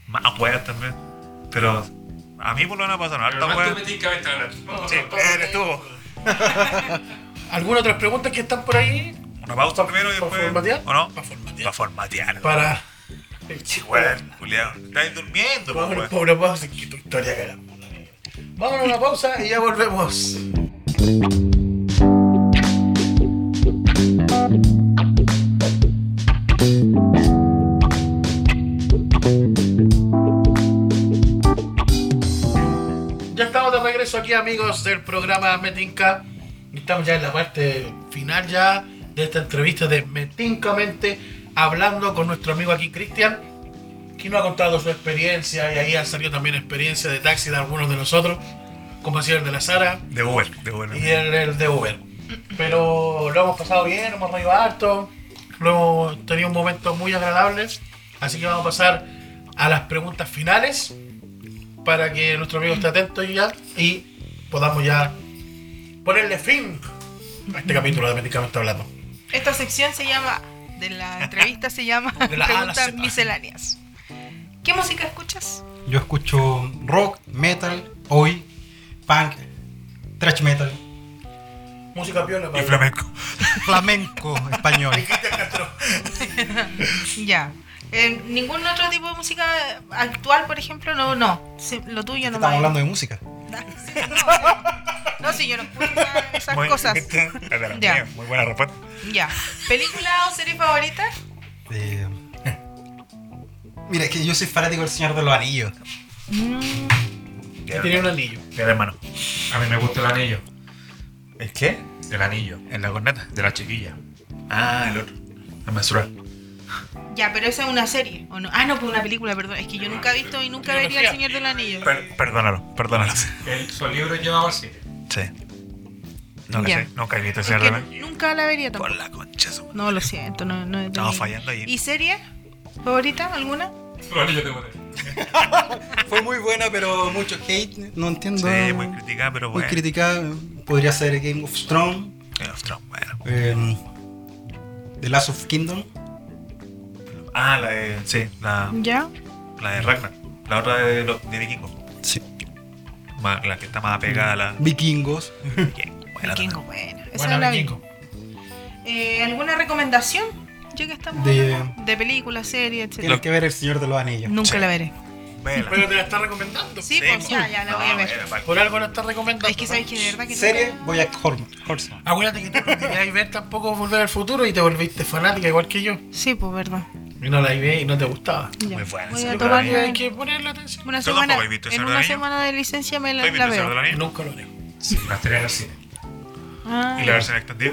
C: Más weas también. Pero a mí por lo menos pasaron
F: Pero
C: hartas
F: más
C: weas.
F: tú me tincaba esta hora.
C: Sí, eres tú.
B: ¿Alguna otras preguntas que están por ahí?
C: Una pausa primero y
B: ¿Para
C: después.
B: formatear?
C: ¿O no?
B: Para formatear.
C: Para formatear.
B: Para.
C: Sí, weón, culiao. Estáis durmiendo, po,
B: Vámonos,
C: weón.
B: pobre pausa, que tu historia cagamos. Vámonos a una pausa y ya volvemos. Ya estamos de regreso aquí, amigos del programa Metinca. Estamos ya en la parte final ya de esta entrevista de Metincamente, hablando con nuestro amigo aquí, Cristian, que nos ha contado su experiencia y ahí ha salido también experiencia de taxi de algunos de nosotros, como ha sido el de la Sara
C: De Uber, de Uber.
B: y el, el de Uber. Pero lo hemos pasado bien, hemos reído harto, lo hemos tenido un momento muy agradable. Así que vamos a pasar a las preguntas finales para que nuestro amigo esté atento y ya y podamos ya ponerle fin a este capítulo de Medicamento Hablando.
E: Esta sección se llama, de la entrevista se llama
B: De la A a la
E: Preguntas
B: Z.
E: Misceláneas. ¿Qué música escuchas?
D: Yo escucho rock, metal, hoy, punk, thrash metal,
B: Música piola
C: Y
B: para
C: flamenco.
D: flamenco español.
E: Ya. Eh, ¿Ningún otro tipo de música actual, por ejemplo? No, no. Se- lo tuyo no
D: Estamos hablando de música.
E: No, si yo no escucho nada de esas
C: Muy-
E: cosas. Ya.
C: Mira, Muy buena respuesta.
E: Ya. ¿Película o serie favorita?
D: Eh, Mira, es que yo soy fanático del Señor de los Anillos.
C: Ya,
B: tiene un anillo.
C: ya, hermano.
F: A mí me gusta el anillo.
C: ¿El qué?
F: El anillo.
C: ¿En la corneta?
F: De la chiquilla.
C: Ah, el otro. La mensual.
E: Ya, pero esa es una serie, ¿o no? Ah, no, pues una película, perdón. Es que yo nunca he visto y nunca vería El Señor del Anillo.
C: perdónalo, perdónalo.
F: El, su libro llevaba al cine.
C: Sí. Nunca,
E: Ya.
C: sé, nunca he visto
E: Es
C: ese
E: que
C: anime.
E: nunca la vería tampoco.
C: Por la concha, su madre.
E: No, lo siento, no, no he
C: Estamos
E: tenido.
C: fallando ahí.
E: ¿Y serie favorita alguna?
F: El anillo te maté.
D: Fue muy buena, pero mucho hate. No entiendo.
C: Sí, muy criticada, pero
D: Muy
C: bueno.
D: criticada. Podría ser Game of Thrones,
C: Game of Thrones, bueno.
D: eh, The Last of Kingdom.
C: Ah, la de. Sí, la,
E: Ya.
C: la de Ragnar. La otra de, lo- de Vikingo.
D: Sí.
C: Más- La que está más apegada a la.
D: Vikingos.
C: Buena
E: Mm. Vikingo, bueno. Esa
B: Buena,
E: no la vi.
B: Vikingo.
E: Eh, ¿Alguna recomendación? Ya que estamos
D: De-
E: hablando de película, serie, etcétera.
D: Tienes que ver El Señor de los Anillos.
E: Nunca
C: Sí.
E: la veré.
C: también. Vela.
B: Pero te la está recomendando.
E: Sí, pues ya, ya la voy a
C: No,
E: ver.
C: vela, pa-
B: Por algo la está recomendando.
E: Es que sabes que de verdad que
D: Serie,
E: nunca-
D: voy a Horseman.
B: Acuérdate que tú no querías ver tampoco Volver al Futuro y te volviste fanática igual que yo.
E: Sí, pues verdad.
B: Y no la vi y no te gustaba.
E: Ya.
C: Muy buena,
E: Voy
C: sí,
E: a
C: pero
E: tomarme
C: ahí
B: Hay que ponerle atención.
E: una
C: Yo
E: semana,
C: tampoco he visto El
E: en
C: Señor
E: una
C: del Anillo.
E: semana de licencia me
C: ¿Tú
E: la,
C: has visto
E: la
C: El Señor de
E: veo.
C: los Anillos?
B: Eh, Nunca lo haré.
F: Sí, la estrella en el cine.
E: Ah,
C: ¿Y la versión extendida?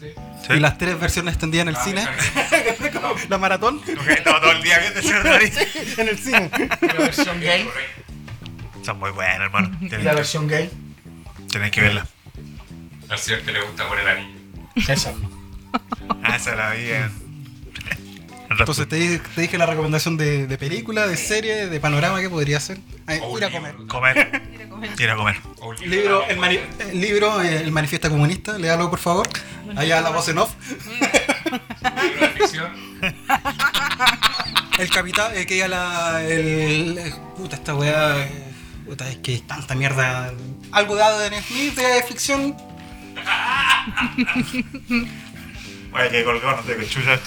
F: Sí.
C: Sí.
D: Y las tres versiones extendidas en el cine.
F: Ah,
D: La maratón.
C: Porque he estado todo el día viendo el Señor de los Anillos.
D: En el cine.
B: La versión gay.
C: Son muy buenas, hermano.
B: La
C: Tenéis
B: versión gay.
C: que, tenéis que verla.
F: Al señor te le gusta poner anillo.
B: Esa.
C: Ah, esa la vi en.
D: Entonces te, di- te dije la recomendación de, de película, de serie, de panorama que podría ser. Ay,
F: O un
D: ir a
F: libro.
D: comer.
C: Comer.
E: mira cómo es.
C: Ir a comer.
F: O un
D: Oh, Libro, eh, el, mani- el libro, eh, el Manifiesta Comunista, léalo por favor. Allá la voz en off.
F: libro de ficción.
D: El capitán, eh, que ya la. El, el- puta, esta weá. eh, Puta, es que es tanta mierda. Algo de Adam Smith de ficción.
C: Oye, que colgado no tengo chucha.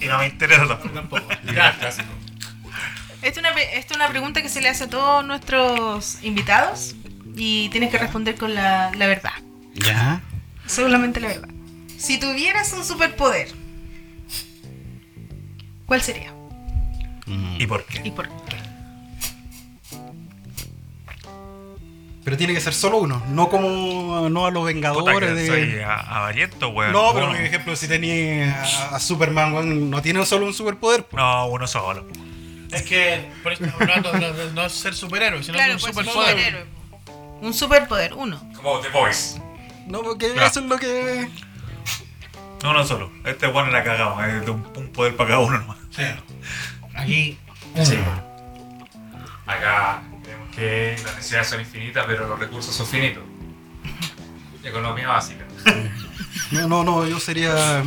C: Y no me interesa tampoco.
F: Libro clásico.
E: Esta es, una, pe- esta es una pregunta que se le hace a todos nuestros invitados y tienes que responder con la, la verdad.
D: Ya.
E: Solamente la verdad. Si tuvieras un superpoder, ¿cuál sería?
C: ¿Y por qué?
E: ¿Y por qué?
D: Pero tiene que ser solo uno, no como. No a los
C: Puta
D: Vengadores
C: que
D: de.
C: soy a- avariento, weón.
D: No, pero por
C: Uno-
D: ejemplo, si tenía a- a Superman, weón, no tiene solo un superpoder. po.
C: No, uno solo.
B: Es que por eso estamos hablando no, no, no es ser superhéroe, sino
E: Claro,
B: un
E: pues un
B: superpoder.
E: superhéroe. Un superpoder, uno.
F: Como The Voice.
D: No, porque
C: Claro.
D: eso es lo que.
C: No, uno solo. Este weón la cagamos. Es de un, un poder para cada uno nomás.
B: Aquí
F: Sí. Acá tenemos que las necesidades son infinitas, pero los recursos son finitos. Economía básica.
D: No, no, no, yo sería.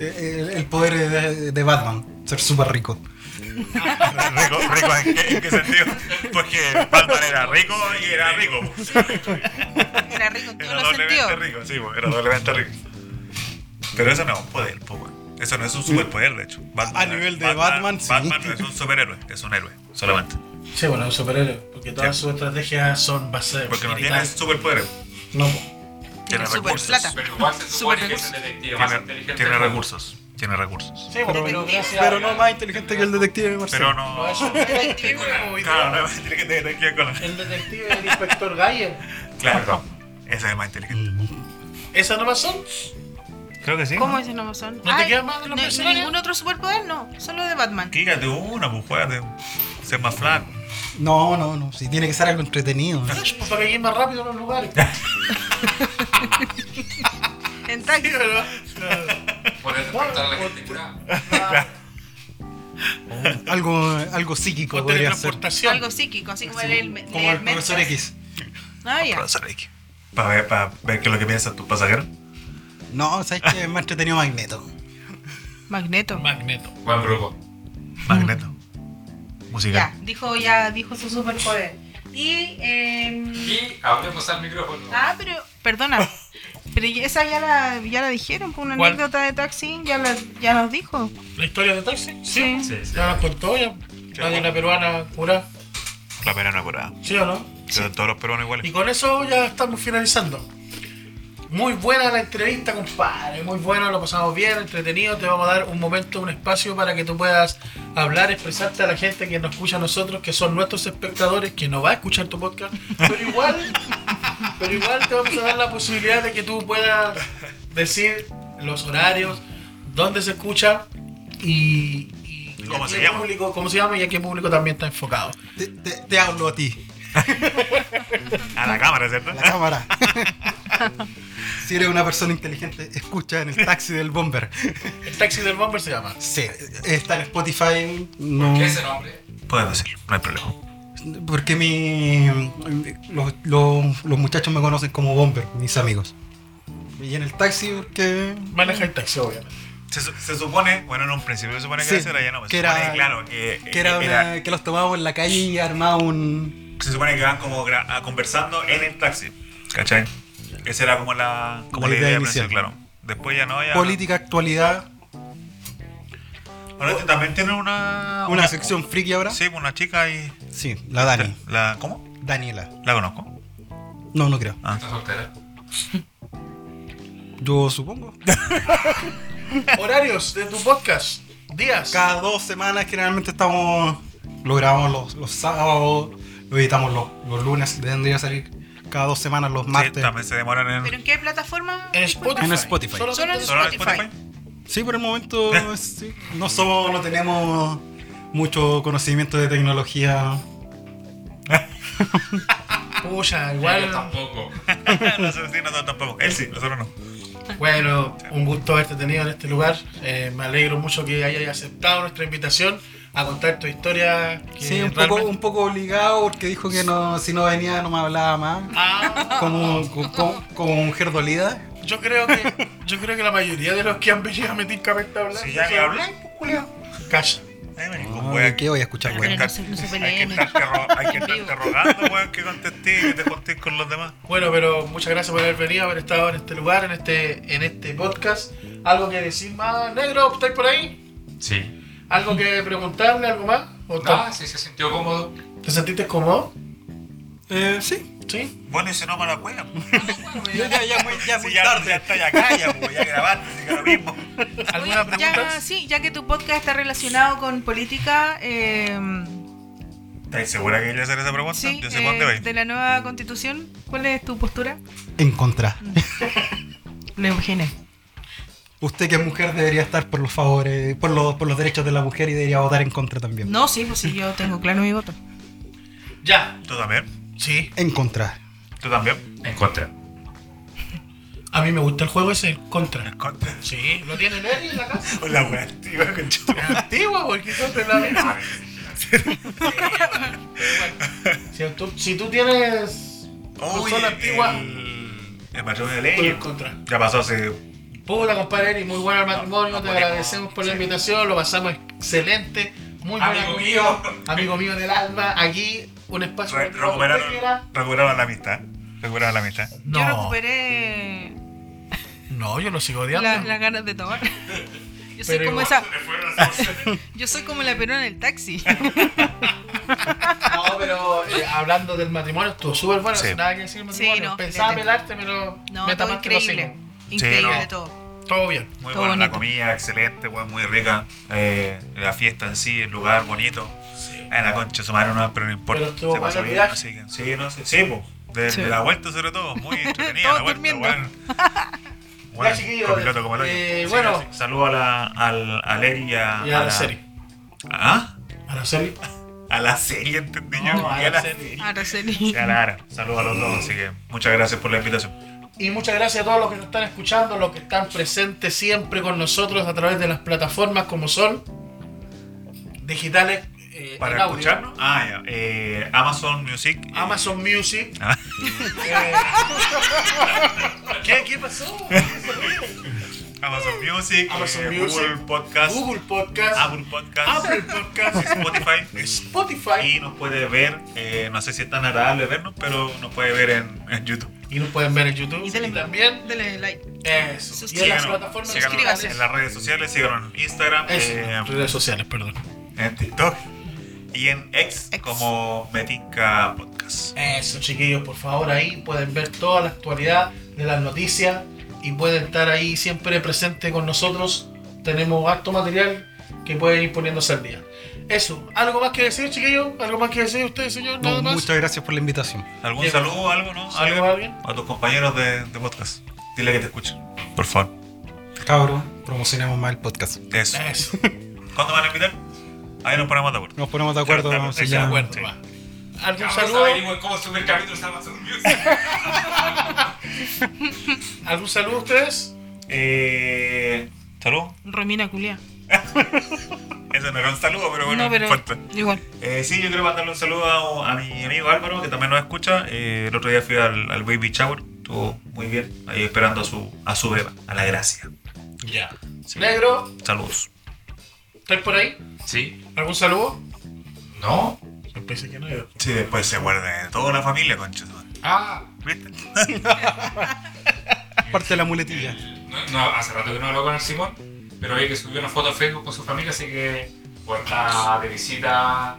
D: eh, El, el poder de, de Batman, ser súper rico.
C: Rico, rico ¿en qué, en qué sentido? Porque Batman era rico y era rico. pues.
E: Era rico en todos
C: Era
E: los sentidos.
C: doblemente rico, sí, pues, era doblemente rico. Pero eso no es un poder, po, weón. Eso no es un superpoder, de hecho. Batman-
D: A nivel de Batman, sí.
C: Batman no es un superhéroe, es un héroe, solamente.
B: Sí, bueno, un superhéroe. Porque todas sus estrategias son basadas
C: Porque no tiene
B: militares.
C: superpoderes,
B: No, pues.
C: tiene
E: Tiene super
C: recursos.
E: plata.
F: Pero igual se supone
E: Super
F: que es el detective más
C: Tiene,
F: inteligente.
C: tiene
F: del mundo.
C: recursos, tiene recursos.
B: sí, bueno, pero,
E: Detective.
D: Pero no más inteligente que el detective Marcelo.
C: Pero no.
E: Detective.
C: Claro, no es más inteligente que Detective Conan.
B: el detective el inspector Gayer.
C: Claro, ese es más inteligente.
B: Esas nomás son.
D: Mm.
C: Creo que sí.
E: ¿Cómo esos no son?
B: te
E: Ay,
B: queda más de los
E: no- no,
B: mercenarios?
E: ningún otro superpoder, no. Solo de Batman.
C: Quígate una, pues juégate. Ser más flaco.
D: No, no, no, si tiene que ser algo entretenido.
B: Pues para que lleguen más rápido a los lugares.
E: En taxi.
F: Poder despertar a la gente curada.
B: Ah,
D: Algo, algo psíquico
B: Con
D: podría ser.
B: teletransportación.
E: Algo psíquico, así como el, el,
D: Como el profesor X.
E: Ah, ya.
C: Profesor X. Para ver, para ver qué es lo que piensan tus pasajeros.
D: No, sabes que es más entretenido Magneto.
E: Magneto.
B: Magneto.
F: Buen grupo.
C: Magneto.
E: Mm. Ya,
C: Musical.
E: dijo, ya dijo su superpoder. Y, eh,
F: Y hablemos al micrófono.
E: ah, pero, perdona, pero ya- esa ya la, ya la dijeron, por una
B: ¿Cuál?
E: anécdota de Taxi, ya la, ya nos dijo.
B: ¿La historia de taxi?
E: Sí.
F: Sí, sí.
B: Ya la contó ya. La de la peruana cura.
C: La pena no es curada.
B: ¿Sí o no?
C: Pero Todos los peruanos
B: Y
C: iguales.
B: con eso ya estamos finalizando. Muy buena la entrevista, compadre. Muy buena, lo pasamos bien, entretenido. Te vamos a dar un momento, un espacio para que tú puedas hablar, expresarte a la gente que nos escucha a nosotros, que son nuestros espectadores, que no va a escuchar tu podcast. Pero igual, pero igual te vamos a dar la posibilidad de que tú puedas decir los horarios, dónde se escucha y, y-
C: ¿Y cómo
B: y
C: se
B: a qué
C: llama?
B: público- cómo se llama y a qué público también está enfocado.
D: Te, te- te hablo a ti,
C: A la cámara, ¿cierto?
D: a la cámara. si eres una persona inteligente, escucha en el taxi del bomber.
B: El taxi del bomber se llama.
D: Sí, está en Spotify. No.
F: ¿Por qué ese nombre?
C: Puedes decirlo, no hay problema.
D: Porque mi, los, los- los muchachos me conocen como Bomber, mis amigos. Y en el taxi, porque.
B: Maneja el taxi, obviamente.
C: Se, su- se supone, bueno, en un principio se supone que
D: Sí,
C: era ese, ahora ya no. Se
D: que
C: supone,
D: era-
C: claro, que,
D: Que, era
C: Eh, era-
D: una- que los tomábamos en la calle y armaba un.
C: se supone que van como gra- a- conversando en el taxi. ¿Cachai? Esa era como la, como la idea, inicial, claro. Después ya no, ya.
D: Política, actualidad,
C: Ahora este también tiene Ah, una.
D: una sección friki ahora.
C: Sí, pues, una chica y.
D: Sí, la Dani.
C: La, ¿Cómo?
D: Daniela.
C: La conozco.
D: No, no creo.
C: Ah.
F: ¿Estás soltera?
D: Yo supongo.
B: Horarios de tu podcast. Días.
D: Cada dos semanas generalmente estamos. Lo grabamos los, los sábados, lo editamos los, los lunes, tendría que salir cada dos semanas los
C: Sí,
D: martes.
C: también se demoran en.
E: ¿Pero en qué plataforma?
B: en Spotify.
D: En Spotify.
B: Solo,
E: Solo en
C: ¿Solo en
E: Spotify.
D: Sí, por el momento eh, sí. no somos, no tenemos mucho conocimiento de tecnología.
B: Pucha,
F: Yo
B: igual.
F: tampoco.
C: nosotros sí, nosotros tampoco. Él sí, nosotros no.
B: Bueno, un gusto haberte tenido en este lugar. Eh, me alegro mucho que hayas aceptado nuestra invitación a contar tu historia. que
D: Sí, un poco,
B: realmente-
D: un poco obligado porque dijo que no, si no venía no me hablaba más.
B: Ah,
D: Como, como, como mujer dolida.
B: Yo creo que, yo creo que la mayoría de los que han venido a meter cabeza a hablar.
C: Si ya me habláis, pues, culiao.
B: Calla.
C: Ay, marico,
D: Ah, No,
C: weón.
D: ¿qué voy a escuchar,
C: Hay que
D: weón?
C: estar-
E: No se- no se
C: Hay que
E: peleen.
C: estarte ro- hay que estarte
E: Vivo.
C: rogando, weón, que contesté y que te juntes con los demás.
B: Bueno, pero muchas gracias por haber venido, haber estado en este lugar, en este, en este podcast. ¿Algo que decir más, negro? ¿Estáis por ahí?
F: Sí.
B: ¿Algo que preguntarle? ¿Algo más? ¿O
F: Ah, sí, se sintió cómodo.
B: ¿Te sentiste cómodo?
D: Eh, sí.
B: ¿Sí?
C: Bueno, y si no, mala cueva.
D: Ya, ya, ya, muy, ya,
C: Si
D: muy
C: ya,
D: tarde.
C: ya está, ya calla, pues, ya grabaste, así que lo mismo.
B: ¿Alguna
E: Oye,
B: pregunta?
E: Ya, sí, ya que tu podcast está relacionado con política, eh,
C: ¿Estás segura que querías hacer esa pregunta?
E: sí,
C: Yo sé por dónde
E: eh,
C: vais.
E: de la nueva constitución, ¿cuál es tu postura?
D: En contra.
E: Lo imaginé.
D: Usted que es mujer debería estar por los favores, por los, por los derechos de la mujer y debería votar en contra también.
E: No, sí, pues sí, yo tengo claro mi voto.
B: Ya.
C: Tú también.
B: Sí.
D: En contra.
C: Tú también.
F: En contra.
B: A mí me gusta el juego ese, el contra.
C: En contra.
B: Sí. ¿Lo tiene Nelly en la casa?
C: Hola, weón. Tío, con
B: Es antigua, porque siempre la misma. Si tú, si tú tienes consola antigua,
C: El, el matrimonio de
B: por el
C: ley.
B: contra.
C: Ya pasó hace.
B: Puta, compadre Eri, muy bueno el matrimonio.
C: No,
B: Te
C: no podemos.
B: agradecemos por la
C: Sí.
B: invitación. Lo pasamos excelente. Muy buena
F: Amigo
B: comida. Amigo mío del alma. Aquí, un espacio.
C: re-
B: donde cuando usted
C: Recuperaron,
B: quiera.
C: recuperaron la amistad. Recuperaron la amistad.
E: Yo
B: No,
E: recuperé
B: no, yo lo sigo
E: la-
B: odiando.
E: las ganas de tomar. Yo soy
B: Pero
E: como
B: igual.
E: esa, yo soy como la perona del taxi.
B: No, pero eh, hablando del matrimonio, estuvo súper bueno.
C: Sí.
B: sin Nada que decir del
E: Sí,
B: matrimonio.
E: no,
B: Pensaba
E: filete.
B: pelarte, pero
E: No,
B: me tapaste
E: todo
B: los
E: increíble.
B: hijos.
E: Increíble
C: no.
E: todo.
B: Todo bien.
C: Muy
E: Todo
C: buena la
E: bonito.
C: comida, excelente, weón, muy rica. Eh, la fiesta en sí, el lugar bonito. Eh, la concha, su madre no, pero no importa.
B: Pero estuvo
C: se pasó
B: bueno el
C: bien,
B: viaje.
C: así que. Sí, no sé. Sí, po. De,
E: Sí.
C: de la vuelta, sobre todo. Muy entretenida
E: Todos
C: la vuelta,
E: durmiendo.
C: weón.
B: Ya, chiquillos,
C: copiloto como el hoyo.
B: eh,
C: Sí,
B: bueno.
C: sí. Saludo a la, al, a Leri y a.
B: Y a
C: la-
B: la serie.
C: ¿Ah?
B: A la serie.
C: A la serie, entendí yo.
B: No, a
C: Y
B: la serie.
E: Ah, Araceli.
C: Y a la Ara. Saludos a los dos, así que muchas gracias por la invitación.
B: Y muchas gracias a todos los que nos están escuchando, los que están presentes siempre con nosotros a través de las plataformas como son digitales eh, en
C: Para
B: audio.
C: escucharnos, ah, ya, eh, Amazon Music. eh,
B: Amazon Music.
C: Ah.
B: Eh, ¿Qué, ¿Qué pasó?
C: Amazon Music,
B: Amazon
C: eh,
B: Music,
C: Google Podcast,
B: Google Podcast,
C: Apple Ah, Podcast,
B: Apple Podcast,
C: Spotify.
B: Spotify.
C: Y nos puede ver, eh, no sé si es tan agradable vernos, pero nos puede ver en, en YouTube.
B: Y nos pueden ver en YouTube.
E: Y
B: Y
E: dale-
B: también.
E: Dele like.
B: Eso. Y en
E: Síganos,
B: las plataformas
C: síganos
E: Suscríbase.
C: en las redes sociales, síganos en Instagram,
B: Eso,
C: eh,
B: redes sociales, perdón.
C: en TikTok y en X,
E: X.
C: como Metica Podcast.
B: Eso, chiquillos, por favor, ahí pueden ver toda la actualidad de las noticias y pueden estar ahí siempre presente con nosotros. Tenemos harto material que pueden ir poniéndose al día. Eso, ¿algo más que decir, chiquillos? ¿Algo más que decir usted, señor? Nada
D: No,
B: más.
D: muchas gracias por la invitación.
C: ¿Algún
B: Diego.
C: saludo, algo, no?
B: ¿Saludo a alguien?
C: A tus compañeros de, de podcast. Dile que te escuchen, por favor.
D: Cabrón, promocionemos más el podcast.
C: Eso.
B: Eso,
C: ¿Cuándo van a invitar? Ahí nos ponemos de acuerdo.
D: Nos ponemos de acuerdo,
C: Claro,
D: vamos
C: claro,
B: de
D: allá.
B: acuerdo,
C: Sí.
B: va. ¿Algún
F: Ahora
B: saludo?
F: averigüen cómo subir capítulos a Amazon Music.
B: ¿Algún saludo a ustedes?
C: Eh, salud.
E: Romina Culia.
C: Eso no era un saludo, pero bueno,
E: No, pero
C: importa.
E: igual.
C: Eh, sí, yo quiero mandarle un saludo a, a mi amigo Álvaro, que también nos escucha. Eh, el otro día fui al, al Baby Shower, estuvo muy bien, ahí esperando a su, a su beba, a la gracia.
B: Ya. Negro,
C: Saludos.
B: ¿estás por ahí?
F: Sí.
B: ¿Algún saludo?
F: No.
B: Pensé que no yo.
C: Sí, después se guarda de toda la familia, concha.
F: Ah.
C: ¿Viste?
D: Parte de la muletilla.
F: No, no, hace rato que no hablo con el Simón, pero vi que subió una foto a Facebook con su familia, así que o está de visita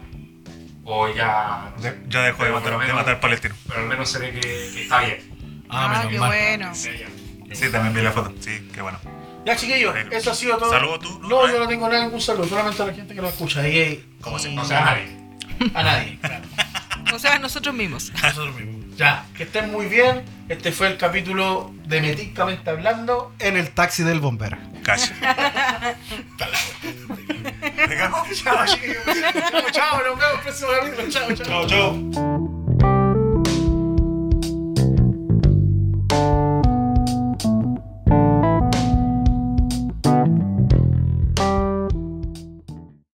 F: o ya. No sé,
C: Ya dejó de
F: Pero
C: matar,
F: por lo
C: de
F: menos-
C: matar palestino.
F: Pero al menos se ve que, que está bien.
E: Ah, qué bueno.
F: Sí, ya.
C: Sí, también vi la foto. Sí, qué bueno.
B: Ya, chiquillos,
C: Negro.
B: eso ha sido todo.
C: Saludo tú, ¿no?
B: No, yo no tengo ningún saludo, solamente a la gente que lo escucha. Y, y-
C: ¿Cómo se-
F: O sea, nadie.
B: A nadie, claro.
E: O sea, nosotros mismos.
B: Nosotros mismos. Ya, que estén muy bien. Este fue el capítulo de Meticamente Hablando.
D: En el taxi del bombero.
C: Cacho.
B: Chao, chao, nos vemos en el próximo capítulo. Chao, chao.
C: Chao, chao.